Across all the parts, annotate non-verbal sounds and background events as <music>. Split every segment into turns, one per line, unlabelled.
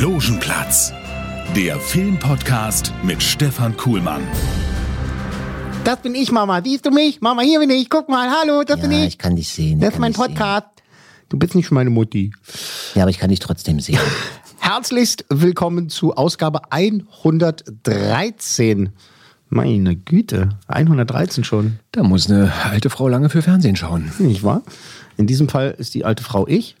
Logenplatz, der Filmpodcast mit Stefan Kuhlmann.
Das bin ich, Mama. Siehst du mich? Mama, hier bin ich. Guck mal. Hallo, das bin
Ja,
ich.
ich kann dich sehen. ich
das ist
kann
mein
dich sehen.
Podcast. Du bist nicht meine Mutti.
Ja, aber ich kann dich trotzdem sehen.
<laughs> Herzlichst willkommen zu Ausgabe 113. Meine Güte, 113 schon,
Da muss eine alte Frau lange für Fernsehen schauen.
nicht wahr? In diesem Fall ist die alte
<laughs>
Frau ich.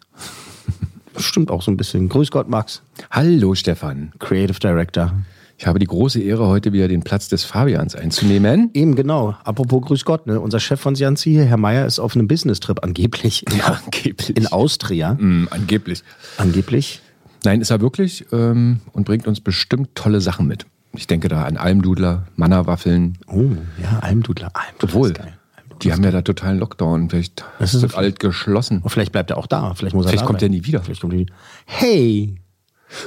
Stimmt auch so ein bisschen. Grüß Gott, Max,
Hallo Stefan.
Creative Director.
Ich habe die große Ehre, heute wieder den Platz des Fabians einzunehmen.
Eben genau. Apropos Grüß Gott, ne? unser Chef von Sianzi, Herr Meier, ist auf einem Business-Trip
<laughs>
angeblich.
Angeblich.
In Austria.
Mm, angeblich.
Angeblich.
Nein, ist er wirklich ähm, und bringt uns bestimmt tolle Sachen mit. Ich denke da an Almdudler, Mannerwaffeln.
Oh, ja, Almdudler. Almdudler
Obwohl,
ist geil.
die haben ja da totalen Lockdown. Vielleicht
Das
das
ist
ist
so
das
viel.
alt geschlossen.
Und vielleicht bleibt er auch da. Vielleicht muss er
Vielleicht
da
kommt
bleiben.
er nie wieder.
Vielleicht kommt er nie. Hey,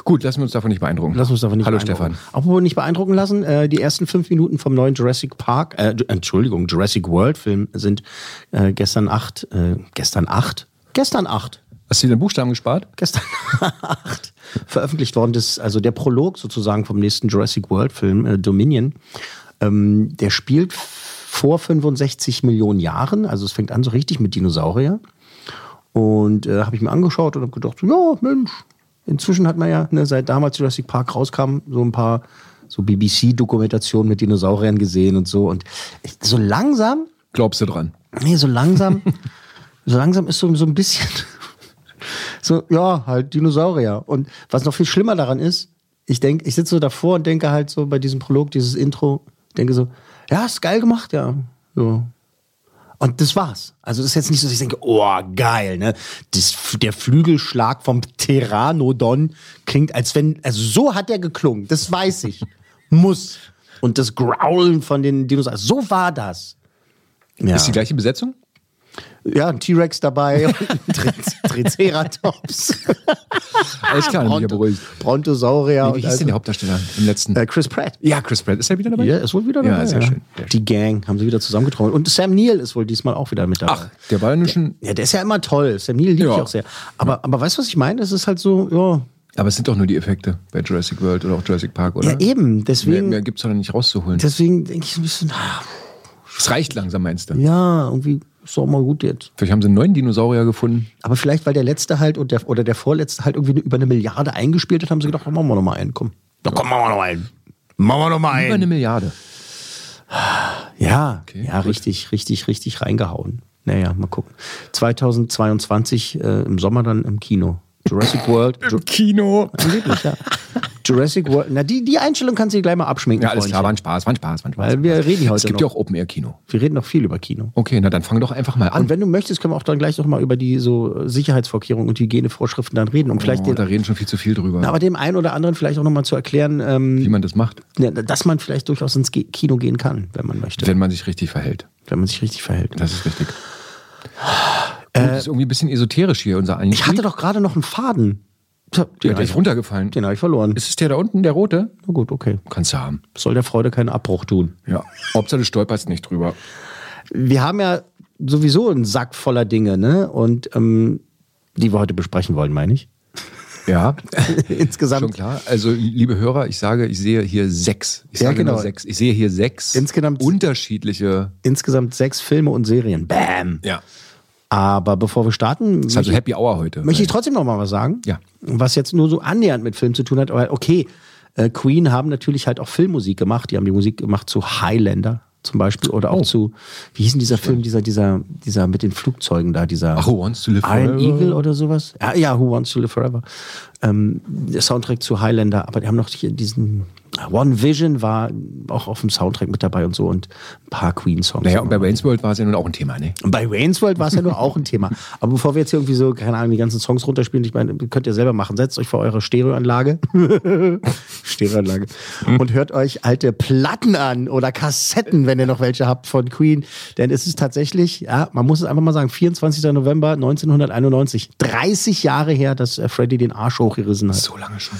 Gut, lassen wir uns davon nicht beeindrucken.
lass uns davon nicht
Hallo
beeindrucken.
Stefan.
Apropos nicht beeindrucken lassen, äh, die ersten fünf Minuten vom neuen Jurassic Park, äh, Ju- Entschuldigung, Jurassic World Film sind äh, gestern acht, äh, gestern acht, gestern acht,
Hast du dir den Buchstaben gespart?
gestern <laughs> acht veröffentlicht worden. Das ist also der Prolog sozusagen vom nächsten Jurassic World Film, äh, Dominion. Ähm, der spielt vor 65 Millionen Jahren, also es fängt an so richtig mit Dinosaurier. Und äh, habe ich mir angeschaut und habe gedacht, so, ja, Mensch, inzwischen hat man ja, ne, seit damals Jurassic Park rauskam, so ein paar so BBC-Dokumentationen mit Dinosauriern gesehen und so. Und ich, so langsam,
Glaubst du dran?
nee, so langsam, so langsam ist so, so ein bisschen <laughs> so, ja, halt Dinosaurier. Und was noch viel schlimmer daran ist, ich denke, ich sitze so davor und denke halt so bei diesem Prolog, dieses Intro, denke so, ja, ist geil gemacht, ja. So, und das war's. Also das ist jetzt nicht so, dass ich denke, oh geil, ne? Das, der Flügelschlag vom Pteranodon klingt, als wenn, also so hat er geklungen, das weiß ich. Muss. Und das Growlen von den Dinosauriern, so war das. Ja,
Ist die gleiche Besetzung?
ja ein T-Rex dabei, und
<laughs>
ein Tri- Triceratops,
Alles klar, dann bin ich ja beruhigt.
Ah, Brontosaurier. und
Wie hieß denn der
also-
Hauptdarsteller im letzten?
äh, Chris Pratt.
Ja, Chris Pratt. Ist er wieder dabei?
Ja, ist wohl wieder dabei.
Ja, sehr schön.
Die Gang haben sie wieder zusammengetrommelt. Und Sam Neill ist wohl diesmal auch wieder mit dabei.
Ach, der war ja nun schon.
Ja, der ist ja immer toll. Sam Neill liebe
Ja.
ich auch sehr. Aber, aber weißt du, was ich meine? Es ist halt so, ja.
Aber es sind doch nur die Effekte bei Jurassic World oder auch Jurassic Park, oder?
Ja, eben.
Mehr,
Deswegen,
mehr gibt es doch nicht rauszuholen.
deswegen denke ich so ein bisschen, ah,
Es reicht langsam, meinst du?
ja, irgendwie ist doch mal gut jetzt.
Vielleicht haben sie einen neuen Dinosaurier gefunden.
Aber vielleicht, weil der letzte halt und der, oder der vorletzte halt irgendwie über eine Milliarde eingespielt hat, haben sie gedacht, oh, machen wir nochmal einen. Komm. Na komm, machen wir nochmal einen. Machen wir nochmal
Über eine Milliarde.
Ja,
Okay,
ja,
gut.
richtig, richtig, richtig reingehauen. Naja, mal gucken. 2022 äh, im Sommer dann im Kino. Jurassic World. Ju
Kino.
Angeblich,
<laughs>
ja. Jurassic World. Na, die, die Einstellung kannst du dir gleich mal abschminken.
Ja, alles klar, war
Freundchen.
ein Spaß, war ein Spaß, war ein Spaß.
Weil wir reden heute
es gibt
noch.
ja auch Open-Air-Kino.
Wir reden noch viel über Kino.
Okay, na dann fang doch einfach mal
Und
an.
wenn du möchtest, können wir auch dann gleich noch mal über die so äh, Sicherheitsvorkehrungen und Hygienevorschriften dann reden, um vielleicht
oh, da
den,
reden schon viel zu viel drüber,
aber dem einen oder anderen vielleicht auch noch mal zu erklären,
wie
ähm,
man das macht,
ja, dass man vielleicht durchaus ins Ge Kino gehen kann, wenn man möchte,
wenn man sich richtig verhält.
wenn man sich richtig verhält. Äh,
Das ist richtig. Und das ist irgendwie ein bisschen esoterisch hier, unser Einstieg.
Ich hatte doch gerade noch einen Faden. Tja,
ja,
Den
der
habe
ist
ich, den
runtergefallen.
hab Genau, ich verloren.
Ist es der da unten, der rote?
Na gut, okay.
Kannst du haben.
Soll der Freude keinen Abbruch tun.
Ja. Hauptsache du stolperst nicht drüber.
Wir haben ja sowieso einen Sack voller Dinge, ne? Und ähm, die wir heute besprechen wollen, meine ich.
Ja.
<laughs>
Schon
Insgesamt
klar. Also, liebe Hörer, ich sage, ich sehe hier sechs. Ich
Ja,
sage
genau.
nur sechs. Ich sehe hier sechs
Insgesamt-
unterschiedliche.
<laughs> insgesamt sechs Filme und Serien. Bam.
Ja.
Aber bevor wir starten,
Ist also Happy Hour heute.
möchte ich trotzdem noch mal was sagen.
Ja.
Was jetzt nur so annähernd mit Film zu tun hat. Aber okay, äh, Queen haben natürlich halt auch Filmmusik gemacht. Die haben die Musik gemacht zu Highlander zum Beispiel oder
Oh.
auch zu, wie hieß denn dieser Film, dieser, dieser, dieser mit den Flugzeugen da, dieser
Ach, Who Wants to Live
Iron
Forever?
Eagle oder sowas? Ja, ja, Who Wants to Live Forever. ähm, der Soundtrack zu Highlander, aber die haben noch hier diesen One Vision war auch auf dem Soundtrack mit dabei und so und ein paar Queen-Songs.
Naja, und bei Wayne's World war es ja nun auch ein Thema, ne?
Und Bei Wayne's World war es ja nur auch ein Thema. Aber bevor wir jetzt hier irgendwie so, keine Ahnung, die ganzen Songs runterspielen, ich meine, könnt ihr selber machen. Setzt euch vor eure Stereoanlage. <laughs> Stereoanlage.
Hm.
Und hört euch alte Platten an oder Kassetten, wenn ihr noch welche habt von Queen. Denn es ist tatsächlich, ja, man muss es einfach mal sagen, 24. November 1991. 30 Jahre her, dass äh, Freddy den Arsch hochgerissen hat.
So lange schon.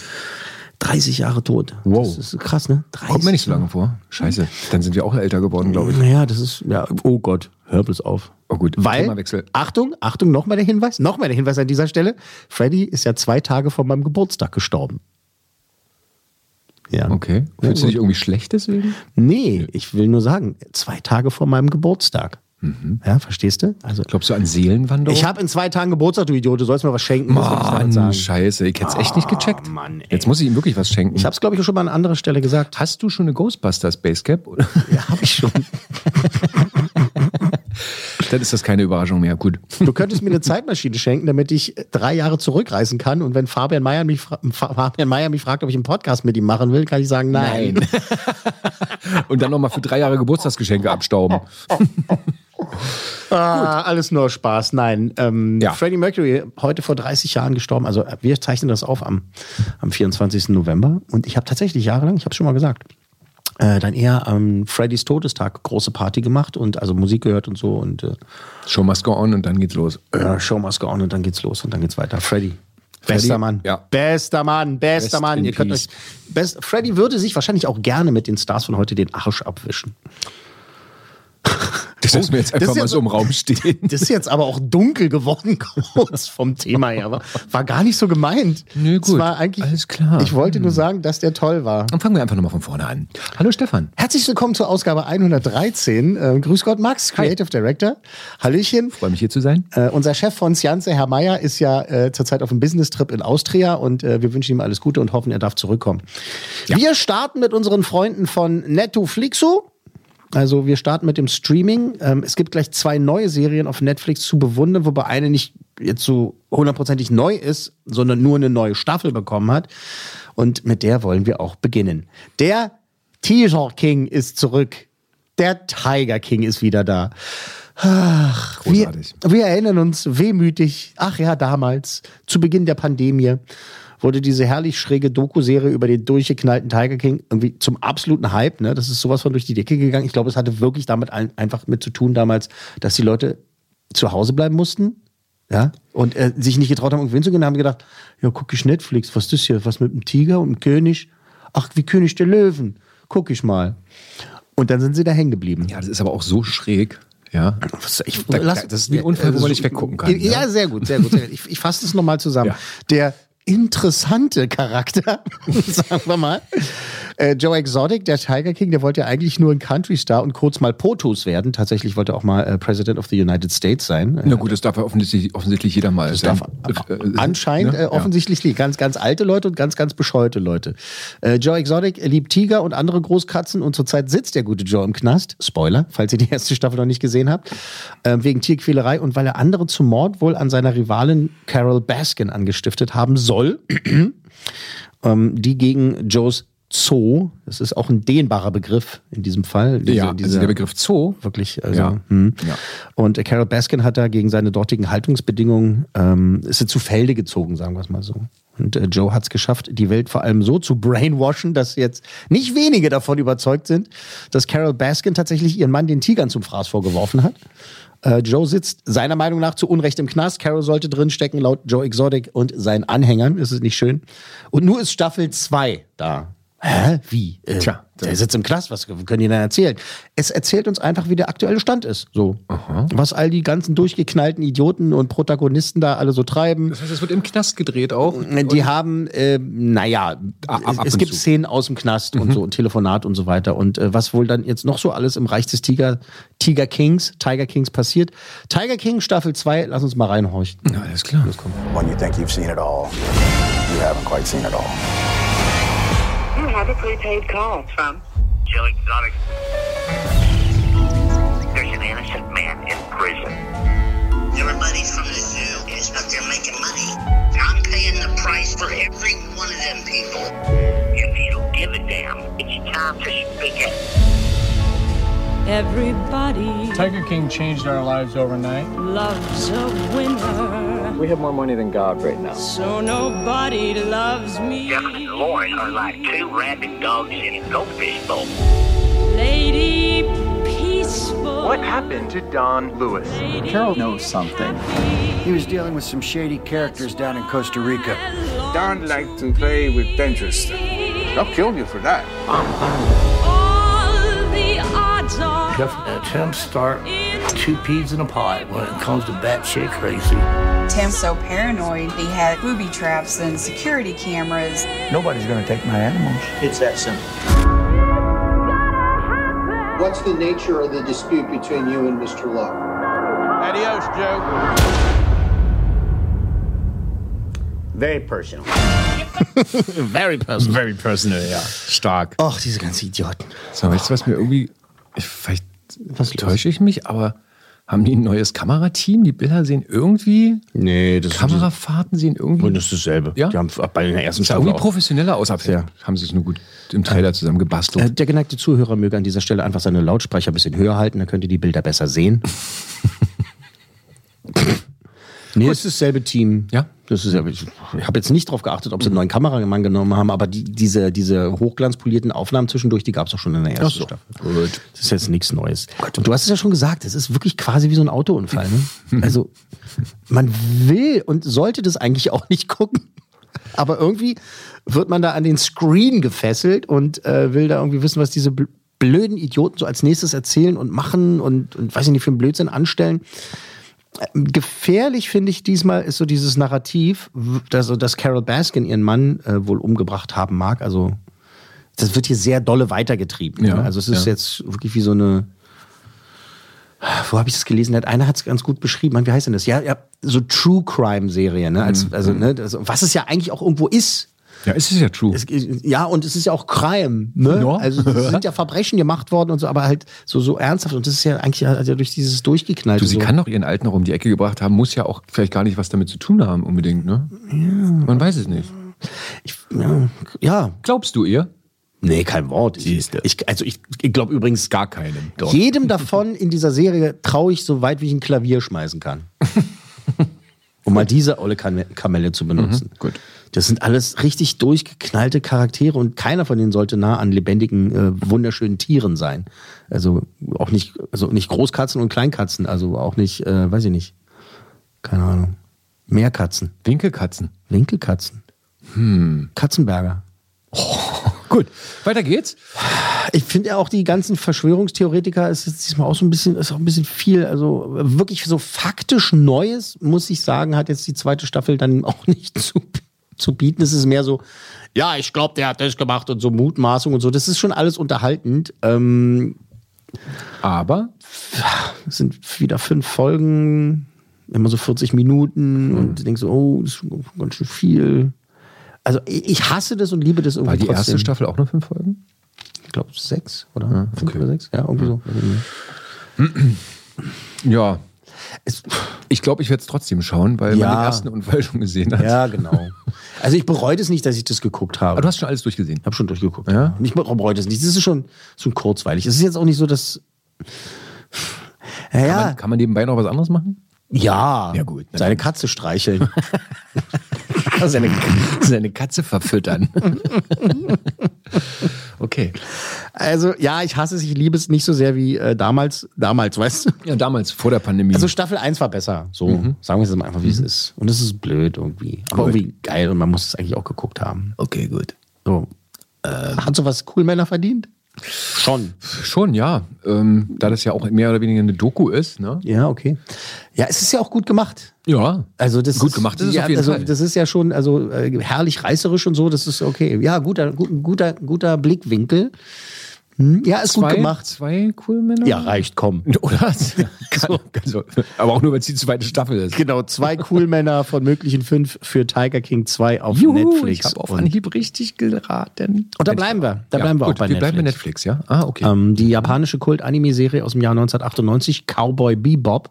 30 Jahre tot.
Wow.
Das ist krass, ne? 30
Kommt mir nicht so lange vor. Scheiße. Dann sind wir auch älter geworden, glaube ich.
Naja, das ist, ja, oh Gott, hör bloß auf.
Oh gut,
Weil,
Themawechsel.
Achtung, Achtung, nochmal der Hinweis, nochmal der Hinweis an dieser Stelle. Freddy ist ja zwei Tage vor meinem Geburtstag gestorben. Ja.
Okay. Fühlst du dich irgendwie schlecht deswegen?
Nee, ich will nur sagen, zwei Tage vor meinem Geburtstag. Ja, verstehst du? Also,
Mhm. Glaubst du an Seelenwanderung?
ich habe in zwei Tagen Geburtstag, du Idiot, du sollst mir was schenken. das will ich damit
Mann,
sagen. Ah,
scheiße. Ich hätte es echt nicht gecheckt.
Mann, ey.
Jetzt muss ich ihm wirklich was schenken.
Ich habe es, glaube ich, schon mal an anderer Stelle gesagt.
Hast du schon eine Ghostbusters Basecap?
Ja, habe ich schon.
<laughs> Dann ist das keine Überraschung mehr. Gut.
Du könntest mir eine Zeitmaschine schenken, damit ich drei Jahre zurückreisen kann. Und wenn Fabian Meyer mich, fra Fa- Fabian Meyer mich fragt, ob ich einen Podcast mit ihm machen will, kann ich sagen, nein.
<laughs> Und dann nochmal für drei Jahre Geburtstagsgeschenke abstauben.
Ah, alles nur Spaß, nein. Ähm,
Ja.
Freddie Mercury, heute vor 30 Jahren gestorben. Also äh, wir zeichnen das auf am, am 24. November. Und ich habe tatsächlich jahrelang, ich habe es schon mal gesagt, äh, dann eher am Freddys Todestag große Party gemacht und also Musik gehört und so. Und äh,
Show must go on und dann geht's los.
äh, Show must go on und dann geht's los und dann geht's weiter. Freddy.
Freddy,
Bester Mann.
ja.
Bester Mann, bester
Rest
Mann.
in
Ihr könnt euch
peace.
best, Freddy würde sich wahrscheinlich auch gerne mit den Stars von heute den Arsch abwischen.
Das lassen wir jetzt
Oh, das
einfach
ist ja
mal so im
so-
Raum stehen.
Das ist jetzt aber auch dunkel geworden, <laughs> kurz vom Thema her. War, war gar nicht so gemeint.
Nö,
Es
gut.
war eigentlich,
Alles klar. Hm.
Ich wollte nur sagen, dass der toll war.
Dann fangen wir einfach nochmal von vorne an. Hallo Stefan.
Herzlich willkommen zur Ausgabe 113. Ähm, grüß Gott, Max, Creative Director. Hallöchen.
Freue mich hier zu sein.
Äh, unser Chef von Scienze, Herr Meier, ist ja äh, zurzeit auf einem Business-Trip in Austria und äh, wir wünschen ihm alles Gute und hoffen, er darf zurückkommen. Wir starten mit unseren Freunden von Netflixo. Also wir starten mit dem Streaming. Ähm, es gibt gleich zwei neue Serien auf Netflix zu bewundern, wobei eine nicht jetzt so hundertprozentig neu ist, sondern nur eine neue Staffel bekommen hat. Und mit der wollen wir auch beginnen. Der T-Shirt King ist zurück. Der Tiger King ist wieder da. Ach, wir,
Großartig.
wir erinnern uns wehmütig, ach ja, damals, zu Beginn der Pandemie, wurde diese herrlich schräge Doku-Serie über den durchgeknallten Tiger King irgendwie zum absoluten Hype. Ne? Das ist sowas von durch die Decke gegangen. Ich glaube, es hatte wirklich damit ein, einfach mit zu tun damals, dass die Leute zu Hause bleiben mussten. Ja, und äh, sich nicht getraut haben, irgendwo hinzugehen, haben gedacht, ja, guck ich Netflix, was ist das hier? Was mit dem Tiger und dem König? Ach, wie König der Löwen. Guck ich mal. Und dann sind sie da hängen geblieben.
Ja, das ist aber auch so schräg. Ja.
Was- Ich,
Da- da- das ist ein Unfall, wo man nicht weggucken kann,
Ja,
ne?
sehr gut, sehr gut. Sehr gut. Ich, ich fasse das nochmal zusammen.
Ja.
Der interessante Charakter, <laughs> sagen wir mal. Äh, Joe Exotic, der Tiger King, der wollte ja eigentlich nur ein Country-Star und kurz mal POTUS werden. Tatsächlich wollte er auch mal äh, President of the United States sein. äh,
Na gut, das darf ja offensichtlich, offensichtlich jeder mal.
Das darf anscheinend
ne?
äh, offensichtlich nicht. ganz, ganz alte Leute und ganz, ganz bescheute Leute. Äh, Joe Exotic liebt Tiger und andere Großkatzen und zurzeit sitzt der gute Joe im Knast. Spoiler, falls ihr die erste Staffel noch nicht gesehen habt. Ähm, wegen Tierquälerei und weil er andere zum Mord wohl an seiner Rivalin Carol Baskin angestiftet haben soll. <clears throat> ähm, die gegen Joes Zoo, das ist auch ein dehnbarer Begriff in diesem Fall. Diese-
Ja, also
dieser-
der Begriff Zoo.
wirklich. Also,
Ja.
Hm.
Ja.
Und äh, Carol Baskin hat da gegen seine dortigen Haltungsbedingungen, ähm, ist sie zu Felde gezogen, sagen wir es mal so. Und äh, Joe hat es geschafft, die Welt vor allem so zu brainwashen, dass jetzt nicht wenige davon überzeugt sind, dass Carol Baskin tatsächlich ihren Mann den Tigern zum Fraß vorgeworfen hat. Äh, Joe sitzt seiner Meinung nach zu Unrecht im Knast. Carol sollte drinstecken, laut Joe Exotic und seinen Anhängern. Ist es nicht schön? Und nur ist Staffel 2 da. Hä? Wie? Äh,
Tja,
der sitzt im Knast, was können die denn erzählen? Es erzählt uns einfach, wie der aktuelle Stand ist. So. Was all die ganzen durchgeknallten Idioten und Protagonisten da alle so treiben.
Das heißt, Also es wird im Knast gedreht auch.
Die haben, äh, naja,
Ab- ab
es
und
gibt
zu.
Szenen aus dem Knast
Mhm.
und so und Telefonat und so weiter. Und äh, was wohl dann jetzt noch so alles im Reich des Tiger, Tiger Kings, Tiger Kings passiert. Tiger King Staffel 2, lass uns mal reinhorchen.
Na, alles klar.
When you think you've seen it all, you haven't quite seen it all.
You have a prepaid call from
Joe Exotic. There's an innocent man in prison. Everybody's from the zoo is up there making money. I'm paying the price for every one of them people. If you don't give a damn, it's time to speak it.
Everybody
Tiger King changed our lives overnight.
loves a winner,
We have more money than God right now.
so nobody loves me.
Jeff and Lauren are like two rabid dogs in a goldfish bowl.
Lady peaceful.
happened to Don Lewis?
Carol knows something.
Happy.
He was dealing with some shady characters down in Costa Rica.
Don liked to play with dangerous stuff. All
kill you for that.
the odds are
Attempts start
in
two peas in a pod when it comes to batshit crazy.
Tim's so paranoid, he had booby traps and security cameras.
Nobody's gonna take my animals. It's that simple.
What's the nature of the dispute between you and Mr. Love? Adios, Joe.
Very personal.
<laughs> Very personal.
Very personal, ja. Stark.
Och, diese ganzen Idioten.
So, weißt du, was mir irgendwie. Ich, vielleicht
Was los?
täusche ich mich, aber haben die ein neues Kamerateam? Die Bilder sehen irgendwie.
Nee, das
Kamerafahrten sehen irgendwie.
das ist dasselbe.
Ja.
Die haben bei der ersten
sah
Staffel
irgendwie
auch.
professioneller aus. aber vielleicht Haben sie es nur gut im Trailer zusammen
Äh,
gebastelt.
Der geneigte Zuhörer möge an dieser Stelle einfach seine Lautsprecher ein bisschen höher halten, dann könnt ihr die Bilder besser
<laughs>
sehen. nee, es ist dasselbe Team.
Ja.
Das ist, dasselbe. ich habe jetzt nicht drauf geachtet, ob sie einen neuen Kameramann genommen haben, aber die, diese, diese hochglanzpolierten Aufnahmen zwischendurch, die gab es auch schon in der ersten
Ach so.
Staffel. Das ist jetzt nichts Neues. Und du hast es ja schon gesagt, es ist wirklich quasi wie so ein Autounfall.
<laughs>
Ne? Also man will und sollte das eigentlich auch nicht gucken. Aber irgendwie wird man da an den Screen gefesselt und äh, will da irgendwie wissen, was diese bl blöden Idioten so als nächstes erzählen und machen und, und weiß ich nicht, für einen Blödsinn anstellen. Ähm, Gefährlich finde ich diesmal ist so dieses Narrativ, w- dass, dass Carol Baskin ihren Mann äh, wohl umgebracht haben mag. Also das wird hier sehr dolle weitergetrieben.
Ja,
ne? Also es ist
ja.
jetzt wirklich wie so eine wo habe ich das gelesen? Hat einer hat es ganz gut beschrieben. Mann, wie heißt denn das? Ja, ja so True Crime Serie, ne?
Mhm,
Als, also, ne? Das, was es ja eigentlich auch irgendwo ist.
Ja, es ist ja true.
Es, ja, und es ist ja auch Crime, ne?
Ja.
Also es
<laughs>
sind ja Verbrechen gemacht worden und so, aber halt so so ernsthaft und das ist ja eigentlich hat ja durch dieses durchgeknallt.
Du, sie
so.
kann doch ihren Alten noch um die Ecke gebracht haben, muss ja auch vielleicht gar nicht was damit zu tun haben, unbedingt, ne? Man weiß es nicht.
ich, ja, ja,
Glaubst du ihr?
nee, kein Wort. Ich, ich, also ich, ich glaube übrigens
Gar keinem. Doch.
jedem davon in dieser Serie traue ich so weit wie ich ein Klavier schmeißen
<laughs>
kann. um mal diese olle Kam Kamelle zu benutzen.
Mhm, gut.
Das sind alles richtig durchgeknallte Charaktere und keiner von denen sollte nah an lebendigen, äh, wunderschönen Tieren sein. Also auch nicht, also nicht Großkatzen und Kleinkatzen, also auch nicht, äh, weiß ich nicht, keine Ahnung, Meerkatzen,
Winkelkatzen. Hm.
Winkelkatzen, Katzenberger.
Gut, weiter geht's.
Ich finde ja auch die ganzen Verschwörungstheoretiker ist jetzt diesmal auch so ein bisschen, ist auch ein bisschen viel. Also wirklich so faktisch Neues, muss ich sagen, hat jetzt die zweite Staffel dann auch nicht zu, zu bieten. Es ist mehr so, ja, ich glaube, der hat das gemacht und so Mutmaßung und so. Das ist schon alles unterhaltend. Ähm,
Aber
es sind wieder fünf Folgen, immer so 40 Minuten
Mhm.
und ich denke so, oh, das ist ganz schön viel. Also ich ich hasse das und liebe das irgendwie.
war die erste
trotzdem.
Staffel auch nur fünf Folgen?
ich glaube sechs oder fünf oder sechs, ja, irgendwie so.
Ja.
Es,
Ich glaube, ich werde es trotzdem schauen, weil
Ja.
man den ersten Unfall schon gesehen hat.
Ja, genau. Also ich bereue es nicht, dass ich das geguckt habe.
Aber du hast schon alles durchgesehen.
ich habe schon durchgeguckt.
Ja?
Ich bereue es nicht. Das ist schon, schon kurzweilig. Es ist jetzt auch nicht so, dass.
Kann,
Ja,
man, kann man nebenbei noch was anderes machen?
ja.
Ja, gut, ne?
Ah. Seine Katze streicheln.
<laughs> Seine, seine Katze verfüttern. <laughs> okay.
also ja, ich hasse es, ich liebe es nicht so sehr wie äh, damals. Damals, weißt du?
Ja, damals, vor der Pandemie. Mhm.
Also Staffel 1 war besser. So, sagen wir es mal einfach, wie es ist. Und es ist blöd irgendwie. Aber irgendwie geil und man muss es eigentlich auch geguckt haben.
okay, gut.
So. Ähm, Hat sowas cool Männer verdient? Schon.
Schon, ja. Ähm, da das ja auch mehr oder weniger eine Doku ist, ne?
Ja, okay. Ja, es ist ja auch gut gemacht.
Ja.
Also das
Gut
ist,
gemacht ist es
ja,
auf jeden
also,
Fall.
Das ist ja schon also äh, herrlich reißerisch und so. Das ist okay. Ja, guter, gut, guter, guter Blickwinkel. Hm, ja, ist gut gemacht.
Zwei cool Männer?
Ja, reicht, komm.
<laughs>
<laughs>
Oder? Kann- also, aber auch nur, wenn es die zweite Staffel ist.
Genau, zwei cool Männer von möglichen fünf für Tiger King 2 auf Netflix.
ich habe auf
und,
Anhieb richtig geraten.
und da bleiben wir. Da bleiben wir
gut,
auch bei
wir
Netflix.
bleiben bei Netflix, ja? Ah, okay. Mhm.
Ähm, die japanische Kult-Anime-Serie aus dem Jahr 1998, Cowboy Bebop,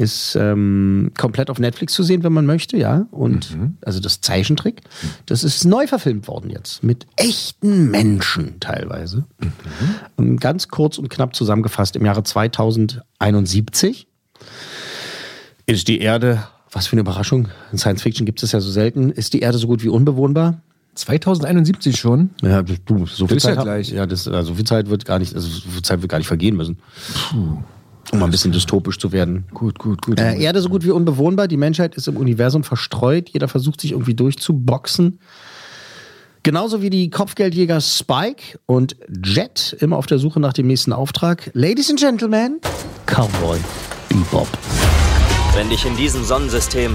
Ist ähm, komplett auf Netflix zu sehen, wenn man möchte, ja. Und
Mhm.
also das Zeichentrick, das ist neu verfilmt worden jetzt mit echten Menschen teilweise.
Mhm.
Ähm, Ganz kurz und knapp zusammengefasst im Jahre 2071 ist die Erde, was für eine Überraschung, in Science Fiction gibt es ja so selten, ist die Erde so gut wie unbewohnbar.
2071 schon?
Ja, du, so
Das
viel
ist
Zeit
ja
hab-
gleich.
Ja, das, also so viel Zeit wird gar nicht, also so viel Zeit wird gar nicht vergehen müssen. Um mal ein bisschen dystopisch zu werden.
Gut, gut, gut.
Äh, Erde so gut wie unbewohnbar. Die Menschheit ist im Universum verstreut. Jeder versucht sich irgendwie durchzuboxen. Genauso wie die Kopfgeldjäger Spike und Jet immer auf der Suche nach dem nächsten Auftrag. Ladies and Gentlemen, Cowboy Bebop.
Wenn dich in diesem Sonnensystem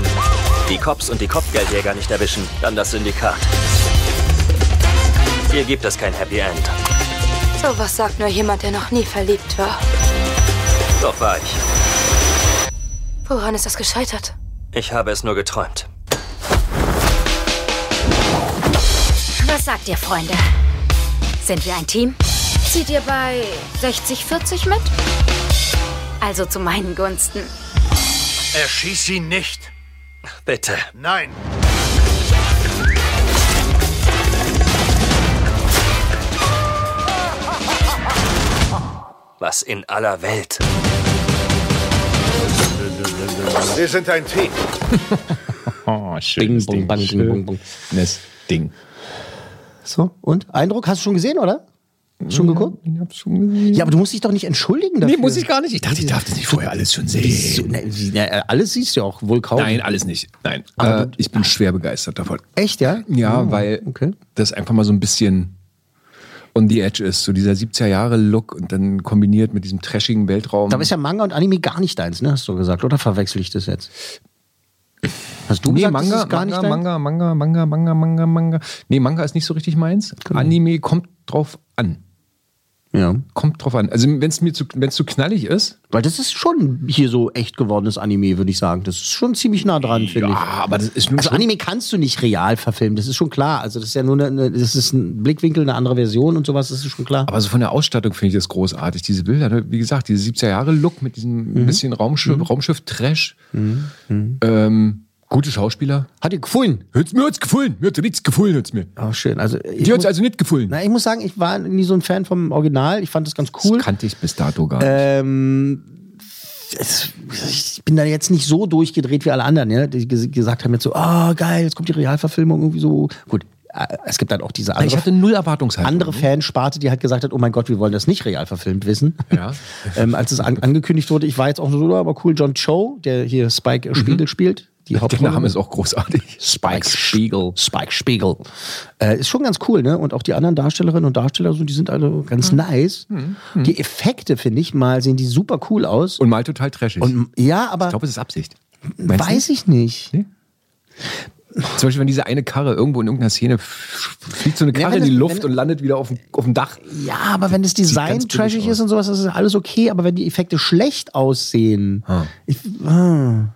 die Cops und die Kopfgeldjäger nicht erwischen, dann das Syndikat. Hier gibt es kein Happy End.
So was sagt nur jemand, der noch nie verliebt war.
Doch war ich.
Woran ist das gescheitert?
Ich habe es nur geträumt.
Was sagt ihr, Freunde? Sind wir ein Team? Zieht ihr bei 60-40 mit? Also zu meinen Gunsten.
Erschieß ihn nicht.
Bitte.
Nein.
Was in aller Welt.
Wir sind ein Team.
Oh, schönes
Bing, bong, bang,
Ding.
bing, bong, bong.
Schönes Ding.
So, und? Eindruck? Hast du schon gesehen, oder? Schon geguckt?
Ich hab's schon gesehen.
Ja, aber du musst dich doch nicht entschuldigen dafür.
Nee, muss ich gar nicht. Ich dachte, ich darf das nicht vorher alles schon
Wieso?
sehen.
Na, wie- na, äh, alles siehst du ja auch wohl kaum.
Nein, alles nicht. Nein.
Aber
Äh, ich bin schwer begeistert davon.
Echt, ja?
Ja,
Oh,
weil
Okay.
das einfach mal so ein bisschen on the edge ist. So dieser 70er-Jahre-Look und dann kombiniert mit diesem trashigen Weltraum.
Da ist ja Manga und Anime gar nicht deins, ne? Hast du gesagt? Oder verwechsel ich das jetzt? Hast du
nee,
gesagt,
Manga,
das ist gar
Manga,
nicht dein?
Manga, Manga, Manga, Manga, Manga, Manga. Nee, Manga ist nicht so richtig meins. Anime kommt drauf an.
Genau. Ja.
Kommt drauf an. Also wenn es mir zu, wenn's zu knallig ist,
Weil das ist schon hier so echt gewordenes Anime, würde ich sagen. Das ist schon ziemlich nah dran, finde ich.
Ja, aber das ist nun
Also
schon-
Anime kannst du nicht real verfilmen, das ist schon klar. Also das ist ja nur eine, eine, das ist ein Blickwinkel, eine andere Version und sowas, das ist schon klar.
Aber so von der Ausstattung finde ich das großartig. Diese Bilder, ne? wie gesagt, diese 70er-Jahre-Look mit diesem
Mhm.
bisschen Raumschiff, Raumschiff-Trash. Ähm, gute Schauspieler.
Hat dir gefallen?
Hört's mir hat's gefallen. Mir hat's nichts gefallen, hört's mir.
Oh, schön. Also, ich
Dir hat's
muss,
also nicht gefallen.
na, ich muss sagen, ich war nie so ein Fan vom Original. Ich fand das ganz cool.
Das kannte ich bis dato gar nicht.
Ähm, es, ich bin da jetzt nicht so durchgedreht wie alle anderen, ja? die ges- gesagt haben jetzt so, ah geil, jetzt kommt die Realverfilmung irgendwie so. Gut, äh, es gibt dann auch diese
ich
andere,
hatte null Erwartungshaltung. ne?
andere Fansparte, die halt gesagt hat, oh mein Gott, wir wollen das nicht real verfilmt
<laughs>
wissen.
<laughs> Ja.
<laughs> ähm, als es an, angekündigt wurde, ich war jetzt auch so, oh, aber cool, John Cho, der hier Spike äh, Spiegel spielt. Die
Mhm. Der
Hauptrolle.
Name ist auch großartig.
Spike Spiegel. Spike Spiegel. Äh, ist schon ganz cool, ne? Und auch die anderen Darstellerinnen und Darsteller, so, die sind alle ganz
Mhm.
nice.
Hm.
Die Effekte, finde ich, mal sehen die super cool aus.
Und mal total trashig.
Und ja, aber
ich glaube, es ist Absicht. Meinst du?
weiß ich nicht.
Zum Beispiel, wenn diese eine Karre irgendwo in irgendeiner Szene f- fliegt so eine
Ja,
Karre
wenn
in die
es-
Luft
wenn-
und landet wieder auf dem, auf dem Dach.
Ja, aber wenn das Design
ganz billig
trashig
aus.
ist und sowas, das ist alles okay. Aber wenn die Effekte schlecht aussehen, ich, ah,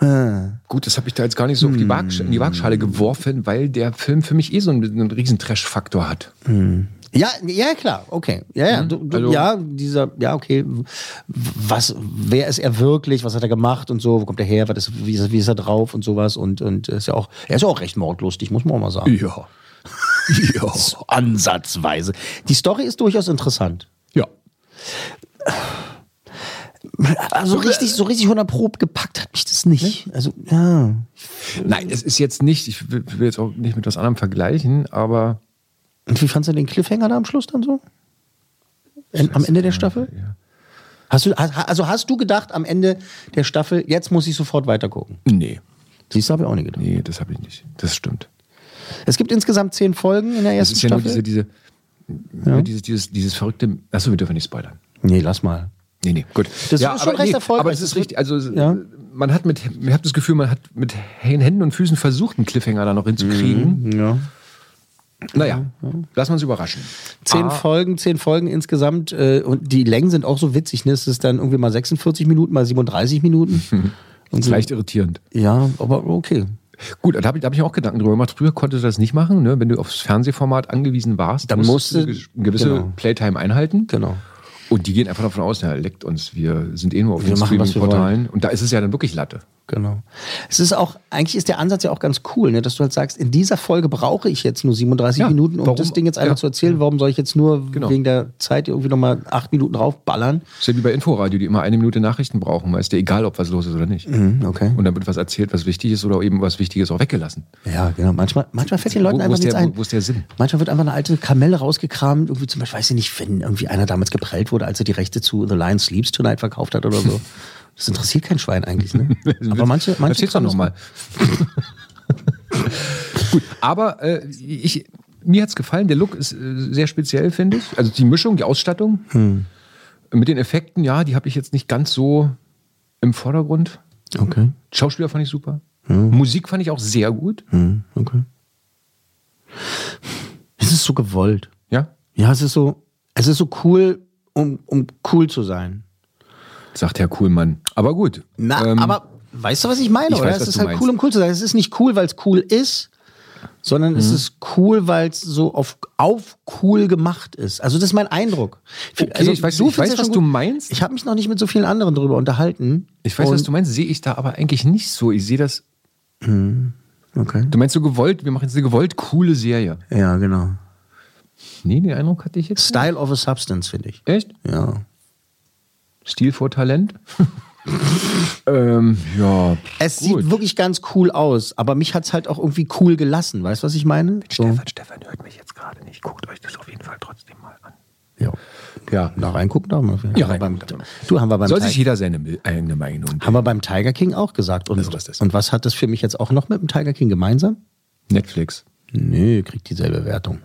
Hm.
Gut, das habe ich da jetzt gar nicht so auf die Waagsch in die Waagschale geworfen, weil der Film für mich eh so einen, einen riesen Trash-Faktor hat. Mhm.
ja, ja klar, okay, ja, ja, du, du,
also-
ja, dieser, ja, okay. W- Was, wer ist er wirklich? Was hat er gemacht und so? Wo kommt er her? Was ist, wie, ist, wie ist er drauf und sowas? Und und ist ja auch, er ist ja auch recht mordlustig, muss man auch mal sagen. <laughs>
Ja.
Ja. Ansatzweise. Die Story ist durchaus interessant.
Ja.
Also richtig, so richtig 100 Pro gepackt hat mich das nicht. Also, ja.
Nein, es ist jetzt nicht, ich will will jetzt auch nicht mit was anderem vergleichen, aber
Und wie fandst du den Cliffhanger da am Schluss dann so? En- am Ende der Staffel? Hast du, ha- also hast du gedacht am Ende der Staffel, jetzt muss ich sofort weitergucken?
nee.
Siehst du, habe ich auch nicht gedacht.
Nee, das habe ich nicht. Das stimmt.
Es gibt insgesamt zehn Folgen in der
Das
ersten
ist ja nur
Staffel.
diese, diese, ja. dieses, dieses, dieses verrückte. Achso, wir dürfen nicht spoilern.
nee, lass mal.
Nee, nee, gut.
Das ist schon recht erfolgreich.
Aber es ist
Das wird-
richtig, also
Ja.
man hat mit, ich habe das Gefühl, man hat mit Händen und Füßen versucht, einen Cliffhanger da noch hinzukriegen.
Mhm, Ja.
Naja, lassen wir uns überraschen.
Zehn
Ah.
Folgen, zehn Folgen insgesamt. Äh, und die Längen sind auch so witzig. Ne? Es ist dann irgendwie mal 46 Minuten, mal 37
<laughs>
Minuten.
Ist leicht irritierend.
ja, aber okay.
Gut, da habe ich, da hab ich mir auch Gedanken drüber gemacht. Früher konntest du das nicht machen, ne? wenn du aufs Fernsehformat angewiesen warst.
Dann
musstest
musste-
du eine ges- eine gewisse
genau.
Playtime einhalten.
Genau.
Und die gehen einfach davon aus, na, leckt uns, wir sind eh nur auf
Wir
den
machen, was wir
Streaming-Portalen. Und da ist es ja dann wirklich Latte.
Genau. Es ist auch, eigentlich ist der Ansatz ja auch ganz cool, ne, dass du halt sagst, in dieser Folge brauche ich jetzt nur 37
Ja,
Minuten, um
warum?
das Ding jetzt einmal
Ja.
zu erzählen. Warum soll ich jetzt nur
Genau.
wegen der Zeit irgendwie nochmal acht Minuten draufballern?
Ist ja wie bei Inforadio, die immer eine Minute Nachrichten brauchen, weißt du, egal ob was los ist oder nicht.
Mhm, okay.
Und dann wird was erzählt, was wichtig ist oder eben was Wichtiges auch weggelassen.
Ja, genau. Manchmal, manchmal fällt den Leuten
wo, wo,
einfach
ist
nichts
der,
ein.
wo, wo ist der Sinn?
Manchmal wird einfach eine alte Kamelle rausgekramt, irgendwie zum Beispiel, weiß ich nicht, wenn irgendwie einer damals geprellt wurde, als er die Rechte zu The Lion Sleeps Tonight verkauft hat oder
<laughs>
so. Das interessiert kein Schwein eigentlich, ne? Aber manche, manche
Erzähl's doch
kramen es
nochmal. Gut, aber äh, ich, mir hat's gefallen. Der Look ist äh, sehr speziell, finde ich. Also die Mischung, die Ausstattung.
Hm.
Mit den Effekten, ja, die habe ich jetzt nicht ganz so im Vordergrund.
Okay.
Schauspieler fand ich super. Musik fand ich auch sehr gut.
Hm, okay. Es ist so gewollt.
Ja?
Ja, es ist so, es ist so cool, um, um cool zu sein.
Sagt Herr Kuhlmann. Aber gut.
Na,
Ähm,
aber weißt du, was ich meine,
ich
oder?
weiß,
es
was
ist
du
halt
meinst.
cool, um cool zu sein. Es ist nicht cool, weil es cool ist, sondern
Mhm.
es ist cool, weil es so auf, auf cool gemacht ist. Also, das ist mein Eindruck. also
Okay, ich weiß- ich
findest
weiß, was
schon
du
gut.
meinst.
Ich habe mich noch nicht mit so vielen anderen drüber unterhalten.
Ich weiß, was du meinst, sehe ich da aber eigentlich nicht so. Ich sehe das.
Hm, Okay.
Du meinst so gewollt, wir machen jetzt eine gewollt coole Serie.
Ja, genau.
Nee, den Eindruck hatte ich jetzt.
Style of a Substance, finde ich.
Echt?
Ja.
Stil vor Talent? <laughs> ähm, ja.
Es sieht wirklich ganz cool aus, aber mich hat es halt auch irgendwie cool gelassen. Weißt du, was ich meine? So.
Stefan, Stefan hört mich jetzt gerade nicht. Guckt euch das auf jeden Fall trotzdem mal an.
Ja.
Ja.
Na, reingucken darf man.
Ja,
Haben wir
reingucken
beim, du haben wir beim
Soll
Teig-
sich jeder seine Mil- eigene Meinung bilden. Also
Haben wir beim Tiger King auch gesagt. Und,
das ist.
und was hat das für mich jetzt auch noch mit dem Tiger King gemeinsam?
Netflix.
Nö, kriegt dieselbe Wertung.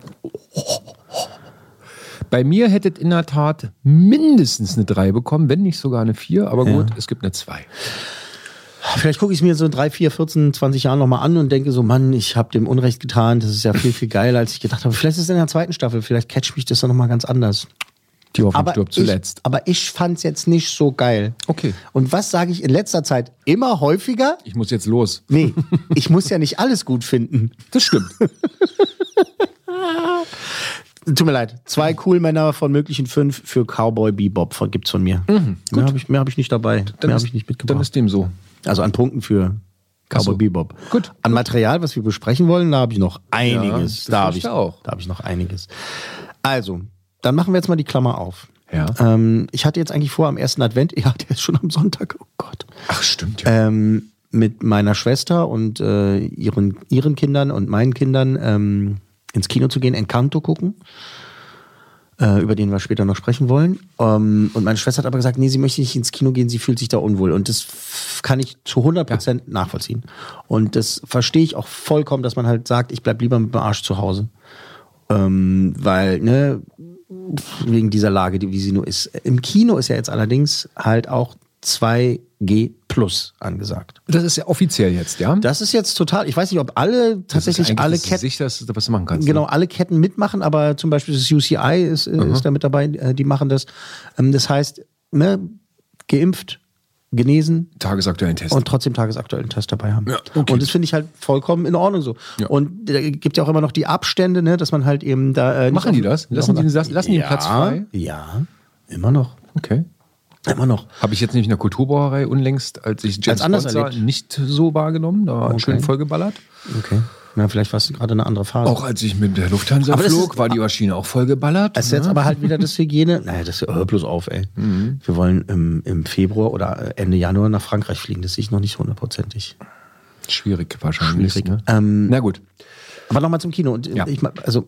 Bei mir hättet in der Tat mindestens eine 3 bekommen, wenn nicht sogar eine 4. Aber gut, es gibt eine 2.
Vielleicht gucke ich es mir so in 3, 4, 14, 20 Jahren nochmal an und denke so, Mann, ich habe dem Unrecht getan. Das ist ja viel, viel geiler, als ich gedacht habe. Vielleicht ist es in der zweiten Staffel. Vielleicht catcht mich das dann nochmal ganz anders.
Die Hoffnung
Aber
stirbt
ich,
zuletzt.
aber ich fand es jetzt nicht so geil.
Okay.
Und was sage ich in letzter Zeit immer häufiger?
Ich muss jetzt los.
Nee, ich muss ja nicht alles gut finden.
Das stimmt.
<laughs> Tut mir leid. Zwei cool Männer von möglichen fünf für Cowboy Bebop von, gibt's von mir. Mehr habe ich, mehr hab ich nicht dabei. mehr habe ich nicht
Mhm, Dann
mitgebracht.
ist dem so.
Also an Punkten für Cowboy
so.
Bebop.
Gut.
An Material, was wir besprechen wollen, da habe ich noch einiges.
das
da
finde
habe
ich
ich,
auch.
da hab ich noch einiges. Also, dann machen wir jetzt mal die Klammer auf.
Ja.
Ähm, ich hatte jetzt eigentlich vor, am ersten Advent, <laughs> ja, der ist schon am Sonntag, oh Gott
Ach, stimmt. Ja.
ähm, mit meiner Schwester und äh, ihren, ihren Kindern und meinen Kindern ähm, ins Kino zu gehen, Encanto gucken, äh, über den wir später noch sprechen wollen. Ähm, und meine Schwester hat aber gesagt, nee, sie möchte nicht ins Kino gehen, sie fühlt sich da unwohl. Und das f- kann ich zu 100 Prozent nachvollziehen. Und das verstehe ich auch vollkommen, dass man halt sagt, ich bleib lieber mit dem Arsch zu Hause. Ähm, weil, ne, wegen dieser Lage, die, wie sie nur ist. Im Kino ist ja jetzt allerdings halt auch 2G plus angesagt.
Das ist ja offiziell jetzt, ja?
Das ist jetzt total, ich weiß nicht, ob alle
Das ist
tatsächlich
eigentlich
alle
das
Ketten,
Sicherste, was du machen kannst. ne?
genau, alle Ketten mitmachen, aber zum Beispiel das UCI ist,
Mhm.
äh, ist da mit dabei, äh, die machen das. Ähm, das heißt, ne, geimpft, genesen,
Tagesaktuellen Test.
und trotzdem tagesaktuellen Test dabei haben.
Ja, okay.
Und das finde ich halt vollkommen in Ordnung so.
Ja.
Und da gibt ja auch immer noch die Abstände, ne, dass man halt eben da. Äh, nicht
Machen
auf-
die das? Lassen die- lassen- lassen die den
ja,
Platz frei?
Ja, immer noch.
okay.
Immer noch.
Habe ich jetzt nämlich in der Kulturbrauerei unlängst, als ich
Als
James
anders
Bond sah,
erlebt.
nicht so wahrgenommen. Da
Okay.
schön äh, vollgeballert.
Okay. Na, vielleicht war es gerade eine andere Phase.
Auch als ich mit der Lufthansa
Also- Aber das
flog,
ist-
war die Maschine auch vollgeballert. ne?
Es ist jetzt aber halt wieder
<laughs>
das Hygiene. Naja, das hör bloß auf, ey.
Mhm.
Wir wollen im, im Februar oder äh, Ende Januar nach Frankreich fliegen. Das sehe ich noch nicht hundertprozentig.
Schwierig wahrscheinlich.
Schwierig.
Ne?
Ähm,
Na gut.
Aber nochmal zum Kino. Und äh,
Ja.
ich ma- also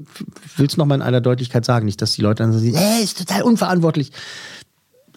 will es nochmal in aller Deutlichkeit sagen, nicht, dass die Leute dann so sehen, hey, ist total unverantwortlich.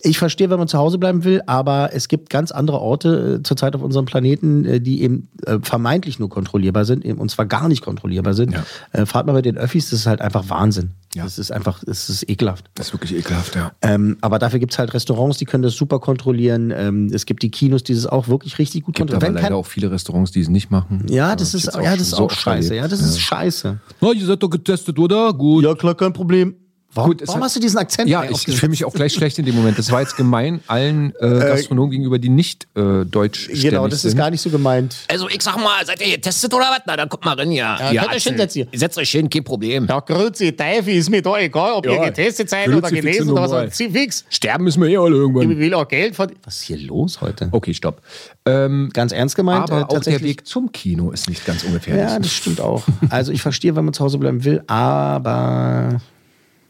Ich verstehe, wenn man zu Hause bleiben will, aber es gibt ganz andere Orte äh, zurzeit auf unserem Planeten, äh, die eben äh, vermeintlich nur kontrollierbar sind eben, und zwar gar nicht kontrollierbar sind.
Ja.
Äh, fahrt mal mit den Öffis, das ist halt einfach Wahnsinn.
Ja.
Das ist einfach, das ist ekelhaft.
Das ist wirklich ekelhaft, ja.
Ähm, aber dafür gibt es halt Restaurants, die können das super kontrollieren. Ähm, es gibt die Kinos, die das auch wirklich richtig gut
Gibt aber
kontrollieren.
leider auch viele Restaurants, die es nicht machen. Also
ja, das ist,
jetzt
ja, das
schon
ist
so
auch
oft
scheiße.
erlebt.
Ja, das ist scheiße.
Na, ihr seid doch getestet, oder? Gut.
Ja, klar, kein Problem. Warum, Gut, warum hat, hast du diesen Akzent?
Ja, ich, ich fühle mich auch gleich schlecht in dem Moment. Das war jetzt gemein allen äh, Gastronomen gegenüber, die nicht äh, deutsch sind.
Genau, das ist
sind.
gar nicht so gemeint.
Also ich sag mal, seid ihr getestet oder was? Na, dann kommt mal rein hier.
Ja,
ihr
könnt euch
Atzen.
hinsetzen.
Setzt euch hin, kein Problem.
Ja, grüezi, Teifi, ist mir doch egal, ob
Ja,
ihr getestet seid
grüezi,
oder
fix
genesen
und
oder was.
normal.
auch- Sie fix.
Sterben müssen wir eh alle
Ich
irgendwann.
will auch Geld verdienen.
Was ist hier los heute?
Okay, stopp. Ähm,
Ganz ernst gemeint?
aber
äh,
auch der
tatsächlich-
Weg zum Kino ist nicht ganz ungefährlich.
Ja, das stimmt auch. Also ich verstehe, wenn man zu Hause bleiben will, aber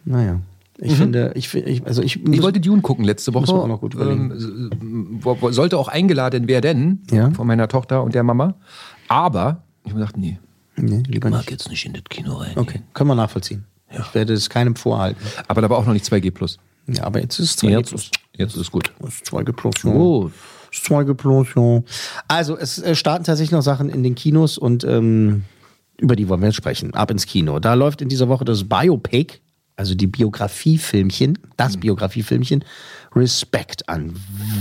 naja.
Mhm.
Ich finde, ich, fi- ich also ich,
Ich
muss-
wollte Dune gucken letzte Woche.
<laughs> Muss man auch noch gut überlegen.
Ähm, s- wo- wo- sollte auch eingeladen werden
Ja.
ähm, von meiner Tochter und der Mama. Aber ich habe gedacht, nee.
nee, lieber
Mag
nicht.
jetzt nicht in das Kino rein.
Okay, können wir nachvollziehen. Ich werde es keinem vorhalten.
Aber da war auch noch nicht 2G plus.
Ja, aber jetzt ist es 2G
Jetzt,
plus.
ist- jetzt ist gut. Oh,
Ist 2G plus, ja. Ist 2G plus, ja. Oh, Also es äh, starten tatsächlich noch Sachen in den Kinos und ähm, über die wollen wir jetzt sprechen. Ab ins Kino. Da läuft in dieser Woche das Biopic, also die Biografiefilmchen, das
Mhm.
Biografiefilmchen Respect an.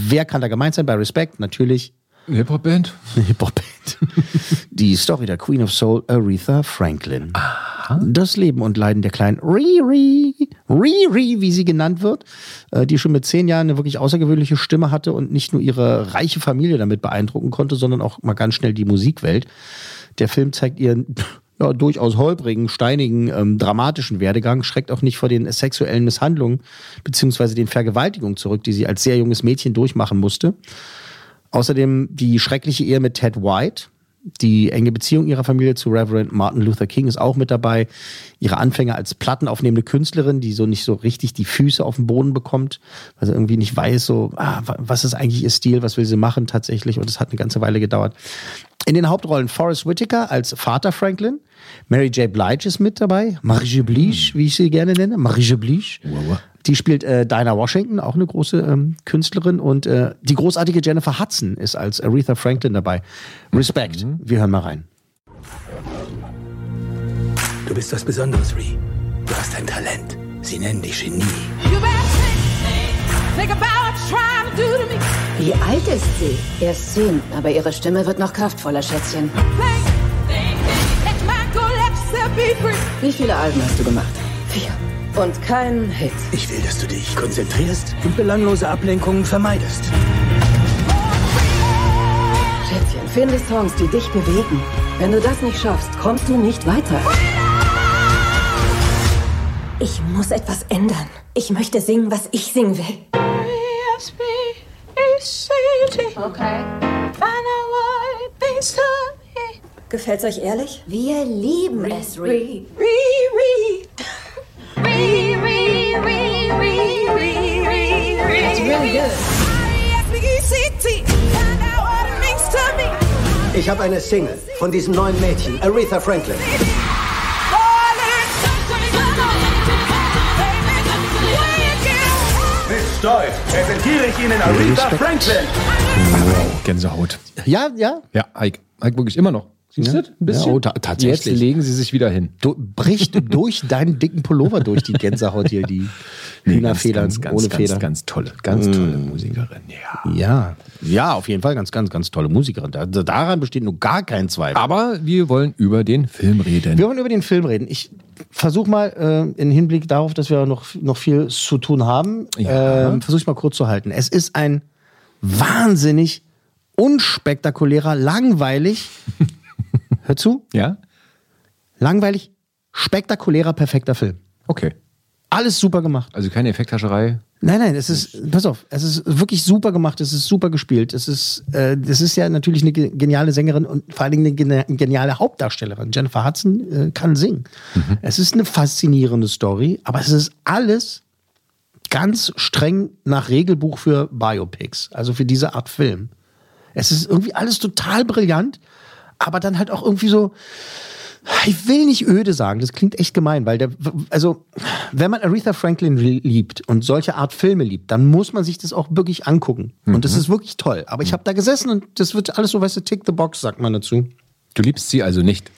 Wer kann da gemeint sein bei Respect? Natürlich
Eine Hip-Hop-Band?
eine Hip-Hop-Band. Die Story der Queen of Soul, Aretha Franklin. Das Leben und Leiden der kleinen Riri, Riri, wie sie genannt wird, äh, die schon mit zehn Jahren eine wirklich außergewöhnliche Stimme hatte und nicht nur ihre reiche Familie damit beeindrucken konnte, sondern auch mal ganz schnell die Musikwelt. Der Film zeigt ihren ja, durchaus holprigen, steinigen, ähm, dramatischen Werdegang, schreckt auch nicht vor den sexuellen Misshandlungen beziehungsweise den Vergewaltigungen zurück, die sie als sehr junges Mädchen durchmachen musste. Außerdem die schreckliche Ehe mit Ted White. Die enge Beziehung ihrer Familie zu Reverend Martin Luther King ist auch mit dabei. Ihre Anfänge als plattenaufnehmende Künstlerin, die so nicht so richtig die Füße auf den Boden bekommt, weil sie irgendwie nicht weiß, so, ah, wa- was ist eigentlich ihr Stil, was will sie machen tatsächlich. Und es hat eine ganze Weile gedauert. In den Hauptrollen Forrest Whitaker als Vater Franklin, Mary J. Blige ist mit dabei, Marie Blige, wie ich sie gerne nenne, Marie Blige. Die spielt äh, Dinah Washington, auch eine große ähm, Künstlerin. Und äh, die großartige Jennifer Hudson ist als Aretha Franklin dabei. Respekt.
Mhm.
Wir hören mal rein.
Du bist was Besonderes, Ree. Du hast ein Talent. Sie nennen dich Genie.
Wie alt ist sie? Erst zehn, aber ihre Stimme wird noch kraftvoller, Schätzchen. Wie viele Alben hast du gemacht? Vier. Und keinen Hit.
Ich will, dass du dich konzentrierst und belanglose Ablenkungen vermeidest.
Schätzchen, finde Songs, die dich bewegen. Wenn du das nicht schaffst, kommst du nicht weiter.
Ich muss etwas ändern. Ich möchte singen, was ich singen will.
Okay.
Gefällt's euch ehrlich? Wir lieben es, Ree.
That's really good.
E
Ich habe eine Single von diesem neuen Mädchen, Aretha Franklin.
Mit Stolz präsentiere ich Ihnen Aretha Franklin.
Gänsehaut.
Ja, ja.
Ja, Ike. Ike wirklich immer noch. Siehst
Ja.
du das? Ein bisschen?
Ja, oh, ta-
Jetzt
tatsächlich.
legen sie sich wieder hin.
Du bricht durch deinen dicken Pullover durch die Gänsehaut hier, die Hühnerfedern
ganz, ganz,
ohne
ganz,
Federn.
ganz tolle, ganz tolle Musikerin. Mm. Ja.
Ja. Ja, auf jeden Fall ganz, ganz, ganz tolle Musikerin. Da, daran besteht nur gar kein Zweifel.
Aber wir wollen über den Film reden.
Wir wollen über den Film reden. Ich versuche mal äh, in Hinblick darauf, dass wir noch, noch viel zu tun haben,
Ja.
ähm, versuche ich mal kurz zu halten. Es ist ein wahnsinnig unspektakulärer,
<laughs>
langweilig, hör zu,
ja?
langweilig, spektakulärer, perfekter Film.
Okay.
Alles super gemacht.
Also keine Effekthascherei.
Nein, nein, es ist, pass auf, es ist wirklich super gemacht, es ist super gespielt, es ist, äh, das ist ja natürlich eine ge- geniale Sängerin und vor allen Dingen eine gena- geniale Hauptdarstellerin. Jennifer Hudson äh, kann singen. Es ist eine faszinierende Story, aber es ist alles ganz streng nach Regelbuch für Biopics, also für diese Art Film. Es ist irgendwie alles total brillant, aber dann halt auch irgendwie so, ich will nicht öde sagen, das klingt echt gemein, weil der, also, wenn man Aretha Franklin li- liebt und solche Art Filme liebt, dann muss man sich das auch wirklich angucken. Und
Mhm.
das ist wirklich toll. Aber ich habe da gesessen und das wird alles so, weißt du, tick the box, sagt man dazu.
Du liebst sie also nicht.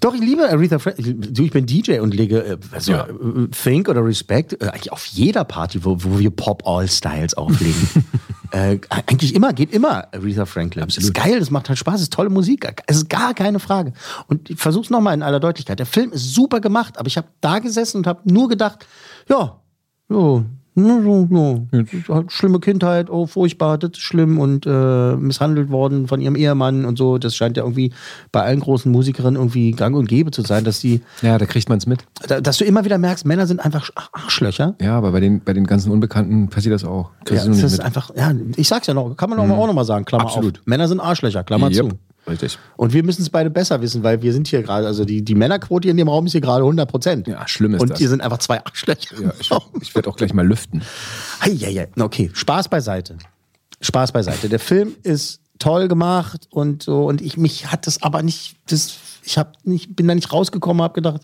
Doch, ich liebe Aretha Franklin. Ich, du, ich bin DJ und lege äh, also,
Ja.
äh, Think oder Respect äh, eigentlich auf jeder Party, wo, wo wir Pop-All-Styles
<laughs>
auflegen. äh, eigentlich immer, geht immer Aretha Franklin. Absolut. Ist geil, das macht halt Spaß, ist tolle Musik. Es ist gar keine Frage. Und ich versuch's nochmal in aller Deutlichkeit. Der Film ist super gemacht, aber ich habe da gesessen und habe nur gedacht, ja, ja, ja, ja, ja. Das ist halt Schlimme Kindheit, oh furchtbar, das ist schlimm und äh, misshandelt worden von ihrem Ehemann und so. Das scheint ja irgendwie bei allen großen Musikerinnen irgendwie gang und gäbe zu sein, dass die,
Ja, da kriegt man es mit.
da, dass du immer wieder merkst, Männer sind einfach Sch- Arschlöcher.
Ja, aber bei den, bei den ganzen Unbekannten passiert das auch.
Ja,
Kriegst du
das
nicht
ist
mit. Mhm.
einfach, ja, ich sag's ja noch, kann man auch mal auch nochmal sagen, Klammer
Absolut.
auf. Männer sind Arschlöcher, Klammer
Yep,
zu.
Richtig.
Und wir müssen es beide besser wissen, weil wir sind hier gerade, also die, die Männerquote hier in dem Raum ist hier gerade 100 Prozent.
Ja, schlimm ist
und
das.
ihr sind einfach zwei Arschlöcher.
Ja, ich ich werde auch gleich mal lüften.
Eieiei. Na, Okay, Spaß beiseite. Spaß beiseite. Der Film ist toll gemacht und so und ich mich hat das aber nicht das ich hab nicht bin da nicht rausgekommen, habe gedacht,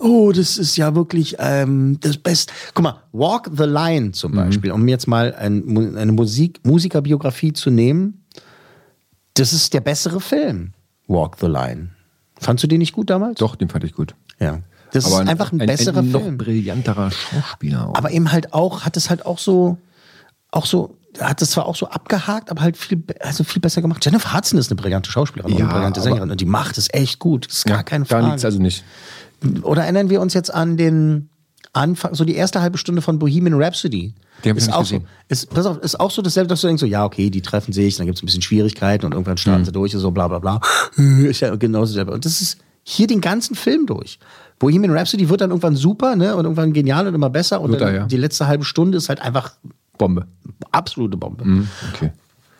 oh, das ist ja wirklich ähm, das Beste. Guck mal, Walk the Line
Mhm.
zum Beispiel, um jetzt mal ein, Mu- eine Musik Musikerbiografie zu nehmen, das ist der bessere Film. Walk the Line. Fandst du den nicht gut damals?
Doch, den fand ich gut.
Ja. Das ist einfach ein, besserer
ein
Film.
noch brillanterer Schauspieler. Auch.
Aber eben halt auch, hat es halt auch so, auch so, hat es zwar auch so abgehakt, aber halt viel, be- also viel besser gemacht. Jennifer Hudson ist eine brillante Schauspielerin und
Ja,
eine brillante
aber-
Sängerin und die macht es echt gut. Das ist gar keine
Da liegt es
Frage.
also nicht.
Oder erinnern wir uns jetzt an den Anfang, so die erste halbe Stunde von Bohemian Rhapsody.
Die hab ich
ist
noch nicht
auch so,
gesehen.
ist, pass auf, ist auch so dasselbe, dass du denkst, so, ja, okay, die treffen sich, dann gibt es ein bisschen Schwierigkeiten und irgendwann
Mhm.
starten sie durch, so bla bla bla. <laughs> Ist ja genauso selber. Und das ist hier den ganzen Film durch. Bohemian Rhapsody wird dann irgendwann super, ne? Und irgendwann genial und immer besser. Und
Wird
dann
er, ja.
die letzte halbe Stunde ist halt einfach
Bombe.
absolute Bombe.
Mhm, okay.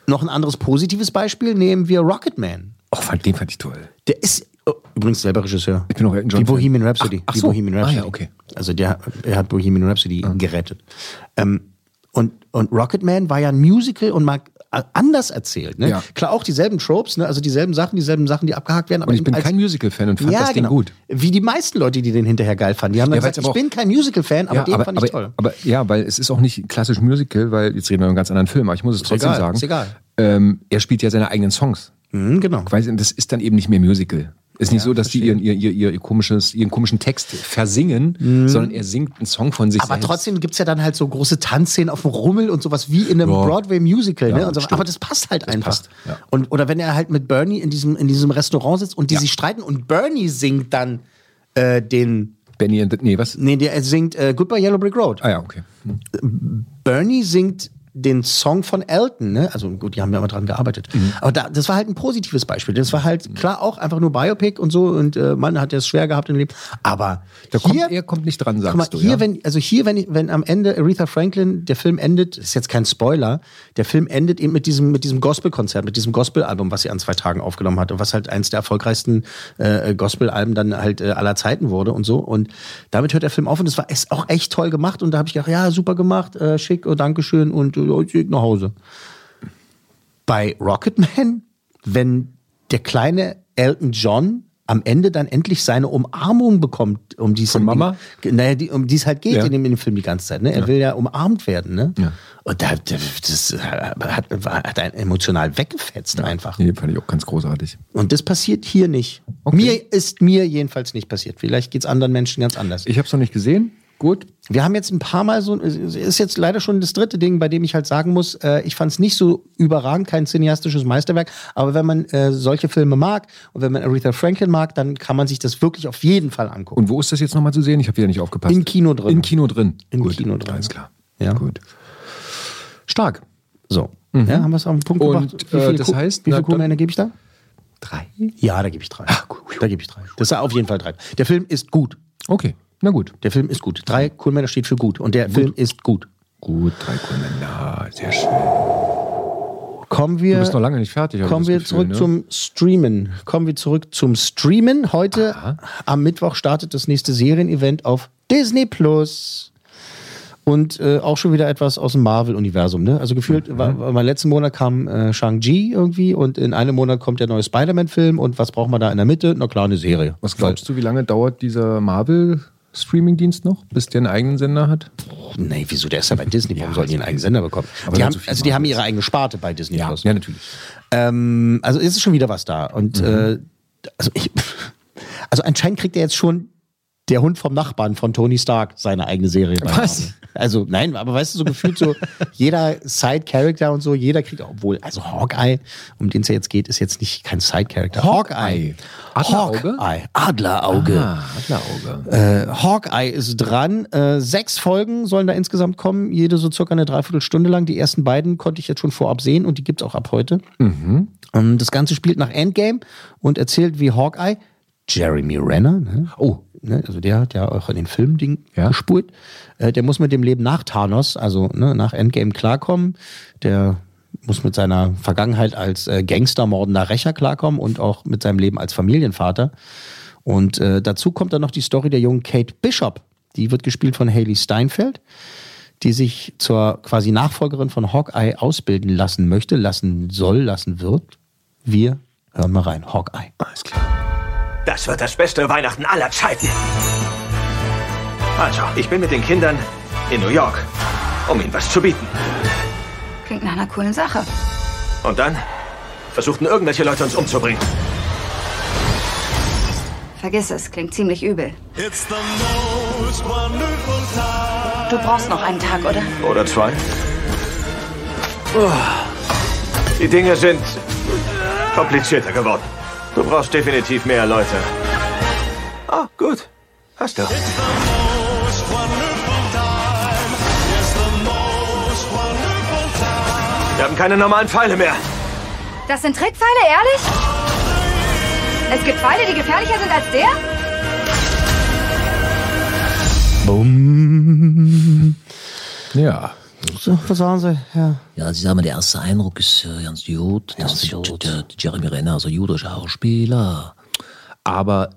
Noch ein anderes positives Beispiel nehmen wir Rocketman.
Och, Oh, fand- den fand ich toll.
Der ist oh, übrigens selber Regisseur.
Ich bin auch Elton John.
Die Bohemian Rhapsody.
Ach, ach
die
so.
Bohemian Rhapsody.
Ah, ja, okay. Ah.
Also der, er hat Bohemian Rhapsody gerettet. Ähm, und, und Rocketman war ja ein Musical und mag a- anders erzählt. Ne?
Ja.
Klar, auch dieselben Tropes, ne? also dieselben Sachen, dieselben Sachen, die abgehakt werden. Aber
Und ich
eben
bin
als-
kein Musical-Fan und fand
ja,
das Ding
genau.
gut.
Wie die meisten Leute, die den hinterher geil fanden. Die haben dann
Ja, weil's
gesagt,
aber
ich
auch-
bin kein Musical-Fan, aber
ja,
den
aber,
fand ich
aber,
toll.
aber ja, weil es ist auch nicht klassisch Musical, weil jetzt reden wir über einen ganz anderen Film, aber ich muss es trotzdem
egal,
sagen.
ist egal.
Ähm, er spielt ja seine eigenen Songs.
Hm, genau.
Weiß, ich, das ist dann eben nicht mehr Musical. Ist nicht so, dass die ihren, ihr, ihr, ihr, ihr komisches, ihren komischen Text versingen, sondern er singt einen Song von sich
Mhm. Aber
selbst.
trotzdem gibt es ja dann halt so große Tanzszenen auf dem Rummel und sowas wie in einem
Ja.
Broadway-Musical.
Ja,
ne? und so.
stimmt.
Aber das passt halt einfach.
passt, ja.
und, oder wenn er halt mit Bernie in diesem, in diesem Restaurant sitzt und die
Ja.
sich streiten und Bernie singt dann äh, den.
Benny and the, nee, was?
Nee, der er singt äh, Goodbye Yellow Brick Road.
Ah ja, okay. Hm.
Bernie singt den Song von Elton, ne? Also gut, die haben ja immer dran gearbeitet.
Mhm.
Aber da, das war halt ein positives Beispiel. Das war halt klar auch einfach nur Biopic und so und äh, Mann hat ja es schwer gehabt im Leben. Aber
Da kommt,
hier,
er kommt nicht dran, sagst
Guck mal,
du.
hier,
ja?
wenn, also hier, wenn, ich- wenn am Ende Aretha Franklin, der Film endet, ist jetzt kein Spoiler, der Film endet eben mit diesem, mit diesem Gospel-Konzert, mit diesem Gospel-Album, was sie an zwei Tagen aufgenommen hat und was halt eins der erfolgreichsten äh, Gospel-Alben dann halt äh, aller Zeiten wurde und so. Und damit hört der Film auf und es war es auch echt toll gemacht und da habe ich gedacht, ja, super gemacht, äh, schick, oh, Dankeschön und oh, ich geh nach Hause. Bei Rocketman, wenn der kleine Elton John am Ende dann endlich seine Umarmung bekommt, um die es
Von Mama?
naja, die, um die es halt geht
Ja.
in, dem, in dem Film die ganze Zeit. Ne? Er will ja umarmt werden. Ne?
Ja.
Und da, das äh, hat, hat einen emotional weggefetzt einfach.
Nee, fand ich auch ganz großartig.
Und das passiert hier nicht. Mir ist mir jedenfalls nicht passiert. Vielleicht geht es anderen Menschen ganz anders.
Ich habe es noch nicht gesehen. Gut.
Wir haben jetzt ein paar Mal so, es ist jetzt leider schon das dritte Ding, bei dem ich halt sagen muss, äh, ich fand es nicht so überragend, kein cineastisches Meisterwerk, aber wenn man äh, solche Filme mag und wenn man Aretha Franklin mag, dann kann man sich das wirklich auf jeden Fall angucken.
Und wo ist das jetzt nochmal zu sehen? Ich habe wieder nicht aufgepasst.
Im Kino drin.
In Kino drin.
Im
Gut,
Kino drin.
Alles klar.
Ja.
Gut. Stark.
So, ja, haben wir es auf den Punkt
Und,
gebracht.
äh,
viele
das
Ku-
heißt,
wie
na,
viele
dann-
Kuhmänner gebe ich da?
Drei.
Ja, da gebe ich drei.
Ah,
Da gebe ich drei. Das ist auf jeden Fall drei. Der Film ist gut.
Okay. Na gut.
Der Film ist gut. Drei Coolmänner steht für gut. Und der Film ist gut.
Gut, drei Kunden. Ja, sehr schön.
Kommen
Du
wir,
bist noch lange nicht fertig. habe ich
kommen
das
wir
Gefühl,
zurück
ne?
zum Streamen. Kommen wir zurück zum Streamen. Heute am Mittwoch startet das nächste Serienevent auf Disney Plus. Und äh, auch schon wieder etwas aus dem Marvel-Universum. Ne? Also gefühlt,
Mhm.
war, war, war letzten Monat kam äh, Shang-Chi irgendwie und in einem Monat kommt der neue Spider-Man-Film. Und was braucht man da in der Mitte? Na klar, eine Serie.
Was glaubst du, wie lange dauert dieser Marvel-Streaming-Dienst noch, bis der einen eigenen Sender hat?
Nee, wieso? Der ist ja bei Disney. Warum sollten die einen eigenen Sender bekommen?
Aber
Die
wenn
haben,
so viel
also die haben
Marvel
ihre eigene Sparte bei Disney Plus.
Ja, natürlich. Mhm.
Ähm, also es ist schon wieder was da. Und äh, also ich, <laughs> Also anscheinend kriegt er jetzt schon der Hund vom Nachbarn von Tony Stark seine eigene Serie. bei
Was?
Marvel. Also nein, aber weißt du, so gefühlt
<laughs>
so jeder Side-Character und so, jeder kriegt, obwohl, also Hawkeye, um den es ja jetzt geht, ist jetzt nicht kein Side-Character. Hawkeye.
Adlerauge?
Hawkeye. Adlerauge.
Ah, Adlerauge.
Äh, Hawkeye ist dran. Äh, sechs Folgen sollen da insgesamt kommen, jede so circa eine Dreiviertelstunde lang. Die ersten beiden konnte ich jetzt schon vorab sehen und die gibt's auch ab heute.
Mhm.
Ähm, das Ganze spielt nach Endgame und erzählt wie Hawkeye, Jeremy Renner, ne? oh, ne? also der hat ja auch in den Filmding gespult, äh, der muss mit dem Leben nach Thanos, also ne, nach Endgame klarkommen. Der muss mit seiner Vergangenheit als äh, Gangstermordender Rächer klarkommen und auch mit seinem Leben als Familienvater. Und äh, dazu kommt dann noch die Story der jungen Kate Bishop. Die wird gespielt von Haley Steinfeld, die sich zur quasi Nachfolgerin von Hawkeye ausbilden lassen möchte, lassen soll, lassen wird. Wir hören mal rein. Hawkeye.
Alles klar. Das wird das beste Weihnachten aller Zeiten. Also, ich bin mit den Kindern in New York, um ihnen was zu bieten.
Klingt nach einer coolen Sache.
Und dann versuchten irgendwelche Leute uns umzubringen.
Vergiss es, klingt ziemlich übel. Du brauchst noch einen Tag, oder?
Oder zwei. Uah. Die Dinge sind komplizierter geworden. Du brauchst definitiv mehr Leute. Ah, gut. Hast du. Wir haben keine normalen Pfeile mehr.
Das sind Trickpfeile, ehrlich? Es gibt Pfeile, die gefährlicher sind als der?
Bumm.
Ja.
So, was sagen Sie? Ja.
Ja, Sie sagen, der erste Eindruck ist äh, ganz gut. Das ist Der, der Jeremy Renner, also jüdischer Schauspieler.
Aber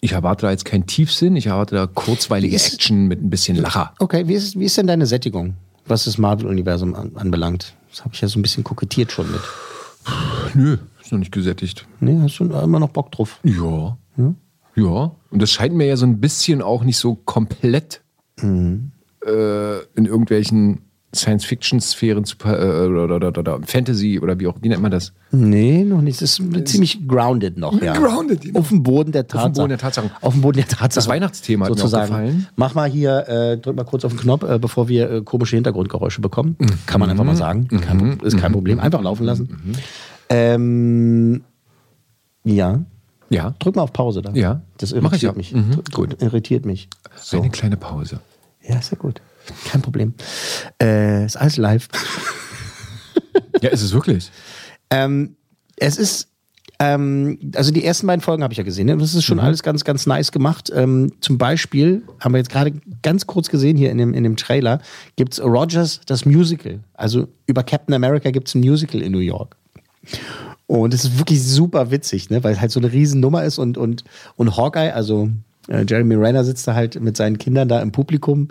ich erwarte da jetzt keinen Tiefsinn, ich erwarte da kurzweilige Action mit ein bisschen Lacher.
Okay, wie ist, wie ist denn deine Sättigung, was das Marvel-Universum an, anbelangt? Das habe ich ja so ein bisschen kokettiert schon mit.
Nö, ist noch nicht gesättigt.
Nee, hast du immer noch Bock drauf?
Ja. ja. Und das scheint mir ja so ein bisschen auch nicht so komplett
Mhm.
äh, in irgendwelchen Science-Fiction-Sphären zu pa- äh, oder, oder, oder, oder Fantasy oder wie auch, wie nennt man das?
Nee, noch nicht. Das ist ziemlich grounded noch, ja.
Grounded, genau.
Auf dem Boden der Tatsachen.
Auf dem Boden der Tatsachen.
Auf dem Boden der Tatsachen.
Das Weihnachtsthema hat mir auch
sozusagen.
gefallen.
Mach mal hier, äh, drück mal kurz auf den Knopf, äh, bevor wir äh, komische Hintergrundgeräusche bekommen.
Mhm.
Kann man einfach mal sagen. Kein, ist kein Problem. Einfach laufen lassen.
Mhm.
Ähm, ja.
Ja.
Drück mal auf Pause da.
Ja.
Das
Mach ich
irritiert
ja.
mich.
Mhm.
Drück-
Gut.
Irritiert mich. So.
Eine kleine Pause.
Ja, ist ja gut. Kein Problem. Äh, ist alles live.
<laughs> Ja, ist es wirklich.
Ähm, es ist, ähm, also die ersten beiden Folgen habe ich ja gesehen. Ne? Das ist
Mhm.
schon alles ganz, ganz nice gemacht. Ähm, zum Beispiel haben wir jetzt gerade ganz kurz gesehen hier in dem, in dem Trailer, gibt es Rogers das Musical. Also über Captain America gibt es ein Musical in New York. Und es ist wirklich super witzig, ne? weil es halt so eine Riesennummer ist und, und, und Hawkeye, also äh, Jeremy Renner sitzt da halt mit seinen Kindern da im Publikum,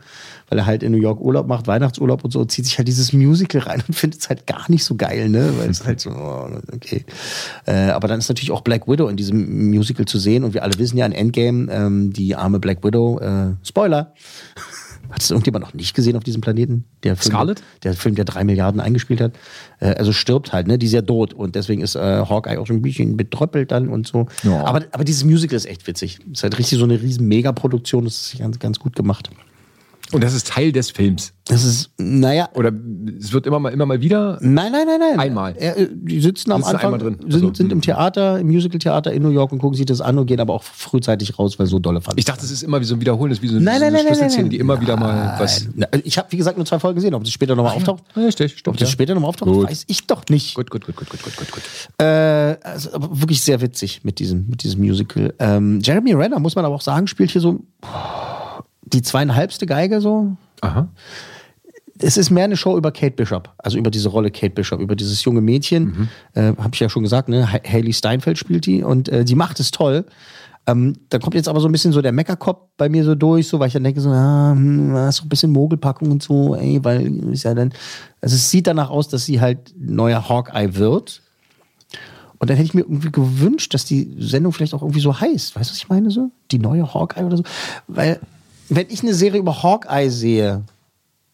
weil er halt in New York Urlaub macht, Weihnachtsurlaub und so, zieht sich halt dieses Musical rein und <laughs> findet es halt gar nicht so geil, ne? Weil es halt so, oh, okay. Äh, aber dann ist natürlich auch Black Widow in diesem Musical zu sehen und wir alle wissen ja in Endgame, ähm, die arme Black Widow, äh, Spoiler. <laughs> Hat es irgendjemand noch nicht gesehen auf diesem Planeten? Der Film,
Scarlett?
Der Film, der drei Milliarden eingespielt hat. Äh, also stirbt halt, ne? Die ist ja tot. Und deswegen ist äh, Hawkeye auch schon ein bisschen betröppelt dann und so.
Ja.
Aber, aber dieses Musical ist echt witzig. Ist halt richtig so eine riesen Megaproduktion. Das ist ganz, ganz gut gemacht.
Und das ist Teil des Films.
Das ist, naja.
Oder es wird immer mal, immer mal wieder.
Nein, nein, nein, nein.
Einmal.
Er, äh, die sitzen am
Sitzen
Anfang,
einmal drin.
sind,
Also,
sind im
mm.
Theater, im Musical-Theater in New York und gucken sich das an und gehen aber auch frühzeitig raus, weil so dolle fand
Ich dachte, es ist immer wie so ein Wiederholen, das ist wie so eine,
Nein,
so
nein,
eine
nein, nein,
Schlüsselszene,
nein.
die immer wieder mal was.
Nein. Na, Ich habe, wie gesagt, nur zwei Folgen gesehen. Ob das später nochmal auftaucht?
Richtig,
Ob das später nochmal auftaucht,
Gut.
weiß ich doch nicht.
Gut, gut, gut, gut, gut, gut, gut, gut.
Äh, also, aber wirklich sehr witzig mit diesem, mit diesem Musical. Ähm, Jeremy Renner, muss man aber auch sagen, spielt hier so die zweieinhalbste Geige so.
Aha.
Es ist mehr eine Show über Kate Bishop, also über diese Rolle Kate Bishop, über dieses junge Mädchen. Äh, Habe ich ja schon gesagt, ne? Ha- Haley Steinfeld spielt die und äh, die macht es toll. Ähm, da kommt jetzt aber so ein bisschen so der Meckerkopf bei mir so durch, so, weil ich dann denke, so, ja, hm, da ist so ein bisschen Mogelpackung und so, ey, weil ist ja dann. Also es sieht danach aus, dass sie halt neuer Hawkeye wird. Und dann hätte ich mir irgendwie gewünscht, dass die Sendung vielleicht auch irgendwie so heißt. Weißt du, was ich meine? So? Die neue Hawkeye oder so. Weil, wenn ich eine Serie über Hawkeye sehe,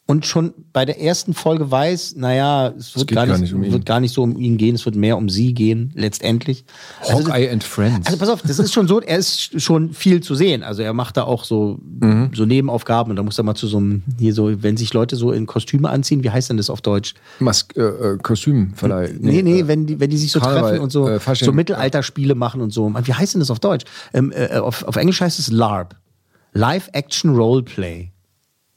und schon bei der ersten Folge weiß, naja, es wird,
geht
gar,
gar
nicht,
nicht um ihn.
wird gar nicht so um ihn gehen, es wird mehr um sie gehen, letztendlich. Also,
Hawkeye and Friends.
also pass auf, das ist schon so, er ist schon viel zu sehen. Also er macht da auch so,
Mhm.
so Nebenaufgaben und da muss er mal zu so einem, hier so, wenn sich Leute so in Kostüme anziehen, wie heißt denn das auf Deutsch?
Mask, äh, äh, Kostümverleih.
Nee, nee, wenn, die, wenn die sich so
äh, Karneval,
treffen und so,
äh, Fasching,
so Mittelalterspiele machen und so. Mann, Wie heißt denn das auf Deutsch? Ähm, äh, auf, auf Englisch heißt es LARP. Live Action Roleplay.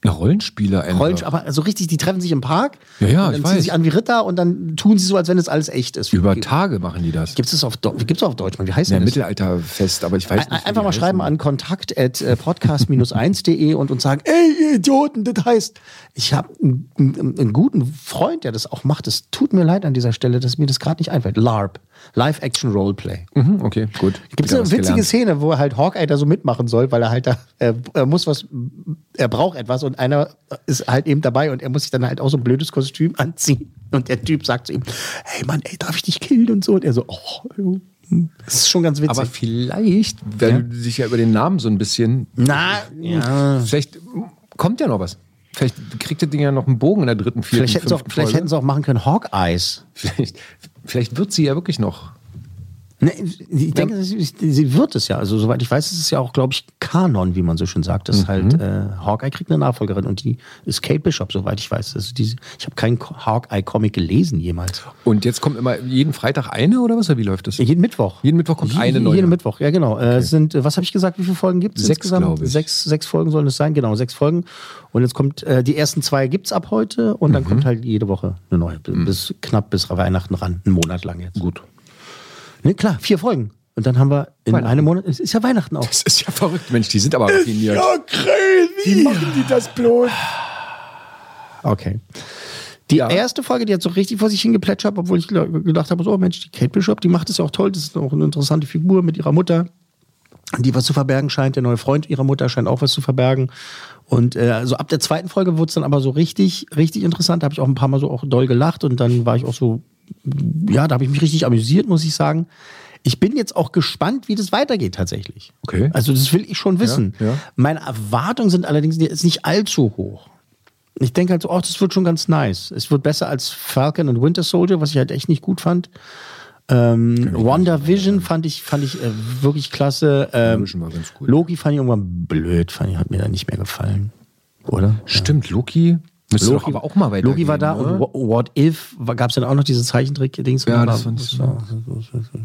Ja, Rollenspieler einfach.
Rollensch, aber so richtig, die treffen sich im Park.
Ja,
und
ja,
dann
ich
ziehen
weiß.
sich an wie Ritter und dann tun sie so, als wenn das alles echt ist.
Über Tage machen die das.
Gibt es auf, Deu- gibt's auf Deutsch? Mann, Wie heißt
Ja,
denn das?
Mittelalterfest, aber ich weiß
Ein-
nicht. wie
Einfach
die
mal
heißen.
schreiben an kontakt.podcast-1.de und uns sagen, ey, ihr Idioten, das heißt, ich habe einen, einen, einen guten Freund, der das auch macht. Es tut mir leid an dieser Stelle, dass mir das gerade nicht einfällt. LARP, Live-Action-Roleplay.
Mhm, okay, gut.
Gibt es
Wieder
eine
was
witzige
gelernt.
Szene, wo halt Hawkeye da so mitmachen soll, weil er halt da, er, er muss was, er braucht etwas und einer ist halt eben dabei und er muss sich dann halt auch so ein blödes Kostüm anziehen. Und der Typ sagt zu ihm, hey Mann, ey, darf ich dich killen und so? Und er so, oh, jo. das ist schon ganz witzig.
Aber vielleicht, weil du dich ja über den Namen so ein bisschen. Hm,
Na, ja.
Vielleicht kommt ja noch was. Vielleicht kriegt das Ding ja noch einen Bogen in der dritten, vierten,
Vielleicht hätten, sie auch,
fünften
vielleicht hätten
Folge.
sie auch machen können, Hawkeyes.
Vielleicht, vielleicht wird sie ja wirklich noch.
Ne, ich denke, sie, sie wird es ja. Also, soweit ich weiß, ist es ja auch, glaube ich, Kanon, wie man so schön sagt.
Mhm.
Das ist halt, äh, Hawkeye kriegt eine Nachfolgerin und die ist Kate Bishop, soweit ich weiß. Also diese, ich habe keinen Ko- Hawkeye-Comic gelesen jemals.
Und jetzt kommt immer jeden Freitag eine oder was? Oder wie läuft das?
Jeden Mittwoch.
Jeden Mittwoch kommt
Je-
eine neue.
Jeden Mittwoch, ja genau. Äh, es sind, äh, was habe ich gesagt, wie viele Folgen gibt es
Sechs,
insgesamt?
glaub ich.
Sechs, sechs Folgen sollen es sein, genau, sechs Folgen. Und jetzt kommt, äh, die ersten zwei gibt es ab heute und dann
Mhm.
kommt halt jede Woche eine neue. B- Bis knapp bis Weihnachten ran, einen Monat lang jetzt.
Gut.
Ne, klar, vier Folgen. Und dann haben wir in
Weihnachten.
einem Monat, es ist ja Weihnachten auch.
Das ist ja verrückt, Mensch, die sind aber raffiniert.
Wie machen die das bloß? Okay. Die erste Folge, die hat so richtig vor sich hingeplätschert, obwohl ich gl- gedacht habe, so, oh Mensch, die Kate Bishop, die macht es ja auch toll, das ist auch eine interessante Figur mit ihrer Mutter, die was zu verbergen scheint. Der neue Freund ihrer Mutter scheint auch was zu verbergen. Und äh, also ab der zweiten Folge wurde es dann aber so richtig, richtig interessant. Da habe ich auch ein paar Mal so auch doll gelacht und dann war ich auch so, ja, da habe ich mich richtig amüsiert, muss ich sagen. Ich bin jetzt auch gespannt, wie das weitergeht tatsächlich.
Okay.
Also das will ich schon wissen.
Ja, ja.
Meine Erwartungen sind allerdings jetzt nicht allzu hoch. Ich denke halt so, ach, das wird schon ganz nice. Es wird besser als Falcon und Winter Soldier, was ich halt echt nicht gut fand. Ähm, Wonder Vision fand ich, fand ich äh, wirklich klasse. Ähm,
Vision war ganz cool.
Loki fand ich irgendwann blöd, fand ich, hat mir dann nicht mehr gefallen. Oder?
Stimmt, Loki müsste doch aber auch mal weitergehen.
Loki war da und
ne?
Wha- What If gab es dann auch noch diese Zeichentrick-Dings.
Ja,
Und
das
war-
fand ich-
war-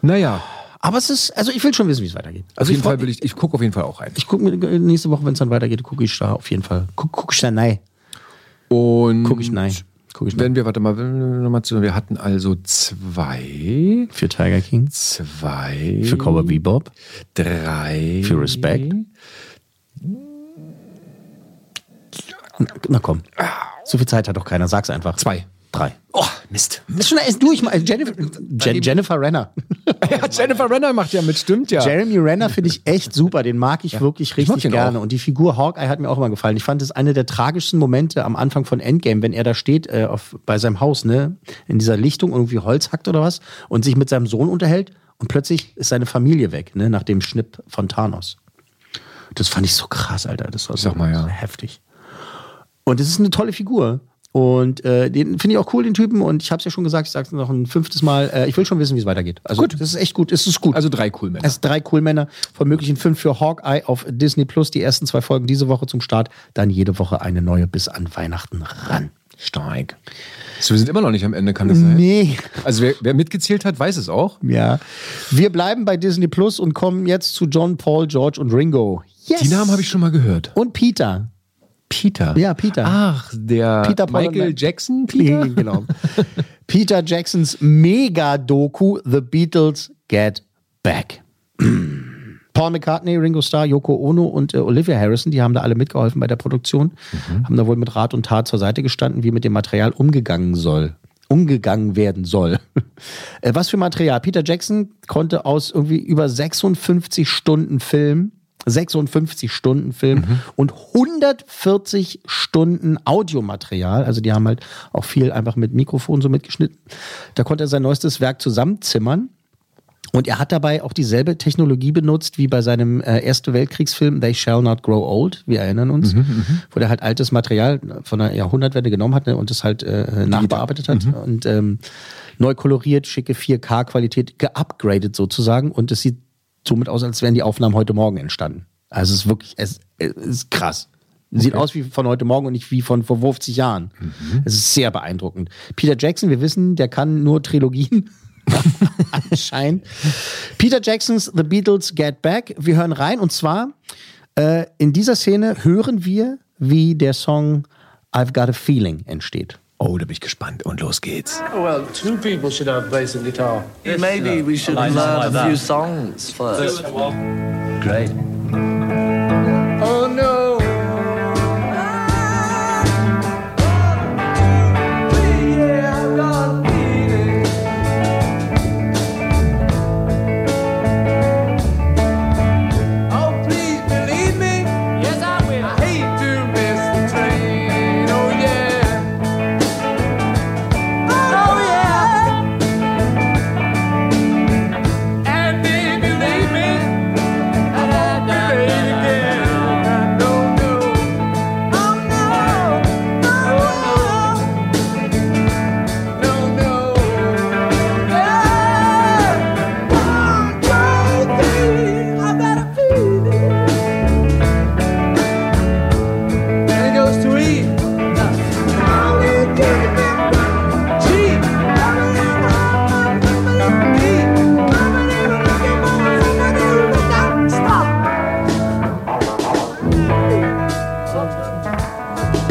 Naja,
Aber es ist, also ich will schon wissen, wie es weitergeht.
auf
Also
jeden
ich,
Fall
freu-
will ich, ich gucke auf jeden Fall auch rein.
ich gucke mir äh, nächste Woche, wenn es dann weitergeht, gucke ich da auf jeden Fall. Guck, guck ich da nein.
Und
Guck ich nein. Guck ich nein.
Wenn wir, warte mal, wenn wir noch mal zu, wir hatten also zwei,
Für Tiger King.
zwei,
Für Cowboy Bebop.
drei,
Für Respect. Na, na komm. So viel Zeit hat doch keiner. Sag's einfach.
Zwei.
Drei.
Oh, Mist.
Ist schon erst durch. mal- Jennifer, Jen, Jennifer Renner.
<laughs> Ja, Jennifer Renner macht ja mit, stimmt ja.
Jeremy Renner finde ich echt super. Den mag ich wirklich richtig
mag den
gerne.
auch.
Und die Figur Hawkeye hat mir auch immer gefallen. Ich fand es eine der tragischsten Momente am Anfang von Endgame, wenn er da steht äh, auf, bei seinem Haus, ne, in dieser Lichtung irgendwie Holz hackt oder was und sich mit seinem Sohn unterhält und plötzlich ist seine Familie weg, ne, nach dem Schnipp von Thanos. Das fand ich so krass, Alter. Das war so,
Sag mal, ja.
so heftig. Und es ist eine tolle Figur. Und äh, den finde ich auch cool, den Typen. Und ich habe es ja schon gesagt, ich sage es noch ein fünftes Mal. Äh, ich will schon wissen, wie es weitergeht. Also, gut. Das ist echt gut. Es ist gut.
Also drei cool Männer.
Es sind drei cool Männer von möglichen fünf für Hawkeye auf Disney Plus. Die ersten zwei Folgen diese Woche zum Start, dann jede Woche eine neue bis an Weihnachten ran.
Stark. So, wir sind immer noch nicht am Ende, kann das sein?
Nee.
Also wer, wer mitgezählt hat, weiß es auch.
Ja. Wir bleiben bei Disney Plus und kommen jetzt zu John, Paul, George und Ringo. Yes.
Die Namen habe ich schon mal gehört.
Und Peter.
Peter.
Ja, Peter.
Ach, der
Peter Paul
Michael
und-
Jackson Peter?
<laughs> genau. Peter Jacksons Mega-Doku The Beatles Get Back. Paul McCartney, Ringo Starr, Yoko Ono und äh, Olivia Harrison, die haben da alle mitgeholfen bei der Produktion, haben da wohl mit Rat und Tat zur Seite gestanden, wie mit dem Material umgegangen soll, umgegangen werden soll. <laughs> äh, was für Material? Peter Jackson konnte aus irgendwie über 56 Stunden Film, 56 Stunden Film und 140 Stunden Audiomaterial, also die haben halt auch viel einfach mit Mikrofon so mitgeschnitten. Da konnte er sein neuestes Werk zusammenzimmern. Und er hat dabei auch dieselbe Technologie benutzt wie bei seinem äh, Ersten Weltkriegsfilm They Shall Not Grow Old, wir erinnern uns,
Mhm,
Mhm,
wo der halt altes Material von der Jahrhundertwende genommen hat ne, und das halt äh, nachbearbeitet hat und ähm, neu koloriert, schicke 4K-Qualität, geupgradet sozusagen. Und es sieht somit aus, als wären die Aufnahmen heute Morgen entstanden. Also es ist wirklich, es, es ist krass. Sieht aus wie von heute Morgen und nicht wie von vor 50 Jahren.
Mhm.
Es ist sehr beeindruckend. Peter Jackson, wir wissen, der kann nur Trilogien. <laughs> Anscheinend. Peter Jacksons The Beatles Get Back. Wir hören rein und zwar äh, in dieser Szene hören wir, wie der Song I've Got a Feeling entsteht.
Oh, da bin ich gespannt. Und los geht's.
Well, two people should have bass and guitar.
Maybe we should
Like
learn
something
a
like
few
that.
songs first.
Great.
Oh no! Oh, Oh, Oh, And it goes to E.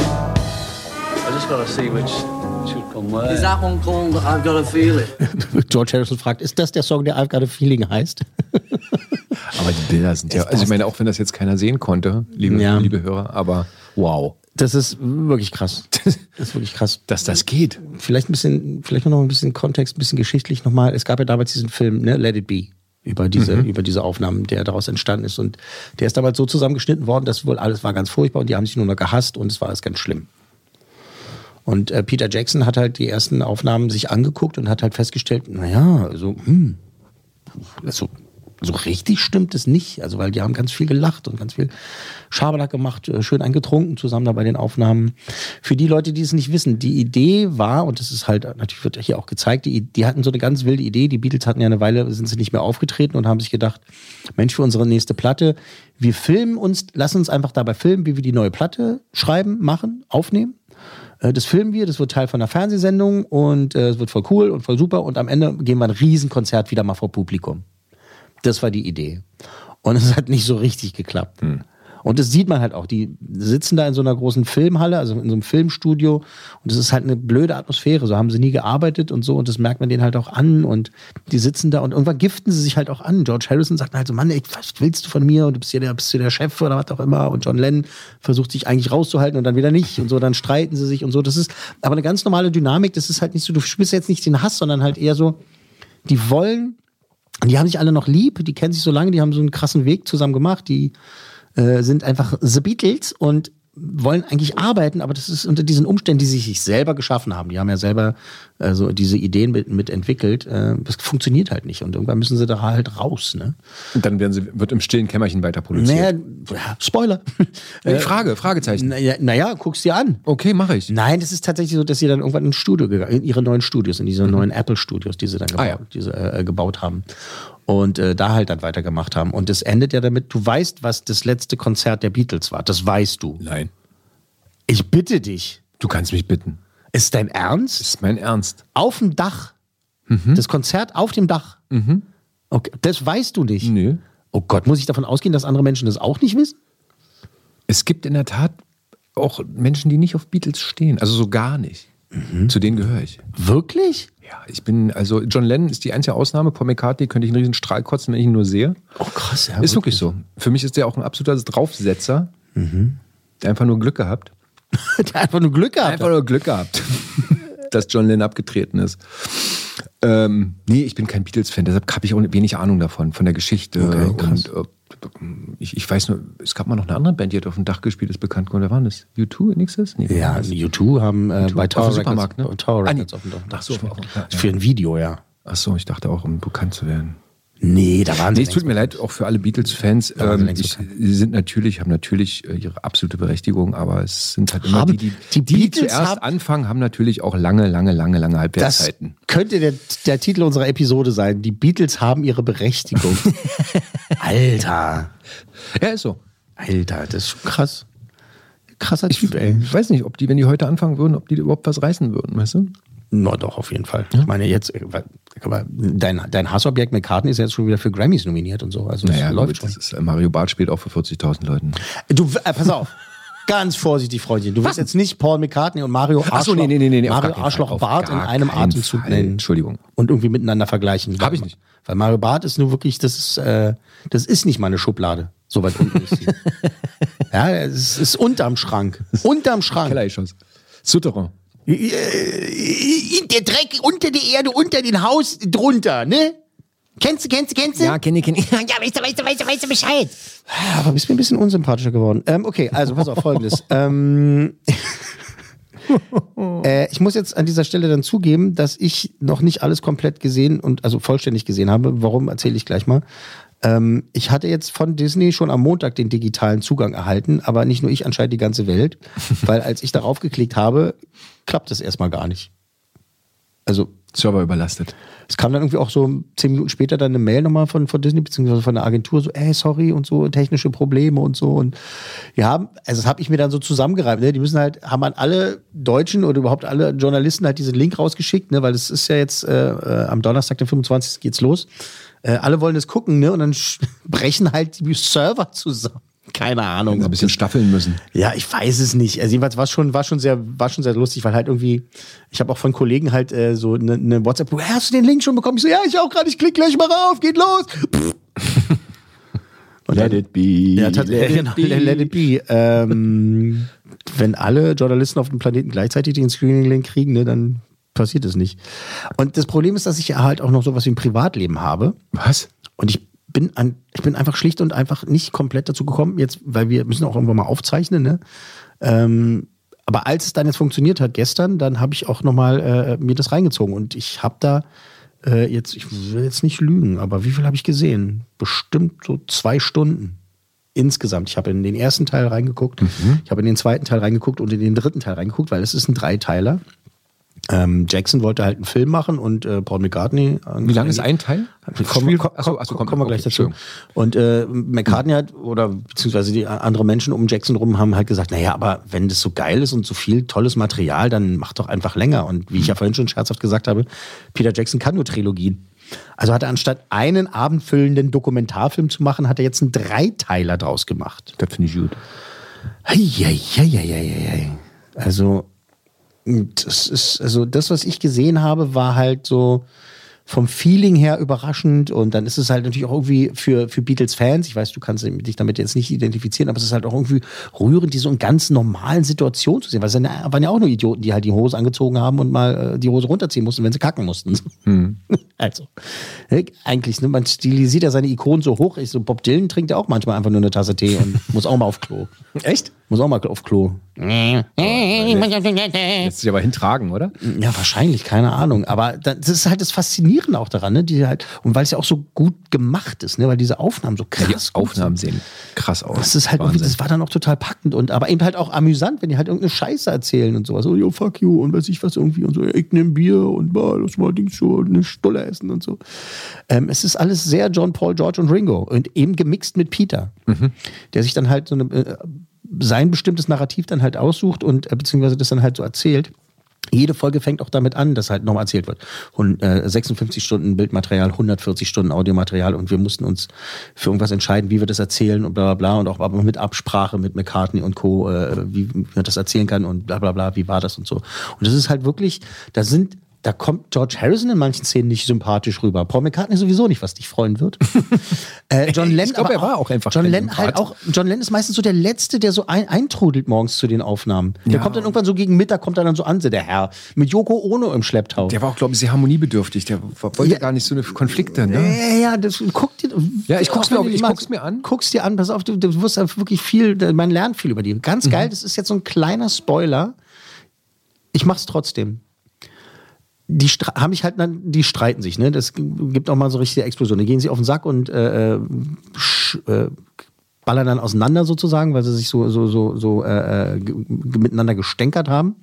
I just got to see which should come where.
Is that
one called I've Got a Feeling?
<laughs> George Harrison fragt, ist das der Song, der I've Got a Feeling heißt?
Aber die Bilder sind ja, also ich meine, auch wenn das jetzt keiner sehen konnte, liebe,
Ja.
liebe Hörer, aber wow.
Das ist wirklich krass. Das ist wirklich krass.
Dass das geht.
Vielleicht ein bisschen, vielleicht noch ein bisschen Kontext, ein bisschen geschichtlich nochmal. Es gab ja damals diesen Film, ne, Let It Be, über diese, über diese Aufnahmen, der daraus entstanden ist. Und der ist damals so zusammengeschnitten worden, dass wohl alles war ganz furchtbar und die haben sich nur noch gehasst und es war alles ganz schlimm. Und äh, Peter Jackson hat halt die ersten Aufnahmen sich angeguckt und hat halt festgestellt, naja, also, hm, also, so richtig stimmt es nicht. Also, weil die haben ganz viel gelacht und ganz viel Schabernack gemacht, äh, schön eingetrunken zusammen da bei den Aufnahmen. Für die Leute, die es nicht wissen, die Idee war, und das ist halt, natürlich wird hier auch gezeigt, die, die hatten so eine ganz wilde Idee. Die Beatles hatten ja eine Weile, sind sie nicht mehr aufgetreten und haben sich gedacht, Mensch, für unsere nächste Platte, wir filmen uns, lass uns einfach dabei filmen, wie wir die neue Platte schreiben, machen, aufnehmen. Äh, Das filmen wir, das wird Teil von einer Fernsehsendung und äh, es wird voll cool und voll super und am Ende gehen wir ein Riesenkonzert wieder mal vor Publikum. Das war die Idee. Und es hat nicht so richtig geklappt. Und das sieht man halt auch. Die sitzen da in so einer großen Filmhalle, also in so einem Filmstudio. Und es ist halt eine blöde Atmosphäre. So haben sie nie gearbeitet und so. Und das merkt man denen halt auch an. Und die sitzen da und irgendwann giften sie sich halt auch an. George Harrison sagt halt so, Mann, ey, was willst du von mir? Und du bist hier der, bist hier der Chef oder was auch immer. Und John Lennon versucht sich eigentlich rauszuhalten und dann wieder nicht. Und so, dann streiten sie sich und so. Das ist aber eine ganz normale Dynamik. Das ist halt nicht so, du spürst jetzt nicht den Hass, sondern halt eher so, die wollen und die haben sich alle noch lieb, die kennen sich so lange, die haben so einen krassen Weg zusammen gemacht, die äh, sind einfach The Beatles und wollen eigentlich arbeiten, aber das ist unter diesen Umständen, die sie sich selber geschaffen haben. Die haben ja selber äh, so diese Ideen mit, mit entwickelt. Äh, das funktioniert halt nicht und irgendwann müssen sie da halt raus. Ne?
Und dann werden sie, wird im stillen Kämmerchen weiter produziert.
Naja, ja, Spoiler.
Äh, Frage, Fragezeichen.
Naja, naja, guck's dir an.
Okay, mache ich.
Nein, das ist tatsächlich so, dass sie dann irgendwann ins Studio gegangen, in ihre neuen Studios, in diese
Mhm.
neuen Apple-Studios, die sie dann gebaut,
Ah,
die sie, äh, gebaut haben. Und äh, da halt dann weitergemacht haben. Und das endet ja damit, du weißt, was das letzte Konzert der Beatles war. Das weißt du.
Nein.
Ich bitte dich.
Du kannst mich bitten.
Ist dein Ernst?
Ist mein Ernst. Mhm.
Auf dem Dach. Das Konzert auf dem Dach. Okay, das weißt du nicht.
Nö.
Oh Gott, muss ich davon ausgehen, dass andere Menschen das auch nicht wissen?
Es gibt in der Tat auch Menschen, die nicht auf Beatles stehen. Also so gar nicht. Zu denen gehöre ich.
Mhm. Wirklich?
Ja, ich bin, also John Lennon ist die einzige Ausnahme. Paul McCartney könnte ich einen riesen Strahl kotzen, wenn ich ihn nur sehe.
Oh krass, ja.
ist wirklich so. Für mich ist der auch ein absoluter Draufsetzer. Der einfach nur Glück gehabt.
<laughs> Der einfach nur Glück gehabt.
Einfach nur Glück gehabt, <laughs> dass John Lennon abgetreten ist. Ähm, nee, ich bin kein Beatles-Fan, deshalb habe ich auch wenig Ahnung davon, von der Geschichte. und äh, ich, ich weiß nur, es gab mal noch eine andere Band, die hat auf dem Dach gespielt, ist bekannt geworden. Wer war denn das? U2 in Excess? Nee,
Ja,
das-
U2 haben äh, bei Tower
auf dem
Records,
Supermarkt, ne?
Tower
Ah, nee.
Records auf dem Dach.
Ach so, auf dem Dach, ja.
Für ein Video, ja.
Ach so, ich dachte auch, um bekannt zu werden.
Nee, da waren
nee, es tut mir leid, auch für alle Beatles-Fans. Ähm, ich- sie sind natürlich, haben natürlich äh, ihre absolute Berechtigung, aber es sind halt immer
Haben
die,
die
die, die
Beatles
zuerst
haben-
anfangen, haben natürlich auch lange, lange, lange, lange
Das
Halbwertszeiten.
könnte der, der Titel unserer Episode sein. Die Beatles haben ihre
<laughs>
Berechtigung. Alter.
Ja, ist so.
Alter, das ist schon krass. Krasser Typ, ey.
Ich weiß nicht, ob die, wenn die heute anfangen würden, ob die überhaupt was reißen würden, weißt du?
Na doch, auf jeden Fall. Ich meine, jetzt, äh, weil- guck mal, dein, dein Hassobjekt McCartney ist ja jetzt schon wieder für Grammys nominiert und so. Also,
Naja,
es läuft
gut,
schon.
das ist, äh, Mario Barth spielt auch für 40.000 Leuten.
Du, äh, pass auf. Ganz vorsichtig, Freundchen. Du willst jetzt nicht Paul McCartney und Mario Arschloch,
Ach so, nee, nee, nee, nee, nee, auf
Mario
gar keinen Fall,
Arschloch
auf
Bart in
gar
einem
keinen
Atemzug
Fall.
nennen.
Entschuldigung.
Und irgendwie miteinander vergleichen. Hab ich nicht. Weil Mario Bart ist nur wirklich, das ist, äh, das ist nicht mal eine Schublade. So weit unten ist
<laughs>
sie. ja, es ist unterm Schrank. Unterm Schrank. Äh,
Kellererschoss. Souterrain.
Der Dreck unter der Erde, unter den Haus, drunter, ne? Kennst du, kennst du, kennst du? Ja,
kenne ich, kenne ich. Ja, weißt du, weißt du, weißt du, weißt du Bescheid.
Ah, Aber bist mir ein bisschen unsympathischer geworden. Ähm, okay, also pass auf
<laughs>
folgendes. ähm, äh, ich muss jetzt an dieser Stelle dann zugeben, dass ich noch nicht alles komplett gesehen und also vollständig gesehen habe. Warum erzähle ich gleich mal. Ähm, ich hatte jetzt von Disney schon am Montag den digitalen Zugang erhalten, aber nicht nur ich, anscheinend die ganze Welt, weil als ich darauf geklickt habe, klappt es erstmal gar nicht. Also
Server überlastet.
es kam dann irgendwie auch so zehn Minuten später dann eine Mail nochmal von, von Disney beziehungsweise von der Agentur, so, ey, sorry und so, technische Probleme und so. Und wir haben, also das habe ich mir dann so zusammengereimt, ne? Die müssen halt, haben an alle Deutschen oder überhaupt alle Journalisten halt diesen Link rausgeschickt, ne? Weil es ist ja jetzt äh, äh, am Donnerstag, den 25. geht's los. Äh, alle wollen es gucken, ne? Und dann <laughs> sch- brechen halt die Server zusammen. Keine Ahnung.
Ein
ob
bisschen staffeln müssen.
ja, ich weiß es nicht. Also jedenfalls war schon, war schon sehr, war schon sehr lustig, weil halt irgendwie, ich habe auch von Kollegen halt äh, so eine ne WhatsApp, "Woher hast du den Link schon bekommen? Ich so, ja, ich auch gerade, ich klicke gleich mal rauf, geht los. Pff. Und dann-
it be. Ja,
tat- <laughs> genau, Let it be. Ähm, wenn alle Journalisten auf dem Planeten gleichzeitig den Screening-Link kriegen, ne, dann passiert es nicht. Und das Problem ist, dass ich ja halt auch noch sowas wie ein Privatleben habe.
Was?
Und ich bin, an, ich bin einfach schlicht und einfach nicht komplett dazu gekommen, jetzt, weil wir müssen auch irgendwann mal aufzeichnen, ne? Ähm, aber als es dann jetzt funktioniert hat gestern, dann habe ich auch nochmal äh, mir das reingezogen. Und ich habe da äh, jetzt, ich will jetzt nicht lügen, aber wie viel habe ich gesehen? Bestimmt so zwei Stunden insgesamt. Ich habe in den ersten Teil reingeguckt, ich habe in den zweiten Teil reingeguckt und in den dritten Teil reingeguckt, weil es ist ein Dreiteiler. Ähm, Jackson wollte halt einen Film machen und äh, Paul McCartney.
Wie lange ist ein Teil?
Kommen,
Spiel-
kommen,
Achso, achso, komm,
kommen wir gleich
okay,
dazu. Und äh, McCartney hat, oder beziehungsweise die anderen Menschen um Jackson rum haben halt gesagt, naja, aber wenn das so geil ist und so viel tolles Material, dann mach doch einfach länger. Und wie ich ja vorhin schon scherzhaft gesagt habe, Peter Jackson kann nur Trilogien. Also hat er anstatt einen abendfüllenden Dokumentarfilm zu machen, hat er jetzt einen Dreiteiler draus gemacht.
Das finde ich gut.
Eieieiei. Also, das ist, also das, was ich gesehen habe, war halt so vom Feeling her überraschend und dann ist es halt natürlich auch irgendwie für, für Beatles-Fans, ich weiß, du kannst dich damit jetzt nicht identifizieren, aber es ist halt auch irgendwie rührend, die so in ganz normalen Situationen zu sehen, weil es sind- waren ja auch nur Idioten, die halt die Hose angezogen haben und mal äh, die Hose runterziehen mussten, wenn sie kacken mussten. <laughs> Also, ne, eigentlich, ne, man stilisiert ja seine Ikonen so hoch. Ich so, Bob Dylan trinkt ja auch manchmal einfach nur eine Tasse Tee und muss auch mal auf Klo.
Echt?
Muss auch mal auf Klo.
Lässt sich aber hintragen, oder?
Ja, wahrscheinlich, keine Ahnung. Aber da- das ist halt das Faszinierende auch daran, ne? Die halt, und weil es ja auch so gut gemacht ist, ne? Weil diese Aufnahmen so krass.
Ja, die Aufnahmen sehen krass aus.
Das ist halt irgendwie, das war dann auch total packend und aber eben halt auch amüsant, wenn die halt irgendeine Scheiße erzählen und sowas. Oh, yo, fuck you und weiß ich was irgendwie und so, ich nehm Bier und bah, lass mal Dings so eine Stulle essen und so. Ähm, es ist alles sehr John, Paul, George und Ringo und eben gemixt mit Peter,
Mhm.
der sich dann halt so eine, äh, sein bestimmtes Narrativ dann halt aussucht und äh, beziehungsweise das dann halt so erzählt. Jede Folge fängt auch damit an, dass halt nochmal erzählt wird. Und, äh, 56 Stunden Bildmaterial, 140 Stunden Audiomaterial und wir mussten uns für irgendwas entscheiden, wie wir das erzählen und bla bla bla und auch aber mit Absprache mit McCartney und Co., äh, wie man das erzählen kann und bla bla bla, wie war das und so. Und das ist halt wirklich, da sind, da kommt George Harrison in manchen Szenen nicht sympathisch rüber. Paul McCartney sowieso nicht, was dich freuen wird. äh, John Lennon,
glaub,
aber
er war auch einfach
John
kein
Lennon halt
Sympath.
auch John Lennon ist meistens so der Letzte, der so ein, eintrudelt morgens zu den Aufnahmen. Der
Ja.
kommt dann irgendwann so gegen Mittag, kommt er dann so an, so der Herr. Mit Yoko Ono im Schlepptau.
Der war auch, glaube ich, sehr harmoniebedürftig. Der w- wollte
Ja.
gar nicht so eine Konflikte,
ja,
ne?
ja, ja, das, guck dir,
Ja, ich guck's mir
wenn
auch-
du
ich
magst,
guck's mir an.
Guck's dir an, pass auf, du, du wirst ja wirklich viel, man lernt viel über die.
Mhm.
Ganz geil, das ist jetzt so ein kleiner Spoiler. Ich mach's trotzdem. die stra- haben mich halt, dann- die streiten sich, ne? Das gibt auch mal so richtige Explosionen. Die gehen sich auf den Sack und äh, äh, sch, äh, ballern dann auseinander sozusagen, weil sie sich so, so, so, so äh, äh, ge- miteinander gestänkert haben.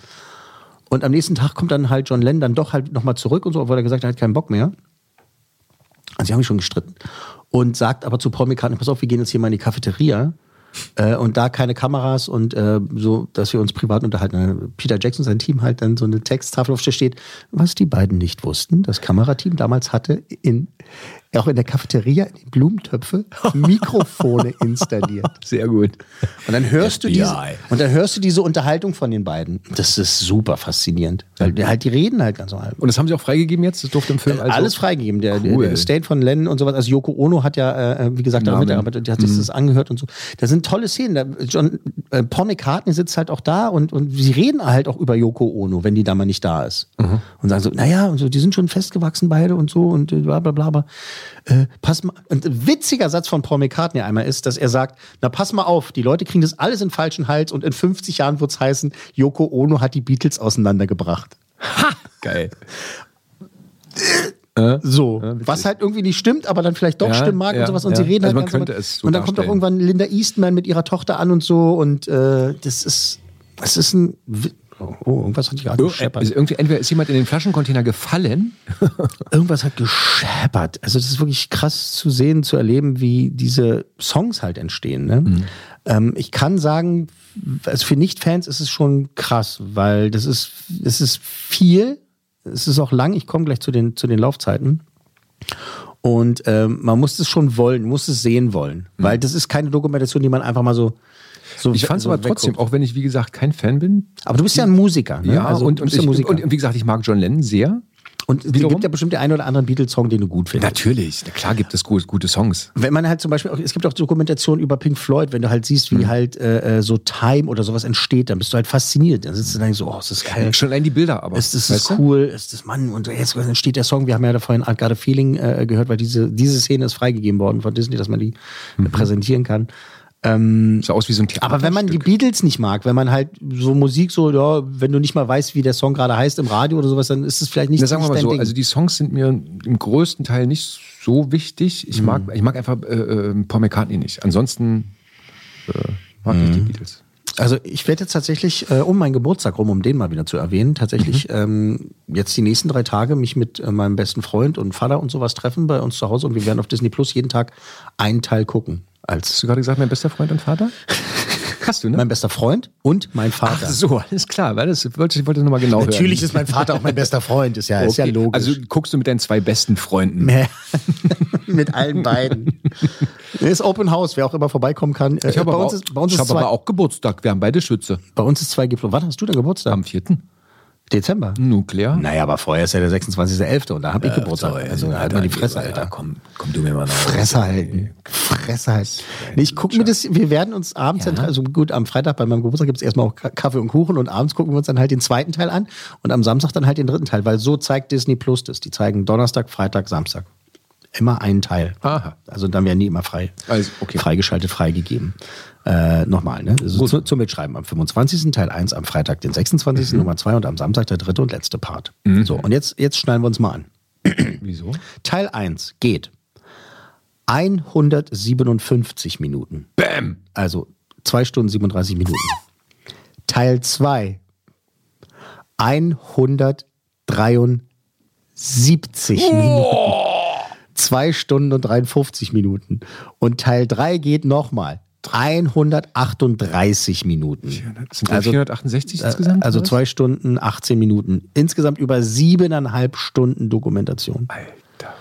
Und am nächsten Tag kommt dann halt John Lennon dann doch halt nochmal zurück und so, obwohl er gesagt hat, er hat keinen Bock mehr. Also sie haben mich schon gestritten. Und sagt aber zu Paul McCartney, pass auf, wir gehen jetzt hier mal in die Cafeteria. Äh, und da keine Kameras und äh, so, dass wir uns privat unterhalten. Äh, Peter Jackson, sein Team halt dann so eine Texttafel auf der steht, was die beiden nicht wussten, das Kamerateam damals hatte in, auch in der Cafeteria in die
<laughs>
Blumentöpfe Mikrofone installiert.
Sehr gut.
Und dann hörst du
FBI.
diese, und dann hörst du diese Unterhaltung von den beiden. Das ist super faszinierend. Weil die halt die reden halt ganz normal. Äh,
Und das haben sie auch freigegeben jetzt? Das durfte im Film also
Alles freigegeben. Der, der-
Cool.
der State von Lennon und sowas. Also Yoko Ono hat ja, äh, wie gesagt, auch
Namen. Mhm.
mitgearbeitet. Die hat sich das angehört und so. Da sind tolle Szenen. Da, John, äh, Paul McCartney sitzt halt auch da und, und sie reden halt auch über Yoko Ono, wenn die da mal nicht da ist.
Mhm.
Und sagen so, naja, und so, die sind schon festgewachsen beide und so und äh, bla bla bla. bla. Äh, pass mal. Und ein witziger Satz von Paul McCartney einmal ist, dass er sagt, na pass mal auf, die Leute kriegen das alles in den falschen Hals und in 50 Jahren wird's heißen, Yoko Ono hat die Beatles auseinandergebracht.
Geil.
Äh,
Äh?
So, was halt irgendwie nicht stimmt, aber dann vielleicht doch
Ja,
stimmen mag
ja,
und sowas. Und sie
ja.
reden
Also man
halt ganz
könnte
normal.
es so
Und dann kommt auch
darstellen.
irgendwann Linda Eastman mit ihrer Tochter an und so. Und äh, das ist, das ist ein. Wi- Oh, irgendwas hat gerade gescheppert.
Also irgendwie, entweder ist jemand in den Flaschencontainer gefallen.
<laughs> irgendwas hat gescheppert. Also das ist wirklich krass zu sehen, zu erleben, wie diese Songs halt entstehen. Ne?
Mhm.
Ähm, ich kann sagen, also für Nicht-Fans ist es schon krass, weil das ist, es ist viel, es ist auch lang. Ich komme gleich zu den, zu den Laufzeiten. Und ähm, man muss es schon wollen, muss es sehen wollen. Weil das ist keine Dokumentation, die man einfach mal so. so
Mhm. Ich fand es
so
aber trotzdem,
wegguckt.
auch wenn ich, wie gesagt, kein Fan bin.
Aber du bist ja ein Musiker. Ne?
Ja,
Also,
und,
du
und,
bist ja
ich,
Musiker.
und, und wie gesagt, ich mag John Lennon sehr.
Und es gibt ja bestimmt den einen oder anderen Beatles-Song, den du gut findest.
Natürlich, na klar gibt es gute, gute Songs.
Wenn man halt zum Beispiel, auch, es gibt auch Dokumentationen über Pink Floyd, wenn du halt siehst, wie
Mhm.
halt äh, äh, so Time oder sowas entsteht, dann bist du halt fasziniert. Dann sitzt du und denkst so, oh, ist das geil.
Schon allein die Bilder aber.
Ist das
weißt du?
cool? Äh, Ist das Mann? Und jetzt entsteht der Song. Wir haben ja da vorhin I've Got a Feeling äh, gehört, weil diese, diese Szene ist freigegeben worden von Disney, dass man die äh, präsentieren kann. Ähm,
Sah Mhm. aus wie so ein Theater.
aber wenn man die Beatles nicht mag, wenn man halt so Musik so, ja, wenn du nicht mal weißt, wie der Song gerade heißt im Radio oder sowas, dann ist es vielleicht nicht,
Na, sagen wir
nicht
mal
dein
so,
Ding.
also die Songs sind mir im größten Teil nicht so wichtig.
Hm.
Ich mag, ich mag einfach äh, äh, Paul McCartney nicht. Ansonsten äh, mag ich die Beatles.
Also ich werde jetzt tatsächlich, äh, um meinen Geburtstag rum, um den mal wieder zu erwähnen, tatsächlich
Mhm.
ähm, jetzt die nächsten drei Tage mich mit äh, meinem besten Freund und Vater und sowas treffen bei uns zu Hause und wir werden auf Disney Plus jeden Tag einen Teil gucken. Als
Hast du gerade gesagt, mein bester Freund
<laughs>
und Vater? Hast du, ne?
mein bester Freund und mein Vater.
Ach so, alles klar, weil das wollte ich wollte nur mal genau hören.
Natürlich ist mein Vater auch mein bester Freund, ist ja, ist ja
Okay,
logisch.
Also guckst du mit deinen zwei besten Freunden.
<laughs> mit allen
<laughs>
beiden. Es ist Open House, wer auch immer vorbeikommen kann. Äh,
Ich habe
bei,
aber,
uns
auch-
ist, bei, uns
ich
ist
habe aber
zwei,
auch Geburtstag. Wir haben beide Schütze.
bei uns ist zwei Gipfel. Wann hast du denn Geburtstag?
Am 4.
Dezember.
Nuklear. Äh,
Naja, aber vorher ist ja der 26.11. und da habe ich Geburtstag.
sorry,
also halt
Alter,
mal die Fresse,
Alter,
Alter.
Komm, komm du mir mal nach.
Fresse halten. Fresse halten. Nee, ich gucke mir das, wir werden uns abends, dann- also gut, am Freitag bei meinem Geburtstag gibt es erstmal auch Ka- Kaffee und Kuchen und abends gucken wir uns dann halt den zweiten Teil an und am Samstag dann halt den dritten Teil, weil so zeigt Disney Plus das. Die zeigen Donnerstag, Freitag, Samstag. Immer einen Teil.
Aha.
Also dann werden die immer frei.
Also, okay.
Freigeschaltet, freigegeben. Äh, nochmal, ne? Also zu, zum Mitschreiben. Am 25. Teil 1, am Freitag den 26.
Mhm.
Nummer 2 und am Samstag der dritte und letzte Part. So, und jetzt, jetzt schneiden wir uns mal an.
<clears throat> Wieso?
Teil 1 geht 157 Minuten. Bäm! Also 2 Stunden 37 Minuten. Teil 2 173 Minuten. 2 Stunden und 53 Minuten. Und Teil 3 geht nochmal 138 Minuten.
Das sind also, 468 insgesamt?
Also
oder was?
zwei Stunden, 18 Minuten. Insgesamt über siebeneinhalb Stunden Dokumentation.
Alter,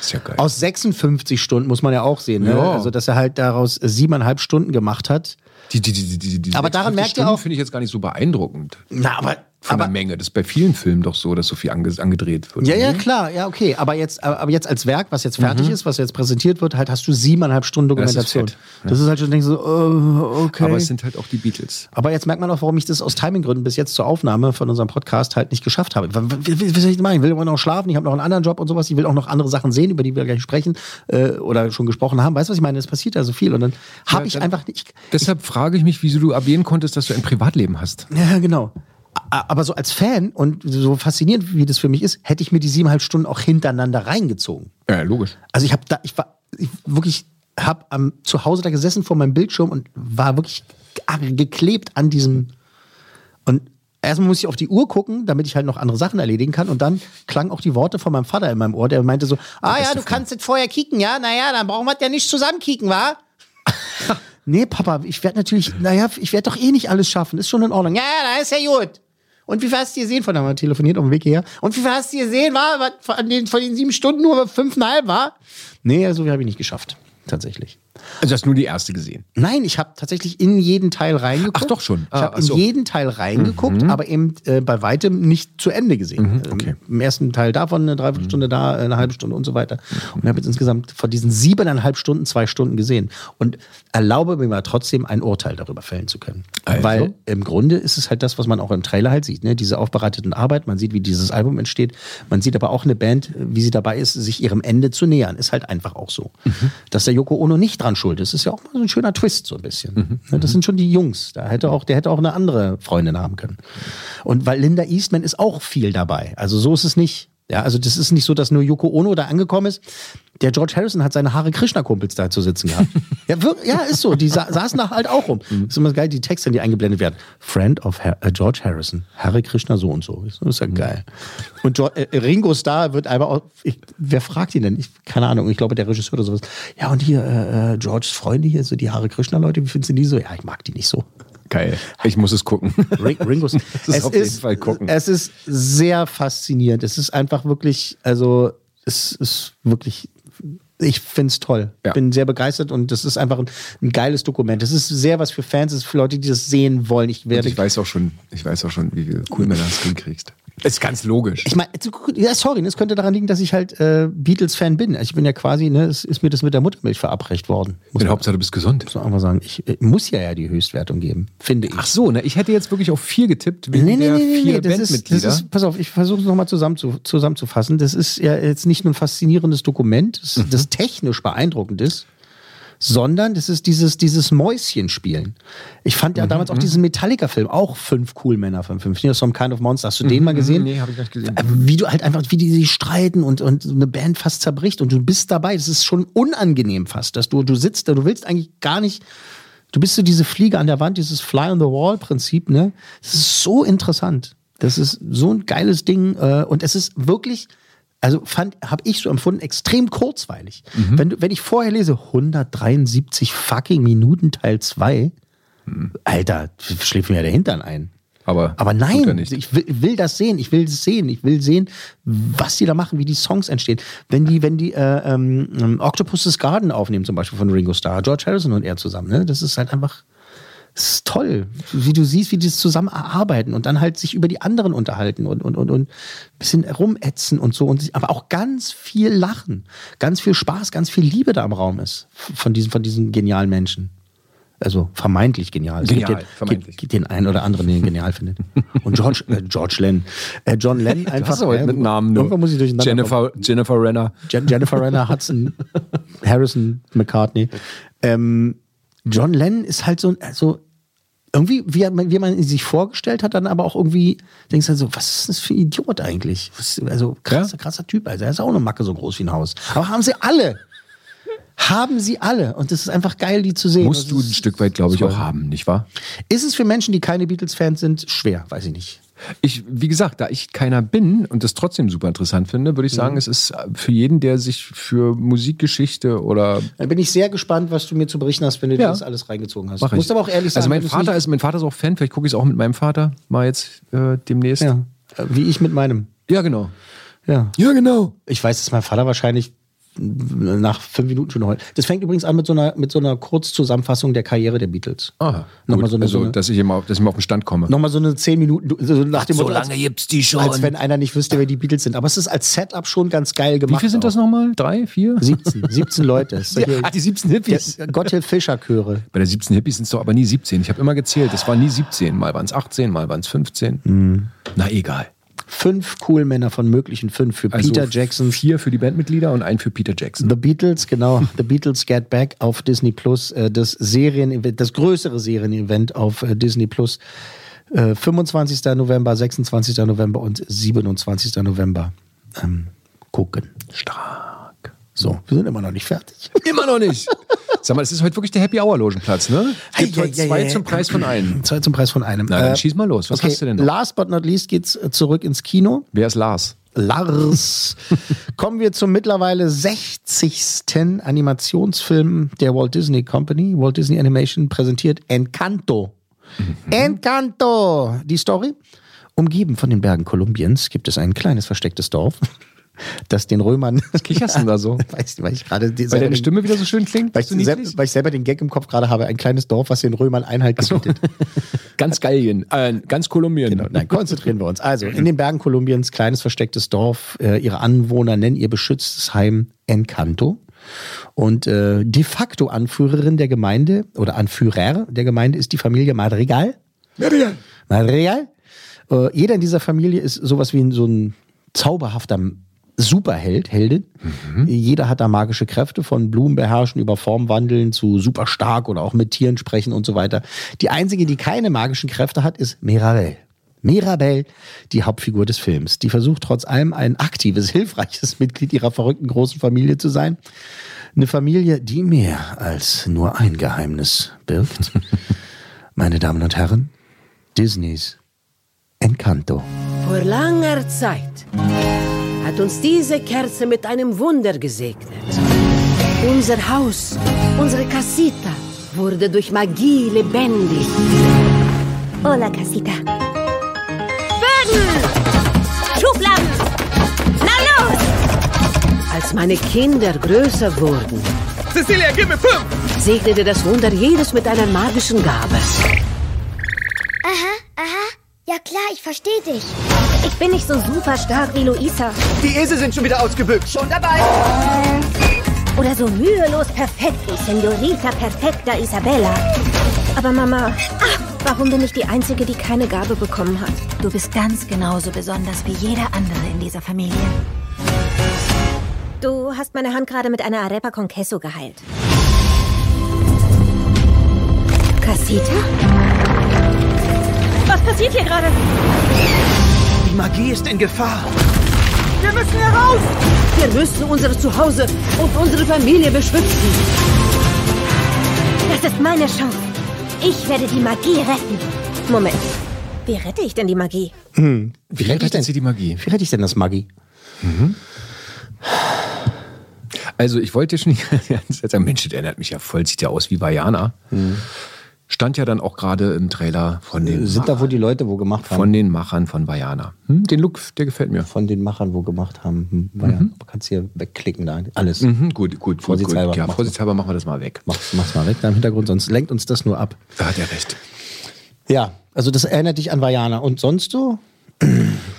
ist ja geil.
Aus 56 Stunden muss man ja auch sehen, ne?
Ja.
also dass er halt daraus siebeneinhalb Stunden gemacht hat.
Die, die, die, die, die
Aber daran merkt ihr auch-
finde ich jetzt gar nicht so beeindruckend.
Na, aber,
Von der
aber
Menge. Das ist bei vielen Filmen doch so, dass so viel ange angedreht wird.
ja, ja, klar, ja, okay. Aber jetzt, aber jetzt als Werk, was jetzt fertig ist, was jetzt präsentiert wird, halt hast du siebeneinhalb Stunden
Mhm. Ja, das ist
Dokumentation. Das
fett,
ist,
ne?
halt schon denkst du so, äh, okay.
Aber es sind halt auch die Beatles.
Aber jetzt merkt man auch, warum ich das aus Timinggründen bis jetzt zur Aufnahme von unserem Podcast halt nicht geschafft habe. W- w- w- Was soll ich denn machen? Ich will immer noch schlafen, ich habe noch einen anderen Job und sowas. Ich will auch noch andere Sachen sehen, über die wir gleich sprechen äh, oder schon gesprochen haben. Weißt du, was ich meine? Es passiert ja so viel und dann habe
Ja,
ich
dann-
einfach nicht.
Deshalb frage ich mich, wieso du erwähnen konntest, dass du ein Privatleben hast.
Ja, genau. aber so als Fan und so faszinierend wie das für mich ist, hätte ich mir die siebeneinhalb Stunden auch hintereinander reingezogen.
Ja, logisch.
Also ich habe da, ich war ich wirklich, habe am zu Hause da gesessen vor meinem Bildschirm und war wirklich geklebt an diesem. Und erstmal muss ich auf die Uhr gucken, damit ich halt noch andere Sachen erledigen kann. Und dann klangen auch die Worte von meinem Vater in meinem Ohr, der meinte so: Ah ja, du kannst jetzt vorher kicken, ja? Naja, dann brauchen wir ja nicht zusammen kicken, wa? nee, Papa, ich werde natürlich, naja, ich werde doch eh nicht alles schaffen. Ist schon in Ordnung. Ja, ja, da ist ja gut. Und wie viel hast du gesehen? Von da haben wir telefoniert auf dem Weg hierher. Und wie viel hast du gesehen? War von den, von den sieben Stunden nur fünfeinhalb, war? Nee, so habe ich nicht geschafft. Tatsächlich.
Also hast du nur die erste gesehen?
Nein, ich habe tatsächlich in jeden Teil reingeguckt.
Ach doch schon.
ich
Ah,
habe
ach so.
in jeden Teil reingeguckt,
Mhm.
aber eben äh, bei weitem nicht zu Ende gesehen.
Mhm, okay.
Ähm, Im ersten Teil davon eine Dreiviertelstunde da, äh, eine halbe Stunde und so weiter. Und habe jetzt insgesamt von diesen siebeneinhalb Stunden zwei Stunden gesehen. Und erlaube mir mal trotzdem ein Urteil darüber fällen zu können.
Also?
Weil im Grunde ist es halt das, was man auch im Trailer halt sieht. Ne? Diese aufbereiteten Arbeit, man sieht, wie dieses Album entsteht. Man sieht aber auch eine Band, äh, wie sie dabei ist, sich ihrem Ende zu nähern. Ist halt einfach auch so. Dass der Yoko Ono nicht dran schuld ist, ist ja auch mal so ein schöner Twist so ein bisschen. Ne? Das sind schon die Jungs. Da hätte auch, der hätte auch eine andere Freundin haben können. Und weil Linda Eastman ist auch viel dabei. Also so ist es nicht. Ja, also das ist nicht so, dass nur Yoko Ono da angekommen ist. Der George Harrison hat seine Haare Krishna-Kumpels da zu sitzen gehabt. ja, wir, ja, ist so. Die sa saßen da halt auch rum. Ist immer geil, die Texte, die eingeblendet werden. Friend of Har äh, George Harrison, Hare Krishna so und so. Ist, ist
Mhm.
ja geil. Und jo äh, Ringo Starr wird einfach auch, ich, wer fragt ihn denn? Ich, keine Ahnung, ich glaube der Regisseur oder sowas. Ja, und hier, äh, äh, Georges Freunde hier, so die Hare Krishna-Leute, wie findest du die so? Ja, ich mag die nicht so.
Geil. Ich muss es gucken.
Ring <laughs> Ringos.
Das ist auf jeden Fall gucken.
Es ist sehr faszinierend. Es ist einfach wirklich, also es ist wirklich, ich finde es toll.
Ja.
Bin sehr begeistert und das ist einfach ein, ein geiles Dokument. Es ist sehr was für Fans, es ist für Leute, die das sehen wollen. Ich
Und
werde.
ich weiß auch schon, ich weiß auch schon, wie viel cool Männer das hinkriegst. Ist ganz logisch.
Ich meine, ja, sorry, ne, es könnte daran liegen, dass ich halt äh, Beatles-Fan bin. Ich bin ja quasi, ne, es ist mir das mit der Muttermilch verabreicht worden. Muss
In
man
Hauptsache, du bist gesund.
muss man einfach sagen, ich äh, muss ja ja die Höchstwertung geben, finde ich.
Ach so, ne, ich hätte jetzt wirklich auf vier getippt, wegen
Nee, nee,
der
nee, nee,
vier
nee, das ist, das
Bandmitglieder.
ist, pass auf, ich versuche es nochmal zusammen zu, zusammenzufassen. Das ist ja jetzt nicht nur ein faszinierendes Dokument, das,
Mhm.
das technisch beeindruckend ist, sondern das ist dieses, dieses Mäuschenspielen. Ich fand
Mhm,
ja damals auch diesen Metallica-Film, auch fünf cool Männer von fünf, Near Some Kind of Monster. Hast du den mal gesehen?
Mhm, Nee, habe ich nicht gesehen.
Äh, Wie du halt einfach, wie die sich streiten und, und eine Band fast zerbricht und du bist dabei. Das ist schon unangenehm fast, dass du, du sitzt da, du willst eigentlich gar nicht. Du bist so diese Fliege an der Wand, dieses Fly on the Wall-Prinzip, ne? Das ist so interessant. Das ist so ein geiles Ding. Äh, und es ist wirklich, also fand, habe ich so empfunden, extrem kurzweilig. Wenn, du, wenn ich vorher lese, 173 fucking Minuten Teil 2,
Mhm.
Alter, schläft <laughs> mir ja der Hintern ein.
Aber,
Aber
tut er
nein,
nicht.
ich will, will das sehen, ich will das sehen, ich will sehen, was die da machen, wie die Songs entstehen. Wenn die, wenn die äh, ähm, ähm, Octopus's Garden aufnehmen, zum Beispiel von Ringo Starr, George Harrison und er zusammen, ne? das ist halt einfach das ist toll, wie du siehst, wie die das zusammen erarbeiten und dann halt sich über die anderen unterhalten und, und, und, und ein bisschen rumätzen und so. Und, sich- aber auch ganz viel Lachen, ganz viel Spaß, ganz viel Liebe da im Raum ist von diesen, von diesen genialen Menschen. Also vermeintlich genial. Es
Genial,
gibt den,
vermeintlich.
Gibt, gibt den einen oder anderen, den ihn genial findet. Und George, äh, George Lennon. Äh, John Lennon
<laughs> Du
einfach.
hast aber
äh,
mit Namen nur.
Irgendwann muss ich durcheinander kommen.
Jennifer, Jennifer Renner.
Jen Jennifer Renner, Hudson, Harrison, McCartney. Ähm, John Lennon ist halt so, ein- also irgendwie, wie, er- wie man ihn sich vorgestellt hat, dann aber auch irgendwie, denkst du halt so, was ist das für ein Idiot eigentlich? Was, also krasser, krasser Typ, also er ist auch eine Macke so groß wie ein Haus. Aber haben sie alle. Haben sie alle. Und das ist einfach geil, die zu sehen.
Musst
Also
du
es
ein
ist,
Stück weit, glaube ich, auch haben, nicht wahr?
ist es für Menschen, die keine Beatles-Fans sind, schwer? Weiß ich nicht.
Ich, wie gesagt, da ich keiner bin und das trotzdem super interessant finde, würde ich
Mhm.
sagen, es ist für jeden, der sich für Musikgeschichte oder
Dann bin ich sehr gespannt, was du mir zu berichten hast, wenn du dir
Ja.
das alles reingezogen hast.
Mach
Du musst
ich.
aber auch ehrlich
Also
sagen.
mein
wenn du's
Vater
nicht-
ist, mein Vater ist auch Fan, vielleicht gucke ich es auch mit meinem Vater mal jetzt äh, demnächst.
Ja, äh, wie ich mit meinem.
Ja, genau.
Ja.
Ja, genau.
Ich weiß, dass mein Vater wahrscheinlich nach fünf Minuten schon heult. Das fängt übrigens an mit so einer, mit so einer Kurzzusammenfassung der Karriere der Beatles.
Ah,
Nochmal
gut.
so eine- ne? so
also,
eine-
dass ich immer auf, dass ich mal auf den Stand komme.
Nochmal so eine zehn Minuten, so nach dem
So
Motto, als-
lange gibt's die schon.
Als wenn einer nicht wüsste, wer die Beatles sind. Aber es ist als Setup schon ganz geil
Wie
gemacht.
viel sind das nochmal? Drei, vier?
17, 17 Leute. Das ist
<laughs> Ja,
hier-
ah, die 17 Hippies.
Der Gotthilf Fischer Chöre.
Bei der 17 Hippies sind es doch aber nie 17. Ich habe immer gezählt. Es war nie 17. Mal waren es 18, mal waren es 15.
Mhm.
Na egal. <laughs>
Fünf cool Männer von möglichen fünf für
Also
Peter Jackson.
Vier für die Bandmitglieder und ein für Peter Jackson.
The Beatles, genau. <laughs> The Beatles Get Back auf Disney Plus. äh, Das Serien, das größere Serienevent auf äh, Disney Plus. Äh, 25. November, 26. November und 27. November ähm, gucken. Stark. So, wir sind immer noch nicht fertig. <laughs>
Immer noch nicht. Sag mal, es ist heute wirklich der Happy Hour Logenplatz, ne? Es gibt
Ei,
heute
ei, ei,
zwei
ei.
zum Preis von einem.
Zwei zum Preis von einem. Äh,
Na, dann schieß mal los. Was
okay,
hast du denn noch?
Last but not least geht's äh, zurück ins Kino.
Wer ist Lars? <laughs>
Lars. Kommen wir zum mittlerweile 60. Animationsfilm der Walt Disney Company. Walt Disney Animation präsentiert Encanto.
Mhm.
Encanto! Die Story? Umgeben von den Bergen Kolumbiens gibt es ein kleines verstecktes Dorf, <laughs> das den Römern. Was
kicherst du denn da so?
<laughs> Weiß, weil ich gerade die-
Weil
selber
deine
den-
Stimme wieder so schön klingt.
weil ich,
so niedlich?
sel- weil ich selber den Gag im Kopf gerade habe, ein kleines Dorf, was den Römern Einhalt gebietet.
<laughs> Ganz Gallien, äh, ganz Kolumbien.
Genau, nein, konzentrieren wir uns. Also, in den Bergen Kolumbiens, kleines verstecktes Dorf, äh, ihre Anwohner nennen ihr beschütztes Heim Encanto. Und äh, de facto Anführerin der Gemeinde oder Anführer der Gemeinde ist die Familie Madrigal. Madrigal. Madrigal. Äh, jeder in dieser Familie ist sowas wie ein, so ein zauberhafter Superheld, Heldin. Jeder hat da magische Kräfte, von Blumen beherrschen über Formwandeln zu super stark oder auch mit Tieren sprechen und so weiter. Die einzige, die keine magischen Kräfte hat, ist Mirabel. Mirabel, die Hauptfigur des Films. Die versucht trotz allem ein aktives, <laughs> hilfreiches Mitglied ihrer verrückten großen Familie zu sein. Eine Familie, die mehr als nur ein Geheimnis birgt. Meine Damen und Herren, Disneys Encanto.
Vor langer Zeit hat uns diese Kerze mit einem Wunder gesegnet. Unser Haus, unsere Casita, wurde durch Magie lebendig. Hola, Casita.
Böden! Schubladen! Na los!
Als meine Kinder größer wurden,
Cecilia, gib mir fünf!
segnete das Wunder jedes mit einer magischen Gabe.
Aha, aha. Ja klar, ich verstehe dich. Ich bin nicht so super stark wie Luisa.
Die Esel sind schon wieder ausgebückt. Schon dabei.
Äh, Oder so mühelos perfekt wie Senorita Perfecta Isabella. Aber Mama, ach, warum bin ich die Einzige, die keine Gabe bekommen hat?
Du bist ganz genauso besonders wie jeder andere in dieser Familie.
Du hast meine Hand gerade mit einer Arepa con Queso geheilt. Casita?
Was passiert hier gerade?
Die Magie ist in Gefahr.
Wir müssen hier raus!
Wir müssen unser Zuhause und unsere Familie beschützen.
Das ist meine Chance. Ich werde die Magie retten. Moment. Wie rette ich denn die Magie?
Hm.
Wie rettet sie die Magie? Mhm.
Wie rette ich denn das Magie?
Also ich wollte schon sagen, Mensch, der erinnert mich ja voll, sieht ja aus wie Vajana. Stand ja dann auch gerade im Trailer von den
Sind da, wo die Leute wo gemacht haben?
von den Machern von Vajana. Hm, den Look, der gefällt mir.
Von den Machern wo gemacht haben. Hm, War ja,
Mhm.
Kannst hier wegklicken da. Alles.
Mhm, gut, gut, gut, gut.
Vorsichtshalber.
Ja,
Mach's.
vorsichtshalber machen wir das mal weg.
Mach, mach's mal weg da im Hintergrund, sonst lenkt uns das nur ab.
Da hat er recht.
Ja, also das erinnert dich an Vajana. Und sonst so? <clears throat>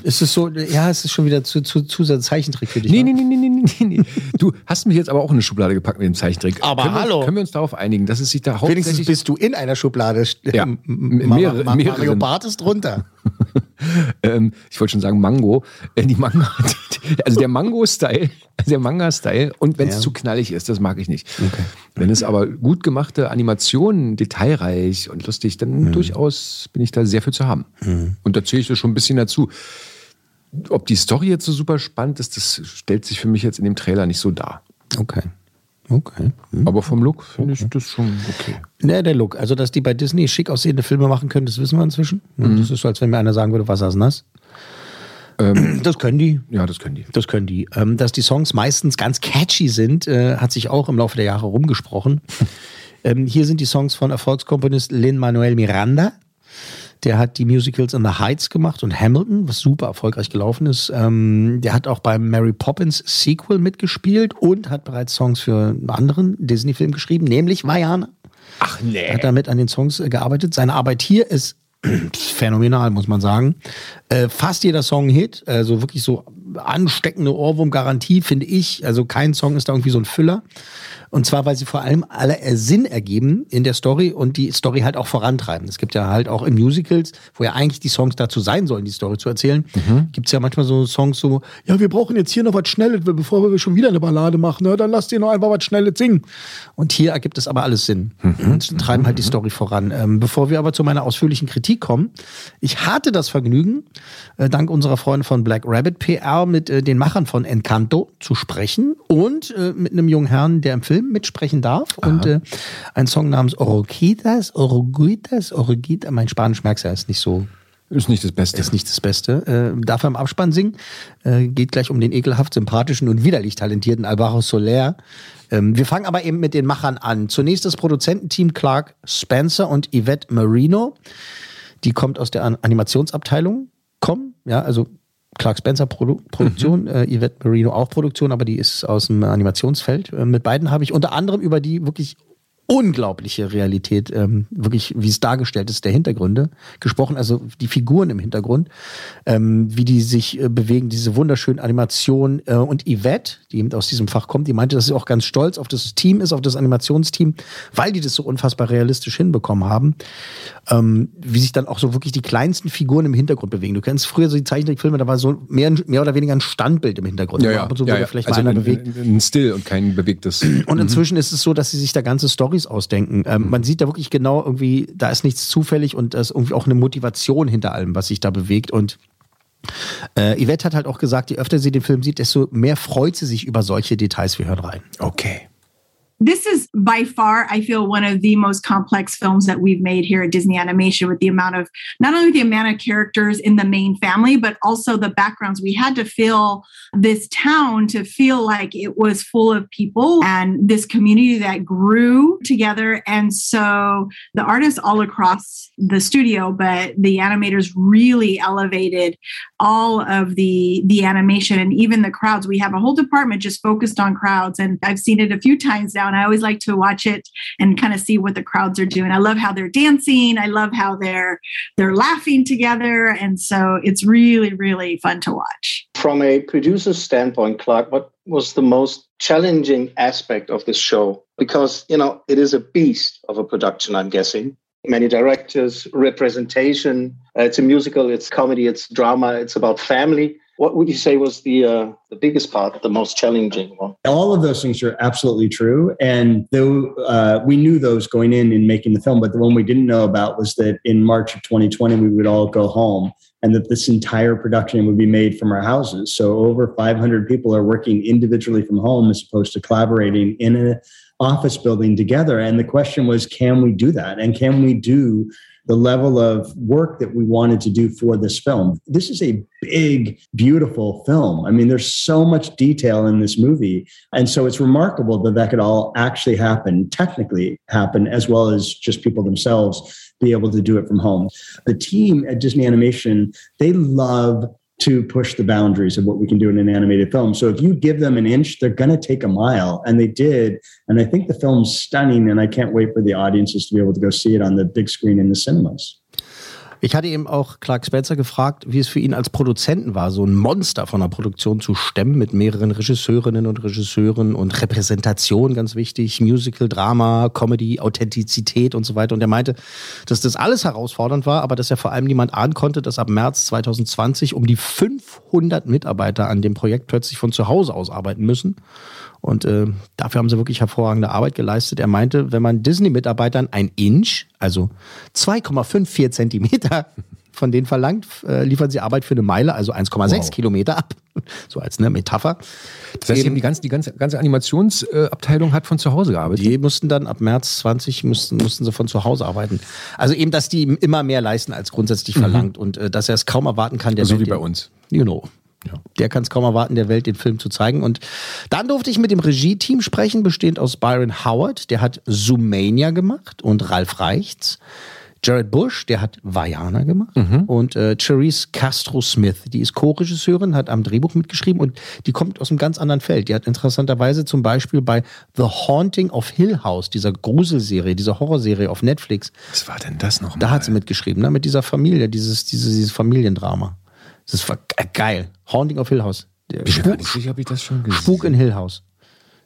Ist es so, ja, es ist schon wieder zu, zu, zu sehr Zeichentrick für dich.
Nee,
wa?
nee, nee, nee, nee, nee, nee. Du hast mich jetzt aber auch in eine Schublade gepackt mit dem Zeichentrick.
Aber
können
hallo.
Wir, können wir uns darauf einigen, dass es sich da
Wenigstens
hauptsächlich...
bist du in einer Schublade.
Ja,
M-
in
Ma-
mehrere-
Ma- Mario
mehreren.
Barth ist drunter.
<laughs> ähm, ich wollte schon sagen Mango, äh, die Manga, <laughs> also der Mango-Style, also der Manga-Style und wenn es
Ja.
zu knallig ist, das mag ich nicht. Wenn es aber gut gemachte Animationen, detailreich und lustig, dann
Mhm.
durchaus bin ich da sehr viel zu haben. Und da zähle ich das schon ein bisschen dazu. Ob die Story jetzt so super spannend ist, das stellt sich für mich jetzt in dem Trailer nicht so dar.
Okay. Okay.
Aber vom Look finde ich das schon okay.
Ne, der Look. Also, dass die bei Disney schick aussehende Filme machen können, das wissen wir inzwischen.
Mhm.
Und Das ist so, als wenn mir einer sagen würde, was ist denn das? <clears throat> das können die.
Ähm, Ja, das können die.
Das können die. Ähm, dass die Songs meistens ganz catchy sind, äh, hat sich auch im Laufe der Jahre
<laughs>
rumgesprochen. ähm, hier sind die Songs von Erfolgskomponist Lin-Manuel Miranda. Der hat die Musicals in the Heights gemacht und Hamilton, was super erfolgreich gelaufen ist. Ähm, der hat auch beim Mary Poppins Sequel mitgespielt und hat bereits Songs für einen anderen Disney-Film geschrieben, nämlich Vajana.
Ach nee.
Hat damit an den Songs äh, gearbeitet. Seine Arbeit hier ist <clears throat> phänomenal, muss man sagen. Äh, fast jeder Song ein Hit, also wirklich so ansteckende Ohrwurm-Garantie, finde ich. Also kein Song ist da irgendwie so ein Füller. Und zwar, weil sie vor allem alle äh, Sinn ergeben in der Story und die Story halt auch vorantreiben. Es gibt ja halt auch in Musicals, wo ja eigentlich die Songs dazu sein sollen, die Story zu erzählen, gibt es ja manchmal so Songs so, ja, wir brauchen jetzt hier noch was Schnelles, bevor wir schon wieder eine Ballade machen, ne? dann lasst ihr noch einfach was Schnelles singen. Und hier ergibt es aber alles Sinn. Und treiben halt die Story voran. Ähm, bevor wir aber zu meiner ausführlichen Kritik Partie kommen. Ich hatte das Vergnügen, äh, dank unserer Freunde von Black Rabbit PR mit äh, den Machern von Encanto zu sprechen und äh, mit einem jungen Herrn, der im Film mitsprechen darf und äh, einen Song namens Oroquitas, Oroguitas, Oroguita. Mein Spanisch merkst du ja, ist nicht so
Ist nicht das Beste.
ist nicht das Beste. Äh, darf er im Abspann singen. Äh, geht gleich um den ekelhaft sympathischen und widerlich talentierten Alvaro Soler. Ähm, wir fangen aber eben mit den Machern an. Zunächst das Produzententeam Clark Spencer und Yvette Marino. Die kommt aus der An Animationsabteilung. Com, ja, also Clark Spencer Produ Produktion, äh, Yvette Marino auch Produktion, aber die ist aus dem Animationsfeld. Äh, mit beiden habe ich unter anderem über die wirklich unglaubliche Realität, ähm, wirklich, wie es dargestellt ist, der Hintergründe gesprochen, also die Figuren im Hintergrund, ähm, wie die sich äh, bewegen, diese wunderschönen Animationen. Äh, und Yvette, die eben aus diesem Fach kommt, die meinte, dass sie auch ganz stolz auf das Team ist, auf das Animationsteam, weil die das so unfassbar realistisch hinbekommen haben, ähm, wie sich dann auch so wirklich die kleinsten Figuren im Hintergrund bewegen. Du kennst früher so die Zeichentrickfilme, da war so mehr, mehr oder weniger ein Standbild im Hintergrund. Ab und zu wurde vielleicht mal
Also
einer
ein,
bewegt.
ein ein Still und kein bewegtes. Mhm.
Und inzwischen ist es so, dass sie sich da ganze Stories ausdenken. Ähm, Man sieht da wirklich genau irgendwie, da ist nichts zufällig und da ist irgendwie auch eine Motivation hinter allem, was sich da bewegt. Und äh, Yvette hat halt auch gesagt, je öfter sie den Film sieht, desto mehr freut sie sich über solche Details. Wir hören rein. Okay.
this is by far, I feel, one of the most complex films that we've made here at Disney Animation with the amount of not only the amount of characters in the main family, but also the backgrounds. We had to fill this town to feel like it was full of people and this community that grew together. And so the artists all across the studio, but the animators really elevated all of the the animation and even the crowds we have a whole department just focused on crowds and i've seen it a few times now and i always like to watch it and kind of see what the crowds are doing i love how they're dancing i love how they're they're laughing together and so it's really really fun to watch
From a producer's standpoint, Clark, what was the most challenging aspect of this show? Because, you know, it is a beast of a production, I'm guessing. Many directors, representation. Uh, it's a musical, it's comedy, it's drama, it's about family. What would you say was the uh, the biggest part, the most challenging one?
All of those things are absolutely true. And though uh, we knew those going in and making the film, but the one we didn't know about was that in March of 2020, we would all go home and that this entire production would be made from our houses. So over 500 people are working individually from home as opposed to collaborating in an office building together. And the question was, can we do that? And can we do the level of work that we wanted to do for this film. This is a big, beautiful film. I mean, there's so much detail in this movie. And so it's remarkable that that could all actually happen, technically happen, as well as just people themselves be able to do it from home. The team at Disney Animation, they love to push the boundaries of what we can do in an animated film. So if you give them an inch, they're going to take a mile. And they did. And I think the film's stunning. And I can't wait for the audiences to be able to go see it on the big screen in the cinemas.
Ich hatte eben auch Clark Spencer gefragt, wie es für ihn als Produzenten war, so ein Monster von einer Produktion zu stemmen mit mehreren Regisseurinnen und Regisseuren und Repräsentation, ganz wichtig, Musical, Drama, Comedy, Authentizität und so weiter. Und er meinte, dass das alles herausfordernd war, aber dass er vor allem niemand ahnen konnte, dass ab März 2020 um die 500 Mitarbeiter an dem Projekt plötzlich von zu Hause aus arbeiten müssen. Und äh, dafür haben sie wirklich hervorragende Arbeit geleistet. Er meinte, wenn man Disney-Mitarbeitern ein Inch, also 2,54 Zentimeter von denen verlangt, äh, liefern sie Arbeit für eine Meile, also 1,6
Wow.
Kilometer ab. <laughs> So als eine Metapher.
Das heißt, die, haben die ganze, die ganze, ganze Animationsabteilung hat von zu Hause gearbeitet.
Die mussten dann ab März 20 mussten, mussten sie von zu Hause arbeiten. Also eben, dass die ihm immer mehr leisten als grundsätzlich verlangt und äh, dass er es kaum erwarten kann, der
Mhm. So
Welt
wie bei
den-
uns.
You know. Der kann es kaum erwarten, der Welt den Film zu zeigen. Und dann durfte ich mit dem Regie-Team sprechen, bestehend aus Byron Howard, der hat Zoomania gemacht und Ralf Reichts. Jared Bush, der hat Vajana gemacht.
Mhm.
Und äh, Cherise Castro-Smith, die ist Co-Regisseurin, hat am Drehbuch mitgeschrieben und die kommt aus einem ganz anderen Feld. Die hat interessanterweise zum Beispiel bei The Haunting of Hill House, dieser Gruselserie, dieser Horrorserie auf Netflix.
Was war denn das noch?
Da hat sie mitgeschrieben, ne? mit dieser Familie, dieses, dieses, dieses Familiendrama. Das war ge- äh, geil. Haunting of Hill House. Der Spuk,
habe ich das schon
Spuk in Hill House.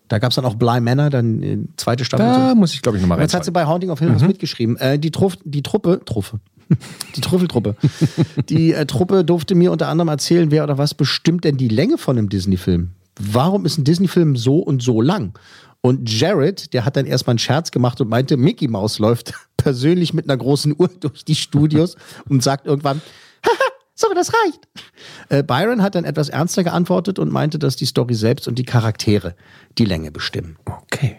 Da gab es dann auch Bly Manor, dann äh, zweite Staffel.
Da
So.
muss ich, glaube ich, nochmal
Jetzt hat sie bei Haunting of Hill House mitgeschrieben. Äh, die, Truff, die Truppe, Truffe. <laughs> Die Trüffeltruppe. die äh, Truppe durfte mir unter anderem erzählen, wer oder was bestimmt denn die Länge von einem Disney-Film? Warum ist ein Disney-Film so und so lang? Und Jared, der hat dann erstmal einen Scherz gemacht und meinte, Mickey Mouse läuft <laughs> persönlich mit einer großen Uhr durch die Studios und sagt irgendwann, haha, so, das reicht. Äh, Byron hat dann etwas ernster geantwortet und meinte, dass die Story selbst und die Charaktere die Länge bestimmen.
Okay.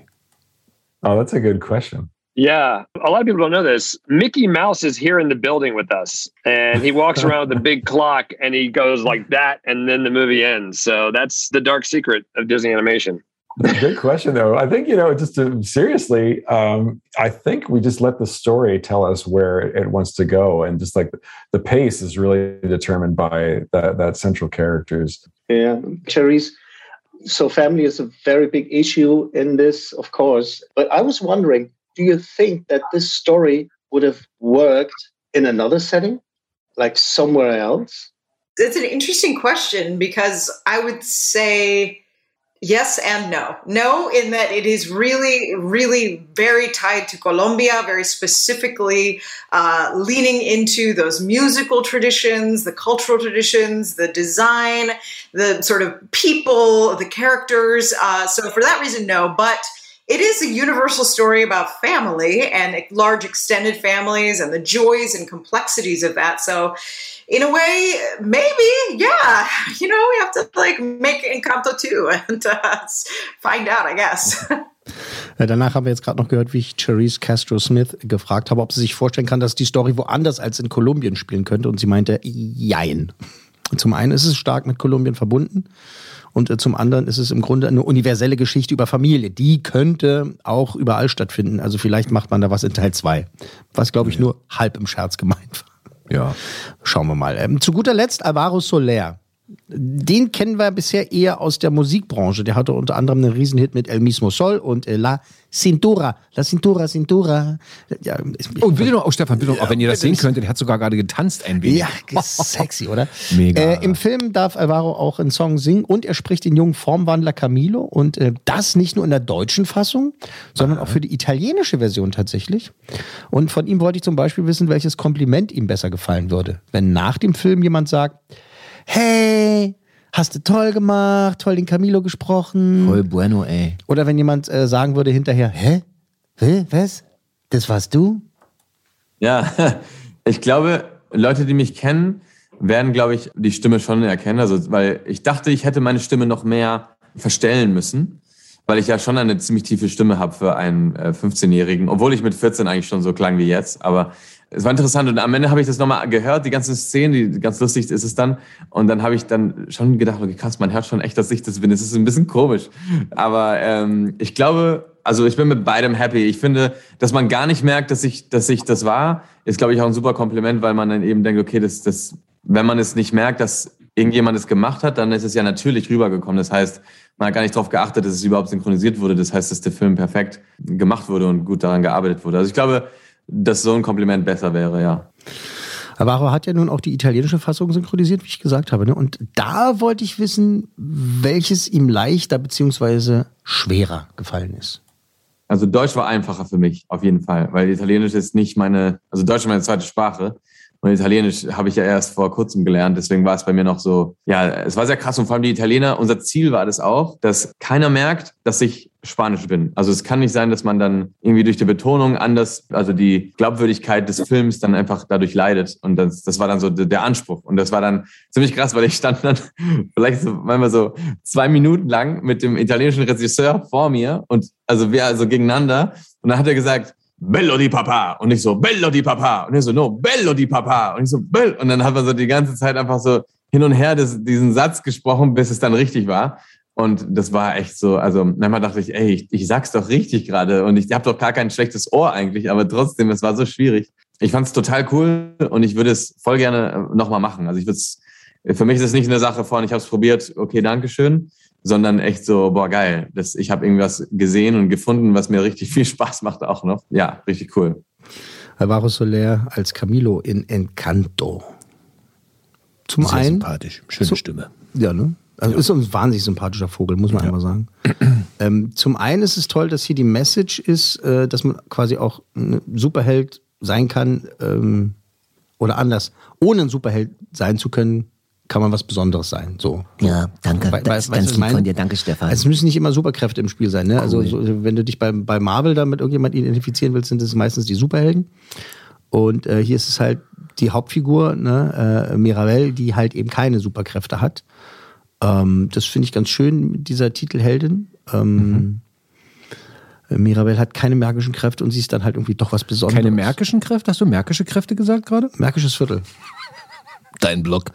Oh, that's a good question.
Yeah, a lot of people don't know this. Mickey Mouse is here in the building with us, and he walks around with a big clock, and he goes like that, and then the movie ends. So that's the dark secret of Disney animation.
Good question, though. I think, you know, just to, seriously, um, I think we just let the story tell us where it wants to go. And just like the pace is really determined by that, that central character's.
Yeah, Therese, so family is a very big issue in this, of course. But I was wondering, do you think that this story would have worked in another setting, like somewhere else?
It's an interesting question because I would say yes and no. No, in that it is really, really very tied to Colombia, very specifically uh, leaning into those musical traditions, the cultural traditions, the design, the sort of people, the characters. Uh, so, for that reason, no. But it is a universal story about family and large extended families and the joys and complexities of that. So, in a way, maybe, yeah, <laughs> you know, we have to like make Encanto too and uh, find out, I guess. <laughs>
Äh, Danach haben wir jetzt gerade noch gehört, wie ich Cherise Castro Smith gefragt habe, ob sie sich vorstellen kann, dass die Story woanders als in Kolumbien spielen könnte. Und sie meinte, jein. Zum einen ist es stark mit Kolumbien verbunden und äh, zum anderen ist es im Grunde eine universelle Geschichte über Familie. Die könnte auch überall stattfinden. Also vielleicht macht man da was in Teil 2, was glaube ich nur halb im Scherz gemeint war.
Ja.
Schauen wir mal. Ähm, zu guter Letzt Alvaro Soler. Den kennen wir bisher eher aus der Musikbranche. Der hatte unter anderem einen Riesenhit mit El Mismo Sol und äh, La Cintura. La Cintura, Cintura. Ja, ist-
Oh, bitte noch, oh Stefan, bitte noch, auch wenn ihr das sehen könntet, der hat sogar gerade getanzt ein wenig.
Ja, ist sexy, oder?
Mega.
Äh, Im Film darf Alvaro auch einen Song singen und er spricht den jungen Formwandler Camilo und äh, das nicht nur in der deutschen Fassung, sondern auch für die italienische Version tatsächlich. Und von ihm wollte ich zum Beispiel wissen, welches Kompliment ihm besser gefallen würde, wenn nach dem Film jemand sagt, hey, hast du toll gemacht, toll den Camilo gesprochen.
Voll bueno, ey.
Oder wenn jemand äh, sagen würde hinterher, hä? Hä? Was? Das warst du?
<laughs> Ja, <laughs> ich glaube, Leute, die mich kennen, werden, glaube ich, die Stimme schon erkennen. Also, weil ich dachte, ich hätte meine Stimme noch mehr verstellen müssen, weil ich ja schon eine ziemlich tiefe Stimme habe für einen äh, 15-Jährigen, obwohl ich mit 14 eigentlich schon so klang wie jetzt. Aber es war interessant und am Ende habe ich das nochmal gehört, die ganzen Szenen, die ganz lustig ist es dann. Und dann habe ich dann schon gedacht, okay, krass, man hört schon echt, dass ich das bin. Es ist ein bisschen komisch. Aber ähm, ich glaube, also ich bin mit beidem happy. Ich finde, dass man gar nicht merkt, dass ich, dass ich das war, ist, glaube ich, auch ein super Kompliment, weil man dann eben denkt, okay, das, das, wenn man es nicht merkt, dass irgendjemand es gemacht hat, dann ist es ja natürlich rübergekommen. Das heißt, man hat gar nicht darauf geachtet, dass es überhaupt synchronisiert wurde. Das heißt, dass der Film perfekt gemacht wurde und gut daran gearbeitet wurde. Also ich glaube, dass so ein Kompliment besser wäre, ja.
Alvaro hat ja nun auch die italienische Fassung synchronisiert, wie ich gesagt habe. Ne? Und da wollte ich wissen, welches ihm leichter bzw. schwerer gefallen ist.
Also Deutsch war einfacher für mich, auf jeden Fall, weil Italienisch ist nicht meine, also Deutsch ist meine zweite Sprache. Und Italienisch habe ich ja erst vor kurzem gelernt, deswegen war es bei mir noch so, ja, es war sehr krass und vor allem die Italiener, unser Ziel war das auch, dass keiner merkt, dass ich Spanisch bin. Also es kann nicht sein, dass man dann irgendwie durch die Betonung anders, also die Glaubwürdigkeit des Films dann einfach dadurch leidet. Und das, das war dann so der der Anspruch. Und das war dann ziemlich krass, weil ich stand dann <laughs> vielleicht so, manchmal so zwei Minuten lang mit dem italienischen Regisseur vor mir und also wir also gegeneinander. Und dann hat er gesagt, Bello di Papa. Und ich so, Bello di Papa. Und er so, no, Bello di Papa. Und ich so, Bello. Und dann hat man so die ganze Zeit einfach so hin und her des, diesen Satz gesprochen, bis es dann richtig war. Und das war echt so, also manchmal dachte ich, ey, ich, ich sag's doch richtig gerade und ich habe doch gar kein schlechtes Ohr eigentlich, aber trotzdem, es war so schwierig. Ich fand's total cool und ich würde es voll gerne nochmal machen. Also ich würde für mich ist es nicht eine Sache von, ich habe es probiert, okay, Dankeschön, sondern echt so, boah, geil. Das, ich habe irgendwas gesehen und gefunden, was mir richtig <laughs> viel Spaß macht auch noch. Ja, richtig cool.
Alvaro Soler als Camilo in Encanto. Zum
Sehr
einen.
sympathisch. Schöne
zu-
Stimme.
Ja, ne? Also ist so ein wahnsinnig sympathischer Vogel, muss man einfach sagen. Ähm, zum einen ist es toll, dass hier die Message ist, äh, dass man quasi auch ein Superheld sein kann ähm, oder anders, ohne ein Superheld sein zu können, kann man was Besonderes sein. So.
<laughs> Ja, danke.
Wei-
Das ist
weißt du, was
ganz
ich
lieb
meine?
von dir. Danke, Stefan.
Also Es müssen nicht immer Superkräfte im Spiel sein. Ne? Also
Cool.
so, wenn du dich bei, bei Marvel da mit irgendjemand identifizieren willst, sind es meistens die Superhelden. Und äh, hier ist es halt die Hauptfigur, ne? äh, Mirabel, die halt eben keine Superkräfte hat. Ähm, das finde ich ganz schön mit dieser Titelheldin. Ähm, Mirabel hat keine märkischen Kräfte und sie ist dann halt irgendwie doch was Besonderes.
Mhm. Keine märkischen Kräfte? Hast du märkische Kräfte gesagt gerade?
Märkisches
<laughs>
Viertel.
Dein Block.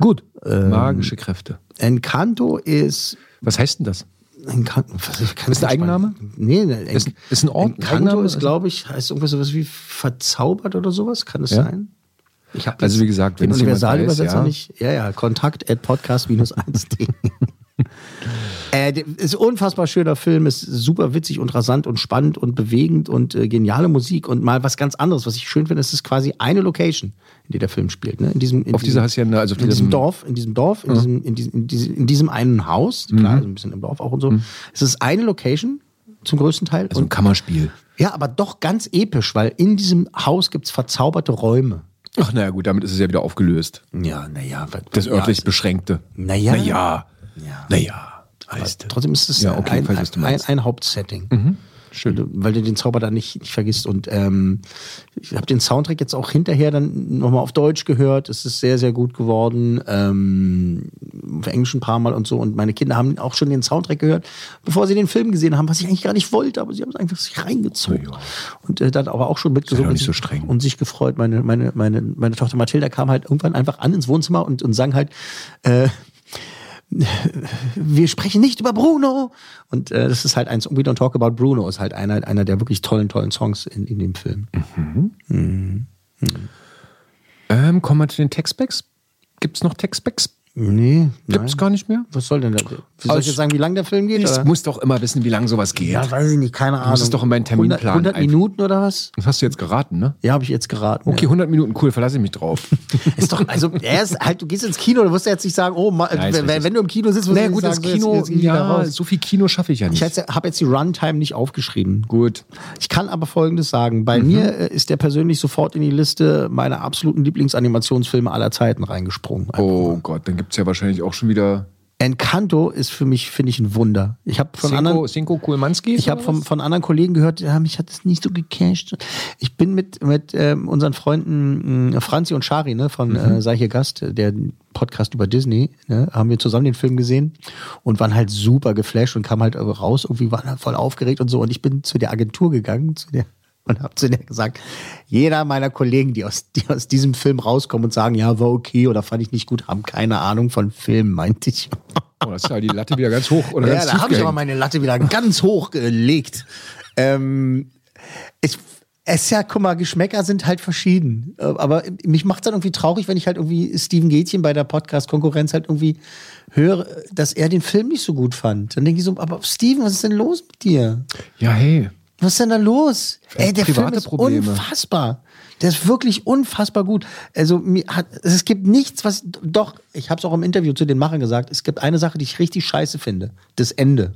Gut. Magische Kräfte.
Ähm, Encanto ist.
Was heißt denn das?
Encanto. Was, ich kann
Ist ein Eigenname?
Nee, nee Enc-
Ist- ist ein Ort, ein
Encanto
Eigenname? also?
ist, glaube ich, heißt irgendwas sowas wie verzaubert oder sowas. Kann das
Ja.
sein? Ich hab
Also
jetzt
wie gesagt, wenn
den
es jemand
Universalübersetzer
weiß, ja.
nicht. Ja, ja, kontakt at podcast-1.de.
<laughs>
Äh, der- ist ein unfassbar schöner Film, ist super witzig und rasant und spannend und bewegend und äh, geniale Musik und mal was ganz anderes, was ich schön finde, es ist quasi eine Location, in der der Film spielt. Ne? In diesem, in
Auf dieser Hacienda, also auf
in diesem
diesem-
Dorf, in diesem Dorf, in,
Ja.
diesem, in, diesem, in, diesem, in diesem einen Haus,
Mhm.
klar, also ein bisschen im Dorf auch und so. Es ist eine Location zum größten Teil.
Also ein Kammerspiel.
Ja, aber doch ganz episch, weil in diesem Haus gibt es verzauberte Räume.
Ach, naja, gut, damit ist es ja wieder aufgelöst.
Ja, naja.
Das
ja,
örtlich
es-
Beschränkte.
Naja.
Naja. Naja. Heißt.
Trotzdem ist es
Ja, okay,
ein,
ich weiß, was du
ein, ein,
meinst.
ein Hauptsetting. Schön. Weil du, weil du den Zauber da nicht, nicht vergisst. Und ähm, ich habe den Soundtrack jetzt auch hinterher dann nochmal auf Deutsch gehört. Es ist sehr, sehr gut geworden. Ähm, auf Englisch ein paar Mal und so. Und meine Kinder haben auch schon den Soundtrack gehört, bevor sie den Film gesehen haben, was ich eigentlich gar nicht wollte, aber sie haben es einfach sich reingezogen. Und äh, dann aber auch schon mitgesungen.
doch nicht so
und-
streng.
Und sich gefreut. Meine, meine, meine, meine Tochter Mathilda kam halt irgendwann einfach an ins Wohnzimmer und, und sang halt. Äh, wir sprechen nicht über Bruno. Und äh, das ist halt eins, We Don't Talk About Bruno ist halt einer, einer der wirklich tollen, tollen Songs in, in dem Film.
Mhm. Ähm, kommen wir zu den Textbacks. Gibt es noch Textbacks?
Nee.
Gibt es
nein.
gar nicht mehr?
Was soll denn da? Soll ich
Also-
jetzt sagen, wie lang der Film geht?
Ich
Oder?
muss doch immer wissen, wie lange sowas geht.
Ja, weiß ich nicht, keine Ahnung.
Du musst es doch in meinen
100,
Terminplan
100 Minuten oder was?
Das hast du jetzt geraten, ne?
Ja, habe ich jetzt geraten.
Okay, 100 Minuten, cool, verlasse ich mich drauf.
Ist doch, also, er ist halt, du gehst ins Kino, du wirst ja jetzt nicht sagen, oh, ma,
Ja, ist
wenn,
richtig.
wenn du im Kino sitzt, musst
naja,
du
gut,
nicht
das
sagen,
Kino,
jetzt, jetzt geh ich da
ja,
raus.
so viel Kino schaffe ich ja
Ich
nicht.
habe jetzt die Runtime nicht aufgeschrieben.
Gut. Mhm.
Ich kann aber Folgendes sagen. Bei mir äh, ist der persönlich sofort in die Liste meiner absoluten Lieblingsanimationsfilme aller Zeiten reingesprungen.
Oh Gott, dann gibt es ja wahrscheinlich auch schon wieder
Encanto ist für mich, finde ich, ein Wunder. Ich habe <laughs> von anderen...
Cinco, Cinco Kulmanski.
Ich habe von, von anderen Kollegen gehört, ja, mich hat es nicht so gecasht. Ich bin mit, mit ähm, unseren Freunden mh, Franzi und Shari ne,
Mhm.
von äh, Sei hier Gast, der Podcast über Disney, ne, haben wir zusammen den Film gesehen und waren halt super geflasht und kamen halt raus, irgendwie waren halt voll aufgeregt und so. Und ich bin zu der Agentur gegangen, zu der. <laughs> Und habe zu der gesagt, jeder meiner Kollegen, die aus, die aus diesem Film rauskommen und sagen, ja, war okay oder fand ich nicht gut, haben keine Ahnung von Filmen, meinte ich.
Oh, das
<laughs>
ist ja die Latte wieder ganz hoch oder
Ja,
ganz
da
tief
habe ich aber
gehängt.
meine Latte wieder ganz hoch gelegt. Ähm, ich, es ist ja, guck mal, Geschmäcker sind halt verschieden. Äh, Aber mich macht dann irgendwie traurig, wenn ich halt irgendwie Steven Gätchen bei der Podcast-Konkurrenz halt irgendwie höre, dass er den Film nicht so gut fand. Dann denke ich so, aber Steven, was ist denn los mit dir?
Ja, hey.
Was ist denn da los? Ey, der
private
Film ist
Probleme.
unfassbar. Der ist wirklich unfassbar gut. Also mir hat, es gibt nichts, was doch, ich habe es auch im Interview zu den Machern gesagt, es gibt eine Sache, die ich richtig scheiße finde, das Ende.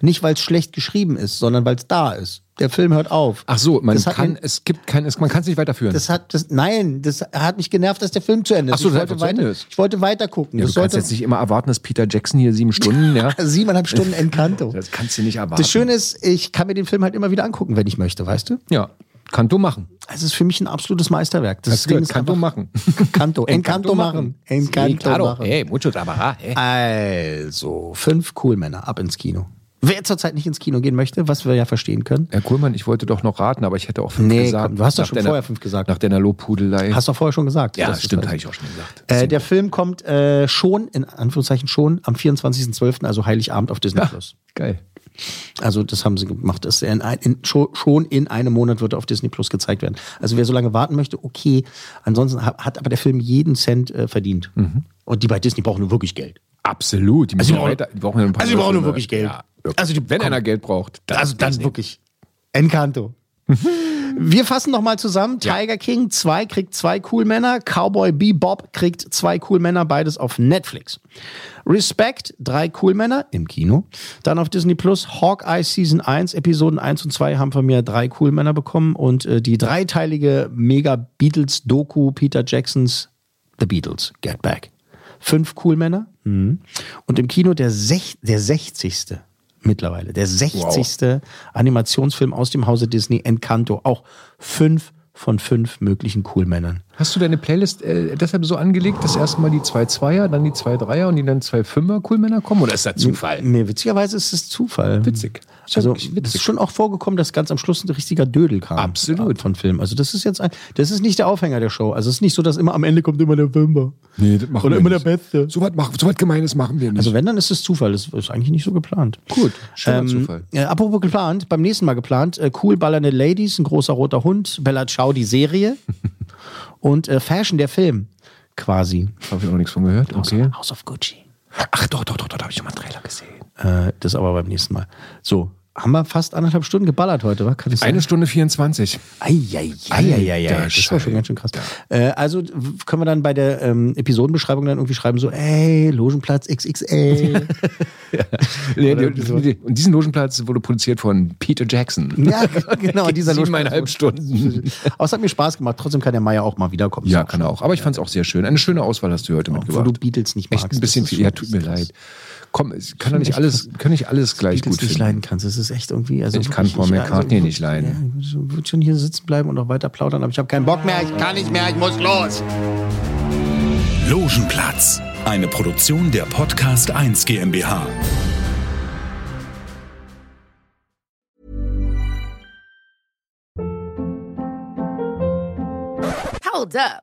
Nicht weil es schlecht geschrieben ist, sondern weil es da ist. Der Film hört auf.
Ach so, man
Das hat
kann,
ihn-
es gibt kein, es, man kann es nicht weiterführen.
das hat das nein, das hat mich genervt, dass der Film zu Ende ist.
Ach so,
ich
dass
wollte
er zu Ende
weiter,
ist.
ich wollte weiter gucken.
ja, du
das
kannst
sollte
jetzt nicht immer erwarten, dass Peter Jackson hier
<laughs>
sieben Stunden, ja.
siebeneinhalb
<laughs>
Stunden Encanto.
Das kannst du nicht erwarten.
Das Schöne ist, ich kann mir den Film halt immer wieder angucken, wenn ich möchte, weißt du?
Ja, Kanto machen.
Es ist für mich ein absolutes Meisterwerk. Das
Hast du
Ding
gehört?
ist
Kanto
einfach-
machen.
Kanto, Encanto machen.
Sí,
Encanto
claro.
machen.
Hey, mucho trabajar. Hey.
Also, fünf Coolmänner ab ins Kino. Wer zurzeit nicht ins Kino gehen möchte, was wir ja verstehen können.
Herr Kuhlmann, ich wollte doch noch raten, aber ich hätte auch fünf
Nee,
gesagt.
komm, du hast doch
Nach
schon
deiner-
vorher fünf gesagt. Ah,
Nach deiner Lobhudelei.
Hast du auch vorher schon gesagt.
ja,
dass du
stimmt,
es
habe
weißt.
ich auch schon gesagt.
Äh, der Film kommt äh, schon, in Anführungszeichen schon, am 24.12., also Heiligabend auf Disney Plus.
Geil.
Also das haben sie gemacht. Das ist in, ein- in, scho- schon in einem Monat wird er auf Disney Plus gezeigt werden. Also wer so lange warten möchte, okay. Ansonsten ha- hat aber der Film jeden Cent äh, verdient. Und die bei Disney brauchen nur wirklich Geld.
Mhm. Absolut. Die,
Also die
müssen ja
brauchen-
weiter, die brauchen ja ein paar
also die
Leute,
brauchen nur
ne?
wirklich Geld.
Ja, wirklich.
Also die-
Wenn
komm.
einer Geld braucht, dann
also dann wirklich. Encanto. Wir fassen nochmal zusammen. Tiger King 2 kriegt zwei Cool Männer. Cowboy Bebop kriegt zwei Cool Männer, beides auf Netflix. Respect, drei Cool Männer im Kino. Dann auf Disney Plus Hawkeye Season 1, Episoden 1 und 2 haben von mir drei Cool Männer bekommen. Und äh, die dreiteilige Mega Beatles-Doku Peter Jacksons The Beatles Get Back Fünf cool Männer. Und im Kino der, sech, der 60. mittlerweile, der 60. Animationsfilm aus dem Hause Disney, Encanto. Auch fünf von fünf möglichen cool Männern.
Hast du deine Playlist äh, deshalb so angelegt, dass erstmal die zwei Zweier, dann die zwei Dreier und die dann zwei Fünfer Coolmänner kommen? Oder ist das Zufall?
Nee, witzigerweise ist es Zufall.
Witzig.
Also es ist schon auch vorgekommen, dass ganz am Schluss ein richtiger Dödel kam. Absolut. Von Film. Also das ist jetzt ein, das ist nicht der Aufhänger der Show. Also es ist nicht so, dass immer am Ende kommt immer der Fünfer.
Nee, das machen
Oder
wir
immer
nicht.
der Beste.
So was so was Gemeines machen wir nicht.
Also wenn, dann ist es Zufall. Das ist eigentlich nicht so geplant.
Gut, schöner Zufall.
Äh, apropos geplant, beim nächsten Mal geplant, äh, cool ballernde Ladies, ein großer roter Hund, Bella Ciao die
<laughs>
Serie und äh, Fashion der Film quasi.
Habe ich auch nichts von gehört. Okay.
House of Gucci.
Ach doch, doch, doch, doch, da habe ich schon mal einen Trailer gesehen.
Äh, das aber beim nächsten Mal. So, haben wir fast anderthalb Stunden geballert heute, wa? Kann das
Eine
sein?
Stunde 24.
Eieiei.
Alter
Das war schon ganz schön krass. Äh, also w- können wir dann bei der ähm, Episodenbeschreibung dann irgendwie schreiben, so, ey, Logenplatz <laughs> XXL.
Ja, die, die, und diesen Logenplatz wurde produziert von Peter Jackson.
Ja, <laughs> genau, dieser
Siebeneinhalb Stunden.
Aber es hat mir Spaß gemacht. Trotzdem kann der Meier auch mal wiederkommen.
Ja, kann er auch. Aber ich fand es auch sehr schön. Eine schöne Auswahl hast du heute mitgebracht.
du Beatles nicht
Echt
magst,
ein bisschen
das ist
viel. Ja,
schon
tut
echt
mir
krass.
leid. Komm, es
Schon
kann doch nicht
echt
alles, kann nicht alles gleich
Beatles
gut
nicht
finden.
leiden kannst. Das ist echt irgendwie. Also
Ich kann
wirklich,
Paul
ich-
McCartney
also,
nicht leiden.
Ja, ich würde schon hier sitzen bleiben und noch weiter plaudern, aber ich habe keinen Bock mehr. Ich kann nicht mehr. Ich muss los.
Logenplatz. Eine Produktion der Podcast 1 GmbH.
Hold up.